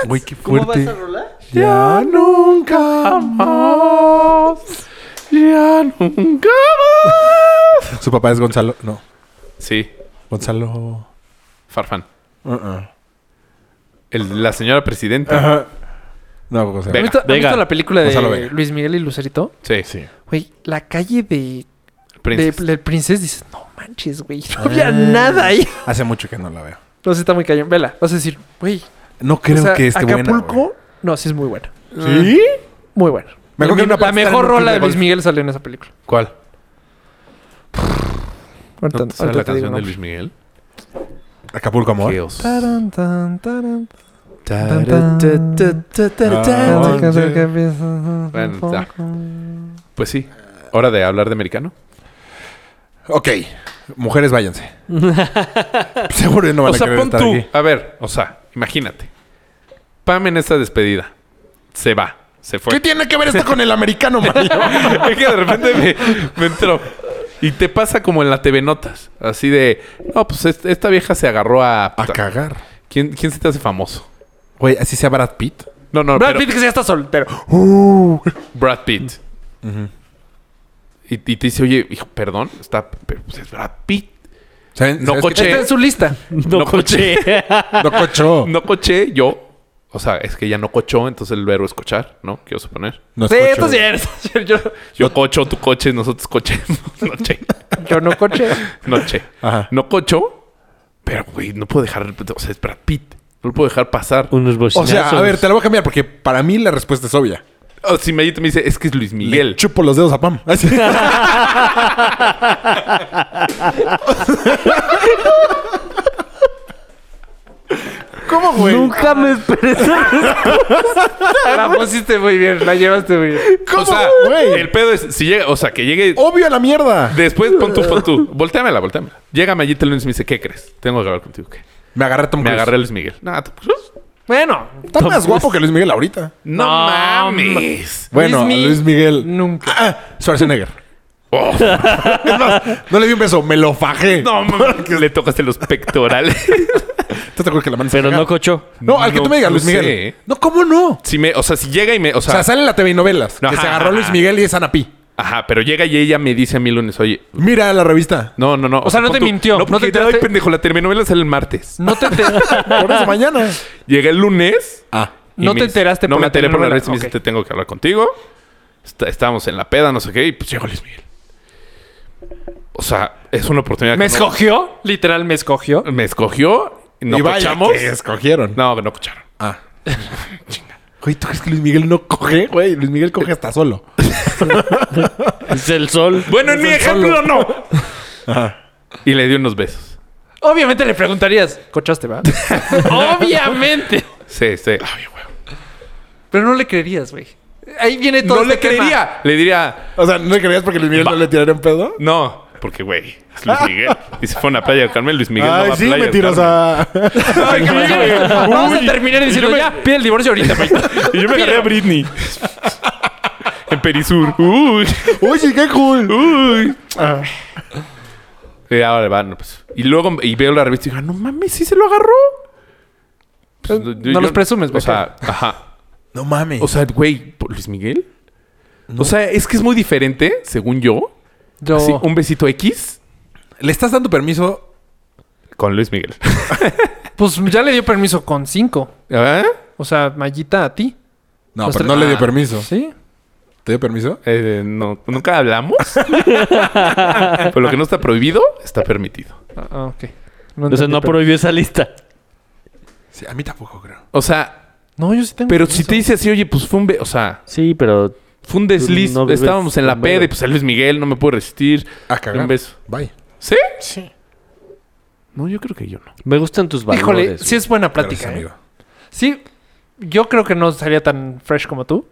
S5: Güey, qué fuerte. ¿Cómo vas a rolar? Ya nunca más.
S6: Ya nunca más.
S5: Su papá es Gonzalo. No.
S6: Sí,
S5: Gonzalo.
S6: Farfán.
S5: Uh -uh.
S6: El- la señora presidenta.
S5: Ajá. No, Gonzalo.
S1: ¿Han
S6: Venga.
S1: visto, han
S4: Vega.
S1: visto la película
S5: Gonzalo
S1: de
S5: Vega.
S1: Luis Miguel y Lucerito?
S6: Sí,
S5: Sí.
S1: Güey, la calle de...
S6: Princess.
S1: de- del Princess dices, no manches, güey. No
S5: Ah.
S1: había nada ahí.
S5: Hace mucho que no la veo.
S1: No sé, está muy cañón. Vela, vas a decir, güey.
S5: No creo
S1: o sea,
S5: que esté
S1: Acapulco,
S5: buena.
S1: no, sí es muy buena.
S5: güey. ¿Sí?
S1: Muy buena.
S5: Me acuerdo que una
S1: la,
S5: parte está en
S1: mejor
S5: un club
S1: rola
S5: de
S1: de Luis
S5: golf.
S1: Miguel salió en esa película.
S6: ¿Cuál?
S1: Ahorita,
S6: ¿No te sabes
S1: ahorita
S6: la
S1: te digo
S6: canción de
S1: el
S6: Luis Miguel?
S5: Acapulco, amor.
S6: Qué oso.
S1: nombre. Tan, tan, tan, tan, tan, tan.
S5: Ah,
S6: Bueno, ya. Pues sí. Hora de hablar de americano.
S5: ok. Mujeres, váyanse. Seguro no van
S6: o
S5: a
S6: sea,
S5: querer
S6: pon
S5: estar
S6: tú.
S5: aquí.
S6: A ver, o sea, imagínate. Pam en esta despedida. Se va. Se fue.
S5: ¿Qué tiene que ver esto con el americano, Mario?
S6: es que de repente me, me entró. Y te pasa como en la TV Notas. Así de. No, pues est- esta vieja se agarró a.
S5: A cagar.
S6: ¿Quién, ¿Quién se te hace famoso?
S5: Güey, así sea Brad Pitt.
S6: No, no,
S1: Brad
S6: pero-
S1: Pitt que ya está soltero.
S6: Brad Pitt. y, y te dice, oye, hijo, perdón, está, pero, pues, es Brad Pitt.
S5: ¿Saben-
S6: No
S5: sabes qué
S6: coche.
S1: Está en su lista.
S4: No,
S6: No
S4: coche.
S5: te- No cochó.
S6: No coché yo. O sea, es que ya no cochó, entonces el verbo es cochar, ¿no? Quiero suponer.
S5: No es
S1: Sí,
S5: cocho.
S1: esto sí eres. Yo,
S6: Yo cocho, tú coches, nosotros cochemos. Noche.
S1: yo no coche.
S6: Noche.
S5: Ajá.
S6: No cocho, pero, güey, no puedo dejar... O sea, es Brad Pitt. No lo puedo dejar pasar.
S4: Unos
S5: O
S4: bocinazos.
S5: sea, a ver, te la voy a cambiar porque para mí la respuesta es obvia.
S6: O si me, me dice, es que es Luis
S5: Le
S6: Miguel.
S5: chupo los dedos a Pam. Así. ¿Cómo, güey?
S4: Nunca me esperé
S1: La pusiste muy bien, la llevaste muy bien.
S6: O sea,
S5: güey?
S6: el pedo es, si llega, o sea, que llegue
S5: Obvio a la mierda.
S6: después, pon tú, pon tú. Volteamela, volteamela. Llega Mayita Lunes y me dice, ¿qué crees? Tengo que hablar contigo. ¿Qué?
S5: Me agarré a Tom
S6: Me
S5: Cruise.
S6: agarré a Luis Miguel. Nada, Tom Cruise.
S1: Bueno,
S5: Está más guapo que Luis Miguel ahorita.
S6: No, mames.
S5: Bueno,
S1: Mi-
S5: Luis Miguel.
S1: nunca.
S5: Ah, Schwarzenegger.
S6: Oh,
S5: Es más, no le di un beso, me lo fajé.
S6: no mames. Le tocaste los pectorales.
S5: ¿Tú te acuerdas que la mano se
S4: Pero
S5: pega?
S4: no cocho.
S5: No, al que
S6: No,
S5: tú me digas,
S6: no
S5: Luis
S6: sé.
S5: Miguel. No, ¿cómo no?
S6: Si me, o sea, si llega y me, o
S5: O
S6: sea,
S5: sea, sale en la TV novelas.
S6: No,
S5: que se
S6: ajá,
S5: agarró
S6: ajá.
S5: Luis Miguel y es Ana Pi.
S6: ajá, pero llega y ella me dice a mí lunes, oye,
S5: Mira la revista.
S6: no, no, no. O,
S1: sea, no
S6: pon
S1: te
S6: tú,
S1: mintió,
S6: No,
S1: no
S6: porque
S1: te-
S6: te doy
S1: te-
S6: pendejo, la telenovela sale el martes.
S1: No te, te-
S5: Por eso mañana.
S6: Llega el lunes.
S5: Ah.
S6: y
S1: no
S6: me
S1: te
S6: dice-
S1: enteraste
S6: No
S1: por
S6: me
S1: la
S6: enteré por la red.
S1: telenovela.
S6: y Me dice,
S1: Ok.
S6: te tengo que hablar contigo. Está- estábamos en la peda, no sé qué. Y pues llegó Luis Miguel. O sea, es una oportunidad.
S1: me
S6: que no-
S1: escogió, literal me escogió.
S6: me escogió. No
S5: y vaya
S6: cochamos.
S5: que escogieron.
S6: No, no cocharon.
S5: Ah. Güey, ¿tú crees que Luis Miguel no coge? Güey, Luis Miguel coge hasta solo.
S4: Es el sol.
S6: Bueno, en mi ejemplo no. Y le dio unos besos.
S1: Obviamente le preguntarías, ¿cochaste, va? Obviamente.
S6: Sí, sí. Ay, güey.
S1: Pero no le creerías, güey. Ahí viene todo
S6: No le
S1: este tema.
S6: creería. Le diría,
S5: O sea, ¿no le creías porque Luis Miguel
S6: Va.
S5: no le tiraron pedo?
S6: no, porque güey, es Luis Miguel. Y se fue a una playa del Carmen, Luis Miguel. no
S5: Ay,
S6: va a
S5: sí,
S6: playa del
S5: mentirosa.
S1: Ay, qué bien. Vamos a terminar diciendo ya, pide el divorcio ahorita, güey.
S6: Carmen. Y yo me agarré a Britney. en Perisur. Uy,
S5: Oye, qué cool.
S6: uy.
S1: Ah.
S6: Y ahora va, no, pues. Y luego y veo la revista y digo, ah, no mames, sí se lo agarró. Pues, yo-
S1: Eh, no los presumes,
S6: O
S1: güey.
S6: sea, ajá.
S5: No mames.
S6: O sea, güey, ¿por Luis Miguel. O sea, es que es muy diferente, según yo.
S1: Yo-
S6: Así, un besito X
S5: le estás dando permiso.
S6: con Luis Miguel.
S1: Pues ya le dio permiso con cinco.
S6: ¿Eh?
S1: O sea, Mayita a ti.
S5: No,
S1: Los
S5: pero
S1: tres-
S5: no le dio
S1: Ah,
S5: permiso.
S1: Sí.
S5: ¿Te dio permiso?
S6: Eh, no, nunca hablamos. Pero lo que no está prohibido, está permitido.
S1: Ah, ah, ok.
S4: O sea,
S1: entendí,
S4: no
S1: pero-
S4: prohibió esa lista.
S5: Sí, a mí tampoco creo.
S6: O sea,
S1: No, yo sí tengo.
S6: pero
S1: permiso.
S6: si te dice así, oye, pues fue un... be- O sea,
S4: Sí, pero
S6: fue un desliz.
S4: no bebes
S6: Estábamos en la
S4: conmigo.
S6: peda y pues a Luis Miguel no me puedo resistir.
S5: A cagar.
S6: Un beso.
S5: Bye.
S6: ¿Sí? Sí. No, yo creo que yo no.
S4: me gustan tus valores.
S1: Híjole,
S4: güey.
S1: sí es buena
S5: Gracias,
S1: plática. ¿eh?
S5: amigo.
S1: Sí, yo creo que no sería tan fresh como tú.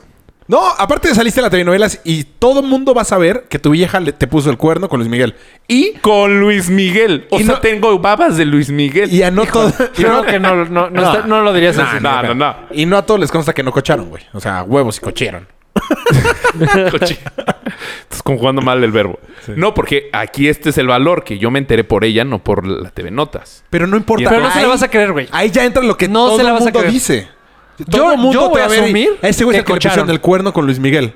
S5: No, aparte saliste en las telenovelas y todo mundo va a saber que tu vieja le- te puso el cuerno con Luis Miguel. Y,
S6: Con Luis Miguel. O
S5: Y
S6: sea,
S5: no-
S6: tengo babas de Luis Miguel.
S5: y a no todo- y
S1: Creo que no, no, no, está- no lo dirías así.
S6: no, no, no.
S5: Y no a todos les consta que no cocharon, güey. O sea, huevos y cochieron.
S6: Coche. Estás conjugando mal el verbo. No, porque aquí este es el valor que yo me enteré por ella, no por la TV Notas.
S5: Pero no importa.
S1: Pero no se la
S5: Ahí-
S1: vas a creer, güey.
S5: Ahí ya entra lo que
S1: No
S5: todo
S1: se la
S5: el
S1: vas a
S5: mundo
S1: creer.
S5: dice.
S1: Yo-
S5: Todo el mundo
S1: yo
S5: te
S1: voy
S5: va
S1: a
S5: ver y,
S1: asumir
S5: Ese güey es
S1: que
S5: el que le pusieron
S1: cocharon".
S5: el cuerno con Luis Miguel.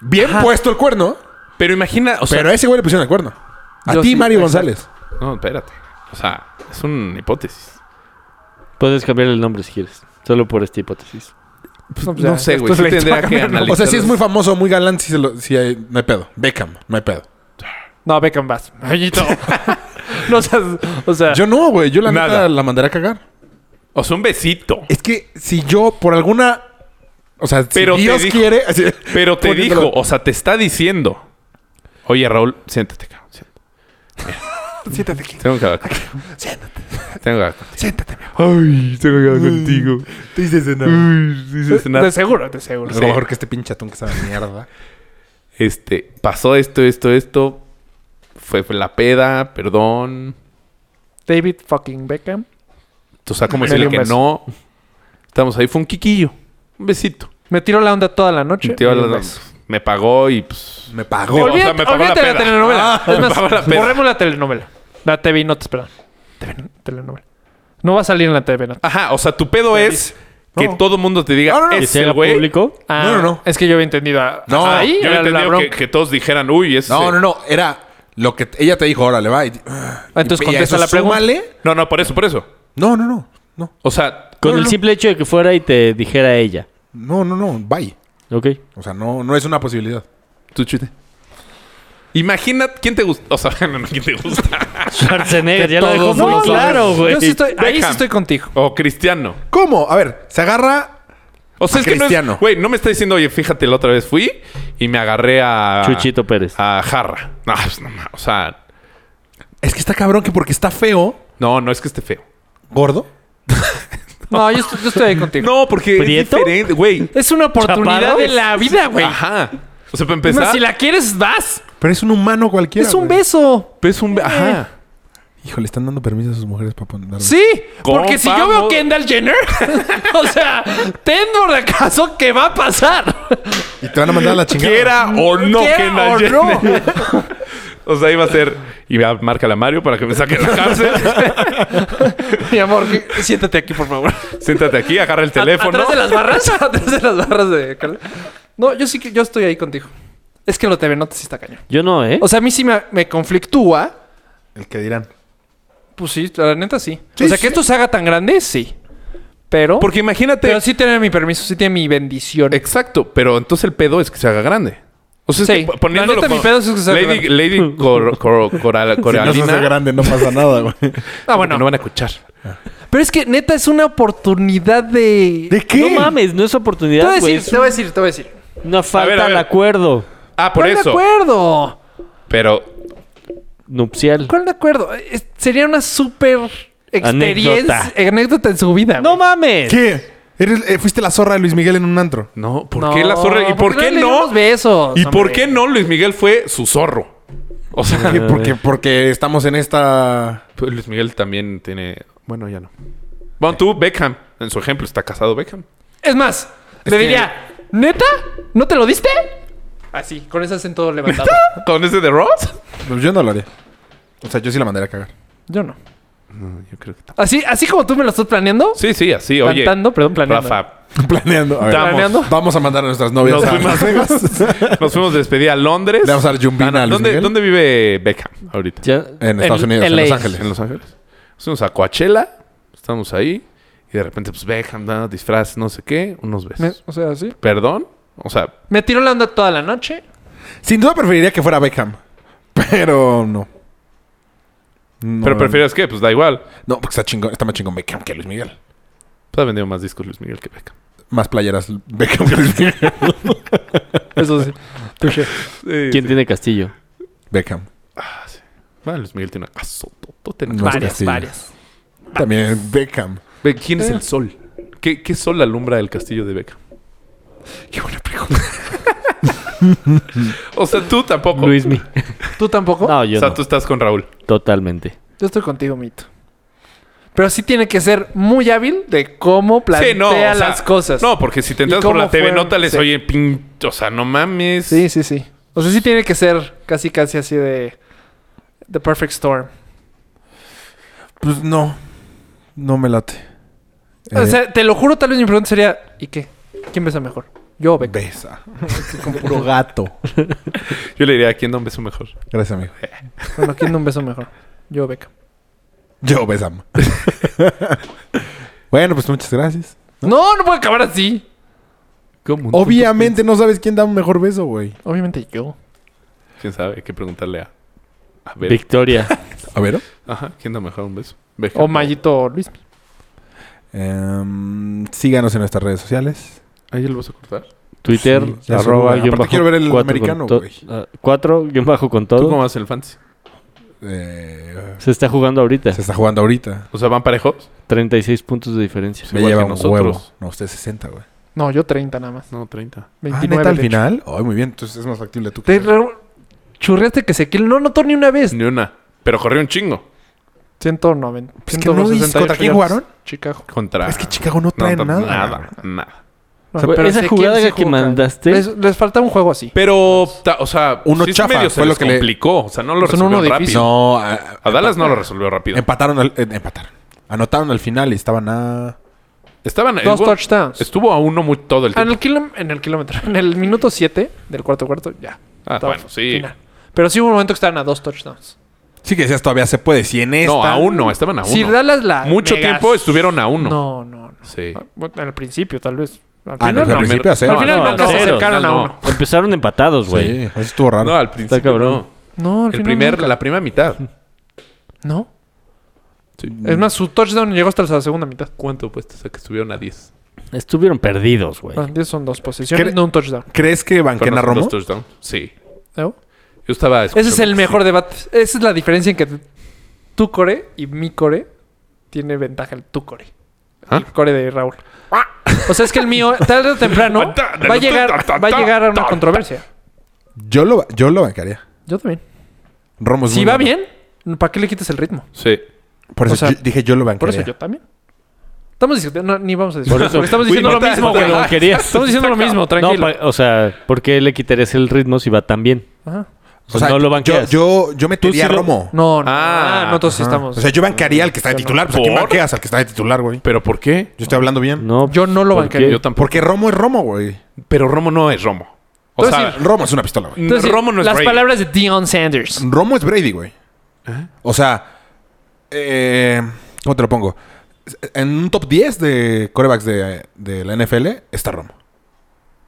S5: Bien
S1: pues.
S5: puesto el cuerno,
S6: Pero imagina, o sea,
S5: pero a ese güey le pusieron el cuerno. A
S1: Yo
S5: ti,
S1: sí,
S5: Mario
S1: exacto.
S5: González.
S6: no, espérate. O sea, es una hipótesis.
S4: Puedes cambiar el nombre si quieres. Solo por esta hipótesis.
S1: No, pues ya,
S6: no sé, güey,
S1: esto
S6: sí
S1: es la
S6: tendría que
S1: historia, ¿no?
S6: analizar.
S5: O sea, si es muy famoso, muy galán, si, se lo, si hay, no hay pedo. Beckham, no hay pedo.
S1: No, Beckham vas. Mayito. no seas, o sea,
S5: Yo no, güey. Yo la
S6: Nada.
S5: neta la mandaré a cagar.
S6: O sea, un besito.
S5: Es que si yo, por alguna... O sea, si
S6: Pero te
S5: Dios
S6: dijo-
S5: quiere...
S6: Pero te
S5: Poniéndolo-
S6: dijo, o sea, te está diciendo. Oye, Raúl, siéntate, cabrón. Siéntate.
S5: Siéntate aquí.
S6: Tengo que hablar contigo.
S5: Siéntate.
S6: Tengo que hablar contigo.
S5: Siéntate, mi amor.
S6: Ay, tengo que hablar contigo.
S5: Te hice cenar.
S6: Uy, dices nada.
S1: de seguro, de seguro.
S5: Algo mejor que este pinche atún que sabe a mierda.
S6: Este, pasó esto, esto, esto. Fue, fue la peda, perdón.
S1: David fucking Beckham.
S6: O sea, como
S1: Me
S6: decirle
S1: dio un
S6: que
S1: beso.
S6: no. Estamos ahí. Fue un quiquillo. Un besito.
S1: Me tiró la onda toda la noche.
S6: Un tío
S1: Y un
S6: la-
S1: beso.
S6: me pagó y pues...
S5: Me pagó.
S6: Digo, o sea,
S1: Olvídate,
S6: me pagó la
S1: olvídate de la
S6: peda.
S1: telenovela.
S6: Ah,
S1: es
S6: me pagó
S1: más,
S6: la peda.
S1: borremos la telenovela. La TV Notas, perdón. TV, telenovela. No va a salir en la TV Notas.
S6: Ajá, o sea, tu pedo es que todo mundo te diga,
S5: No, no, no.
S6: "Ese
S4: Que
S6: es
S4: se
S6: el
S4: haga
S6: güey. Ah,
S4: público.
S1: Ah,
S5: No, no, no.
S1: Es que yo había entendido. a-
S5: No,
S1: ahí
S6: Yo
S1: era la
S6: entendía que,
S1: bronca.
S6: que todos dijeran, uy, ese...
S5: No, no, no. Era lo que ella te dijo, órale, va. y- ah,
S1: Entonces
S5: y
S1: contesta
S5: eso,
S1: la pregunta.
S5: súmale.
S6: No, no, por eso, por eso.
S5: No, no, no. No,
S6: O sea,
S4: Con el simple hecho de que fuera y te dijera ella.
S5: no, no, no. Bye.
S4: ¿Ok?
S5: O sea, no, no es una posibilidad.
S6: tú chute. Imagina quién te gusta. O sea, no, no, quién te gusta.
S4: Schwarzenegger,
S5: Que
S4: ya lo dejó
S5: todos
S4: muy
S5: nos
S4: claro, güey.
S1: Yo sí estoy, ahí sí
S6: Beckham.
S1: estoy contigo.
S6: o Cristiano.
S5: ¿Cómo? A ver, se agarra.
S6: O sea,
S5: A
S6: es que no
S5: Cristiano.
S6: es... Güey, no me está diciendo, oye, fíjate, la otra vez fui y me agarré a...
S4: Ah. Chuchito Pérez.
S6: A Jarra. No, pues no, ma- o sea...
S5: Es que está cabrón que porque está feo,
S6: No, no es que esté feo.
S5: gordo.
S1: No, yo estoy, yo estoy ahí contigo.
S6: No, porque
S4: ¿Prieto?
S6: es diferente, güey.
S1: Es una oportunidad
S4: ¿Chaparro?
S1: de la vida, güey.
S6: Ajá. O sea, para
S1: No,
S6: empezar,
S1: si la quieres, vas.
S5: Pero es un humano cualquiera.
S1: Es un
S5: güey.
S1: beso.
S6: pues, es un... Ajá.
S5: Hijo, le están dando permiso a sus mujeres para poner.
S1: Sí, porque si yo veo
S6: Compamos.
S1: Kendall Jenner, o sea, tengo de caso que va a pasar.
S5: Y te van a mandar a la chingada.
S6: Quiera o no
S1: Quiera
S6: Kendall
S1: o
S6: Jenner. O sea, iba a ser... Y a marca a Mario para que me saque la cárcel.
S1: Mi amor, que- siéntate aquí, por favor.
S6: Siéntate aquí, agarra el teléfono.
S1: ¿Atrás de las barras? ¿Atrás de las barras de Carla? No, yo sí que yo estoy ahí contigo. Es que lo TV Notas sí está cañón.
S4: Yo no, ¿eh?
S1: O sea, a mí sí me, me conflictúa.
S5: El que dirán.
S1: Pues sí, la neta sí.
S5: Sí,
S1: o sea,
S5: sí.
S1: que esto se haga tan grande, sí. Pero...
S6: Porque imagínate...
S1: Pero sí tiene mi permiso, sí tiene mi bendición.
S6: Exacto, pero entonces el pedo es que se haga grande. O sea, es
S1: Sí.
S6: que po-
S1: La
S6: poniéndolo
S1: neta,
S6: como-
S1: mi pedo es que se haga
S6: Lady, Lady Cor- Cor- Coral- Coralina.
S5: Si no se hace grande, no pasa nada, güey.
S1: Ah,
S6: porque
S1: bueno.
S6: No van a escuchar.
S1: Pero es que neta es una oportunidad de...
S5: ¿De qué?
S4: No mames, no es
S1: Te voy a
S4: oportunidad, güey.
S1: decir, te voy a decir, te voy a decir.
S4: Es Una falta
S6: A ver, a ver.
S4: al acuerdo
S6: Ah, por
S1: ¿Cuál de
S6: eso.
S1: acuerdo?
S6: Pero
S4: nupcial.
S1: ¿Cuál de acuerdo? Es- sería una súper experiencia, anécdota.
S4: Anécdota.
S1: en su vida.
S4: ¡No
S1: güey.
S4: mames!
S5: ¿Qué? Eres- eh, fuiste la zorra de Luis Miguel en un antro.
S6: no, ¿por
S1: No,
S6: qué la zorra? ¿Y por qué
S1: le
S6: no?
S1: dimos besos,
S6: ¿Y por
S1: hombre?
S6: qué no Luis Miguel fue su zorro? O
S1: Ah,
S6: sea,
S5: ¿Qué? Porque, porque estamos en esta.
S6: pues Luis Miguel también tiene. Bueno, ya no. Bueno, tú, Beckham. En su ejemplo, está casado Beckham.
S1: Es más, le
S5: que-
S1: diría, ¿neta? ¿No te lo diste? Así, con ese acento levantado.
S6: ¿Con ese de Ross?
S5: Pues yo no lo haría. O sea, yo sí la mandaría a cagar.
S1: Yo no.
S6: Yo creo que tampoco.
S1: Así, así como tú me lo estás planeando.
S6: Sí, sí, así, oye.
S1: Plantando, perdón, planeando.
S6: Rafa,
S5: Planeando. A ver,
S6: Estamos.
S5: Planeando. Vamos a mandar a nuestras novias
S6: Nos
S5: a
S6: fuimos.
S5: Las Vegas.
S6: nos fuimos a despedir a Londres.
S5: ah, Le vamos a dar yumbina
S6: Ah, no,
S5: a Luis
S6: ¿dónde,
S5: Miguel.
S6: ¿Dónde vive Beckham ahorita?
S4: Ya-
S5: En Estados Unidos, en
S4: LA.
S5: Los Ángeles.
S6: En Los Ángeles. Fuimos a Coachella. Estamos ahí. Y de repente, pues Beckham, da disfraz, no sé qué. Unos
S1: Me-
S6: besos.
S1: o sea, sí.
S6: ¿Perdón? O sea,
S1: Me tiró la onda toda la noche.
S5: Sin duda preferiría que fuera Beckham. Pero no. No,
S6: ¿pero prefieres qué? Pues da igual.
S5: No, porque está, chingón, está más chingón Beckham que Luis Miguel.
S6: Pues ha vendido más discos Luis Miguel que Beckham.
S5: Más playeras Beckham que Luis Miguel.
S1: Eso sí. Touché.
S4: ¿Quién tiene castillo?
S5: Beckham.
S6: Bueno, Luis Miguel tiene una casototota en
S5: No es
S1: varias,
S5: Castillo.
S1: varias.
S5: También Beckham.
S6: Ve, ¿Quién
S1: Ah.
S6: es el sol? ¿Qué, qué sol alumbra el castillo de Beckham? Qué buena pregunta. o sea, tú tampoco.
S4: Luismi.
S1: ¿Tú tampoco?
S4: No,
S6: o
S4: yo
S6: sea,
S4: no.
S6: tú estás con Raúl.
S4: Totalmente.
S1: Yo estoy contigo, Mito. Pero sí tiene que ser muy hábil de cómo plantea
S6: Sí, no. o sea,
S1: las cosas.
S6: No, porque si te entras
S1: ¿Y cómo
S6: por la TV
S1: fueron?
S6: Nota, les
S1: Sí.
S6: oye, pin... o sea, no mames.
S1: Sí, sí, sí. O sea, sí tiene que ser casi, casi así de... The Perfect Storm.
S5: Pues no. No me late.
S1: O
S5: Eh,
S1: sea, te lo juro, tal vez mi pregunta sería... ¿Y qué? ¿Quién besa mejor? Yo o Beckham.
S5: besa. Pues- Con puro gato.
S6: Yo le diría a quién da un beso mejor.
S5: Gracias, amigo.
S1: Bueno, ¿quién da un beso mejor? Yo o Beckham.
S5: Yo besam. bueno, pues muchas gracias.
S1: No, no puede acabar así.
S6: ¿Cómo?
S5: Obviamente no sabes quién da un mejor beso, güey.
S1: Obviamente yo.
S6: ¿Quién sabe? Hay que preguntarle a... A ver.
S4: Victoria.
S5: A ver.
S6: Ajá. ¿Quién da mejor un beso? Beckham.
S1: O Mayito o Luis.
S5: Em, síganos en nuestras redes sociales.
S6: Ahí lo vas a cortar.
S4: Twitter,
S5: Sí, ya
S4: arroba,
S5: seguro.
S4: guión
S5: Aparte
S4: bajo,
S5: quiero ver el
S4: cuatro
S5: americano,
S4: con to-
S5: güey.
S4: ah, Cuatro, guión bajo con
S6: ¿Tú
S4: todo.
S6: cómo vas el fancy?
S5: Eh,
S4: Se está jugando ahorita.
S5: se está jugando ahorita.
S6: O sea, ¿van parejos?
S4: 36 puntos de diferencia.
S5: Me
S6: igual
S5: lleva
S6: que
S5: un
S6: nosotros.
S5: huevo. No, usted 60, güey.
S1: No, yo 30 nada más.
S6: No, 30.
S5: Ah,
S1: 29
S5: ¿neta al
S1: de hecho.
S5: final? Ay, muy bien. Entonces es más factible tú.
S1: Te
S5: que-
S1: re- churreaste que se No notó ni una vez.
S6: Ni una. Pero corrió un chingo.
S1: 190.
S5: Es que no dices
S1: 168
S5: contra
S1: yardas.
S5: quién jugaron.
S1: Chicago.
S6: Contra...
S5: Es que Chicago no trae
S6: No,
S5: nada.
S6: Nada, nada.
S1: No,
S5: sea,
S1: pero
S4: esa
S1: sé quién
S4: jugada
S1: sí
S4: que
S1: jugó,
S4: mandaste-
S1: cabrón. Les, les falta un juego así.
S6: Pero, ta- o sea,
S5: Uno
S6: sí
S5: chafa,
S6: medio se
S5: fue lo
S6: les
S5: que le-
S6: complicó. O sea, no lo
S1: Pues son uno
S6: resolvió
S1: difícil. Em,
S6: rápido.
S5: No, a,
S6: A Dallas no lo resolvió rápido.
S5: empataron. al- eh, empataron. Anotaron al final y estaban a.
S6: Estaban...
S1: Dos
S6: estuvo-
S1: touchdowns.
S6: Estuvo a uno muy todo el
S1: Ah, En
S6: tiempo.
S1: el, kilom- en el kilómetro, en el minuto 7 del cuarto cuarto, ya.
S6: Ah,
S1: Estaba
S6: bueno, sí.
S1: final. Pero sí hubo un momento que estaban a dos touchdowns.
S5: Sí que decías todavía se puede. Si en esta.
S6: No, a uno. Estaban a uno.
S1: Si Dallas la.
S6: Mucho
S1: megas-
S6: tiempo estuvieron a uno.
S1: No, no, no.
S6: Sí.
S1: Ah, bueno, al principio, tal vez. Al
S5: Ah, no,
S1: final,
S5: al
S1: no.
S5: principio a cero.
S1: Al final
S4: no,
S1: nunca
S4: no,
S1: se
S4: cero,
S1: acercaron
S6: no,
S1: a
S6: no.
S1: uno.
S4: Empezaron empatados, güey.
S5: Sí, eso estuvo raro.
S6: No, al principio
S4: cabrón.
S6: no.
S1: No, al
S6: El
S1: final
S6: primer,
S1: nunca.
S6: la primera mitad.
S1: No.
S6: Sí.
S1: Es más, su touchdown llegó hasta la segunda mitad.
S6: ¿Cuánto pues? O sea, que estuvieron a 10.
S4: Estuvieron perdidos, güey.
S1: Ah, 10 son dos posiciones,
S5: Cre-
S1: no un touchdown.
S5: ¿Crees que
S6: Fueron
S5: Banquena
S6: los
S5: Romo?
S6: dos touchdowns. Sí.
S1: ¿no?
S6: Yo estaba...
S1: Ese es
S6: escuchando-
S1: el mejor debate. Esa es la diferencia en que tu core y mi core tiene ventaja el tu core.
S5: ¿Ah?
S1: El core de Raúl. O sea, es que el mío, tarde o temprano, va a llegar, va a llegar a una controversia.
S5: Yo lo, yo lo bancaría.
S1: Yo también.
S5: Romo es
S1: Si
S5: Pues muy
S1: va
S5: bueno.
S1: bien, ¿para qué le quitas el ritmo?
S6: Sí.
S5: Por eso
S1: o sea,
S5: yo- dije yo lo bancaría.
S1: Por eso yo también. Estamos discutiendo, no, ni vamos a discutir.
S4: Por eso.
S1: porque Estamos diciendo
S6: Uy,
S1: lo
S6: no te-
S1: mismo,
S6: no te
S1: güey.
S6: lo
S4: querías.
S1: Estamos diciendo lo mismo,
S4: No,
S1: tranquilo.
S4: pa- o sea, ¿por qué le quitarías el ritmo si va tan bien?
S1: Ajá.
S4: O sea, no lo banqueas.
S5: Yo, yo, yo metería a
S4: sí lo-
S5: Romo.
S1: No, no,
S6: Ah,
S1: ah, no todos sí
S5: Ajá.
S1: estamos.
S5: O sea, yo bancaría al que está de titular. Pues, ¿A quién
S6: ¿Por?
S5: banqueas? Al que está de titular, güey.
S6: ¿Pero por qué?
S5: Yo estoy hablando bien.
S4: No,
S1: Yo no lo
S4: ¿por
S1: bancaría.
S4: qué?
S6: Yo tampoco.
S5: Porque Romo es Romo, güey.
S6: Pero Romo no es Romo. O
S1: Entonces,
S6: sea,
S1: sí,
S5: Romo es una pistola, güey.
S1: Entonces,
S6: Romo no es
S1: las
S6: Brady.
S1: palabras de Dion Sanders.
S5: Romo es Brady, güey. O sea, eh, ¿cómo te lo pongo? En un top 10 de corebacks de, de la NFL está Romo.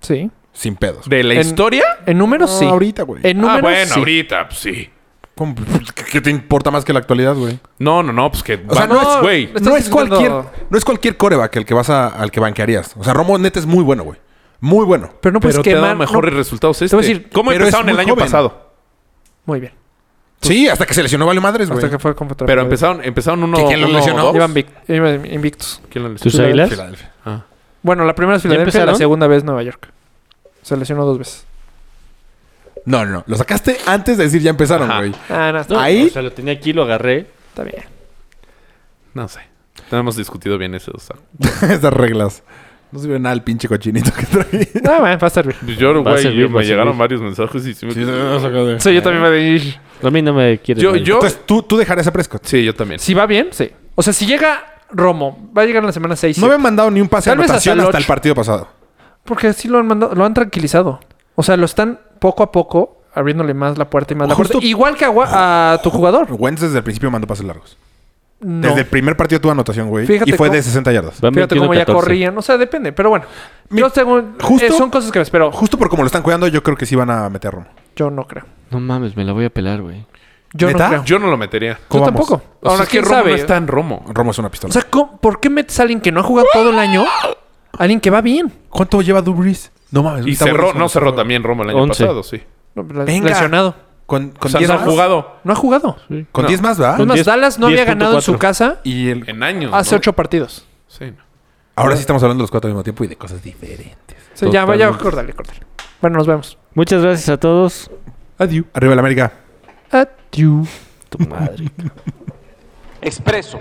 S1: Sí.
S5: Sin pedos.
S6: ¿De la
S1: En-
S6: historia?
S1: En números,
S5: No,
S1: sí.
S5: ahorita, güey.
S1: En números,
S6: ah, bueno,
S1: sí.
S6: ahorita, pues sí.
S5: ¿Cómo? ¿Qué- ¿Qué te importa más que la actualidad, güey?
S6: No, no, no, pues que.
S5: O sea,
S6: vamos,
S5: no pues, es-
S6: güey.
S1: Estás
S5: No es
S1: diciendo-
S5: cualquier, no es cualquier coreback el que vas a, al que banquearías. O sea, Romo neta es muy bueno, güey. Muy bueno.
S1: Pero no puedes
S6: pero te
S1: pues,
S6: ha
S1: quemar.
S6: dado mejores
S1: no-
S6: resultados
S1: Te
S6: este.
S1: voy a decir,
S6: ¿Cómo
S5: pero
S6: empezaron
S5: es
S6: el
S5: muy
S6: año
S5: joven.
S6: pasado?
S1: Muy bien.
S5: Sí, hasta que se lesionó Vale Madres, güey.
S1: Hasta que fue contra.
S6: Pero empezaron, empezaron uno.
S5: ¿Que quién lo
S6: uno
S5: lesionó?
S6: dos.
S1: Iban vic- iban invictos.
S6: ¿Quién lo lesionó?
S4: ¿Tus águilas?
S5: Filadelfia.
S6: Ah,
S1: Bueno, la primera es Filadelfia, la
S4: empezaron?
S1: segunda vez Nueva York. Se lesionó dos veces.
S5: No, no, no. Lo sacaste antes de decir ya empezaron,
S6: Ajá.
S5: güey.
S1: Ah, no, está,
S5: Ahí.
S4: O sea, lo tenía aquí, lo agarré.
S1: está bien.
S6: No sé. No hemos discutido bien eso. o sea.
S5: Esas reglas. No sirve nada el pinche cochinito que trae.
S1: No, bueno, va a estar bien.
S6: Pues Yo,
S4: Va a
S6: güey,
S4: servir,
S6: yo-
S4: va a
S6: me llegaron
S4: servir.
S6: varios mensajes y sí me-
S1: Sí, yo también voy a decir.
S4: A mí no me quiere.
S6: Yo, yo.
S5: Entonces, ¿tú, tú dejarías a Prescott.
S6: Sí, yo también.
S1: Si va bien, sí. O sea, si llega Romo, va a llegar en la semana 6.
S5: No habían mandado ni un pase de
S1: Tal vez
S5: anotación
S1: hasta el
S5: hasta el
S1: ocho.
S5: partido pasado.
S1: Porque sí lo han mandado, lo han tranquilizado. O sea, lo están poco a poco abriéndole más la puerta y más la
S5: Justo-
S1: puerta. Igual que a, Gua- a tu jugador.
S5: Wentz desde el principio mandó pases largos.
S1: No.
S5: Desde el primer partido tuvo anotación, güey.
S1: Fíjate
S5: Y fue
S1: cómo-
S5: de 60 yardas.
S4: Van
S1: Fíjate
S4: 21,
S1: cómo ya
S4: 14.
S1: corrían. O sea, depende. Pero bueno. yo según-
S5: justo-
S1: eh, son cosas que me espero.
S5: Justo por como lo están cuidando, yo creo que sí van a meter a Romo.
S1: Yo no creo.
S4: No mames, me la voy a pelar, güey.
S1: Yo
S5: ¿Neta?
S1: no creo. Yo,
S6: Yo no lo metería.
S5: ¿Cómo vamos?
S1: tampoco. Pues
S6: O sea,
S1: Ahora,
S6: es que
S1: ¿quién
S6: Romo
S1: sabe?
S6: no está en Romo.
S5: Romo es una
S1: O
S5: pistola.
S1: sea, ¿cómo- ¿por qué metes a alguien que no ha jugado todo el año? A alguien que va bien.
S5: ¿Cuánto lleva Dubris? No mames.
S6: Y
S5: está
S6: cerró,
S5: buenísimo.
S6: no cerró también Romo el año
S4: Once.
S6: pasado, sí.
S1: No, la-
S5: Venga.
S1: Lesionado.
S5: Con,
S6: O
S5: con
S6: sea,
S5: 10
S6: no ha
S5: más.
S6: jugado
S1: No ha jugado.
S5: Con
S6: No.
S5: 10 más, ¿verdad?
S1: Es más,
S4: 10,
S1: Dallas no había ganado en su
S4: 10.4.
S1: casa
S5: Y el-
S6: en años.
S1: hace
S6: ¿no?
S1: ocho partidos.
S6: Sí. no.
S5: Ahora sí estamos hablando los cuatro al mismo tiempo y de cosas diferentes.
S1: Sí, ya, ya,
S4: Totalmente.
S1: córtale, córtale. Bueno, nos vemos.
S4: Muchas gracias a todos.
S5: Adiós. Arriba la América.
S1: Adiós.
S4: Tu madre.
S8: Expreso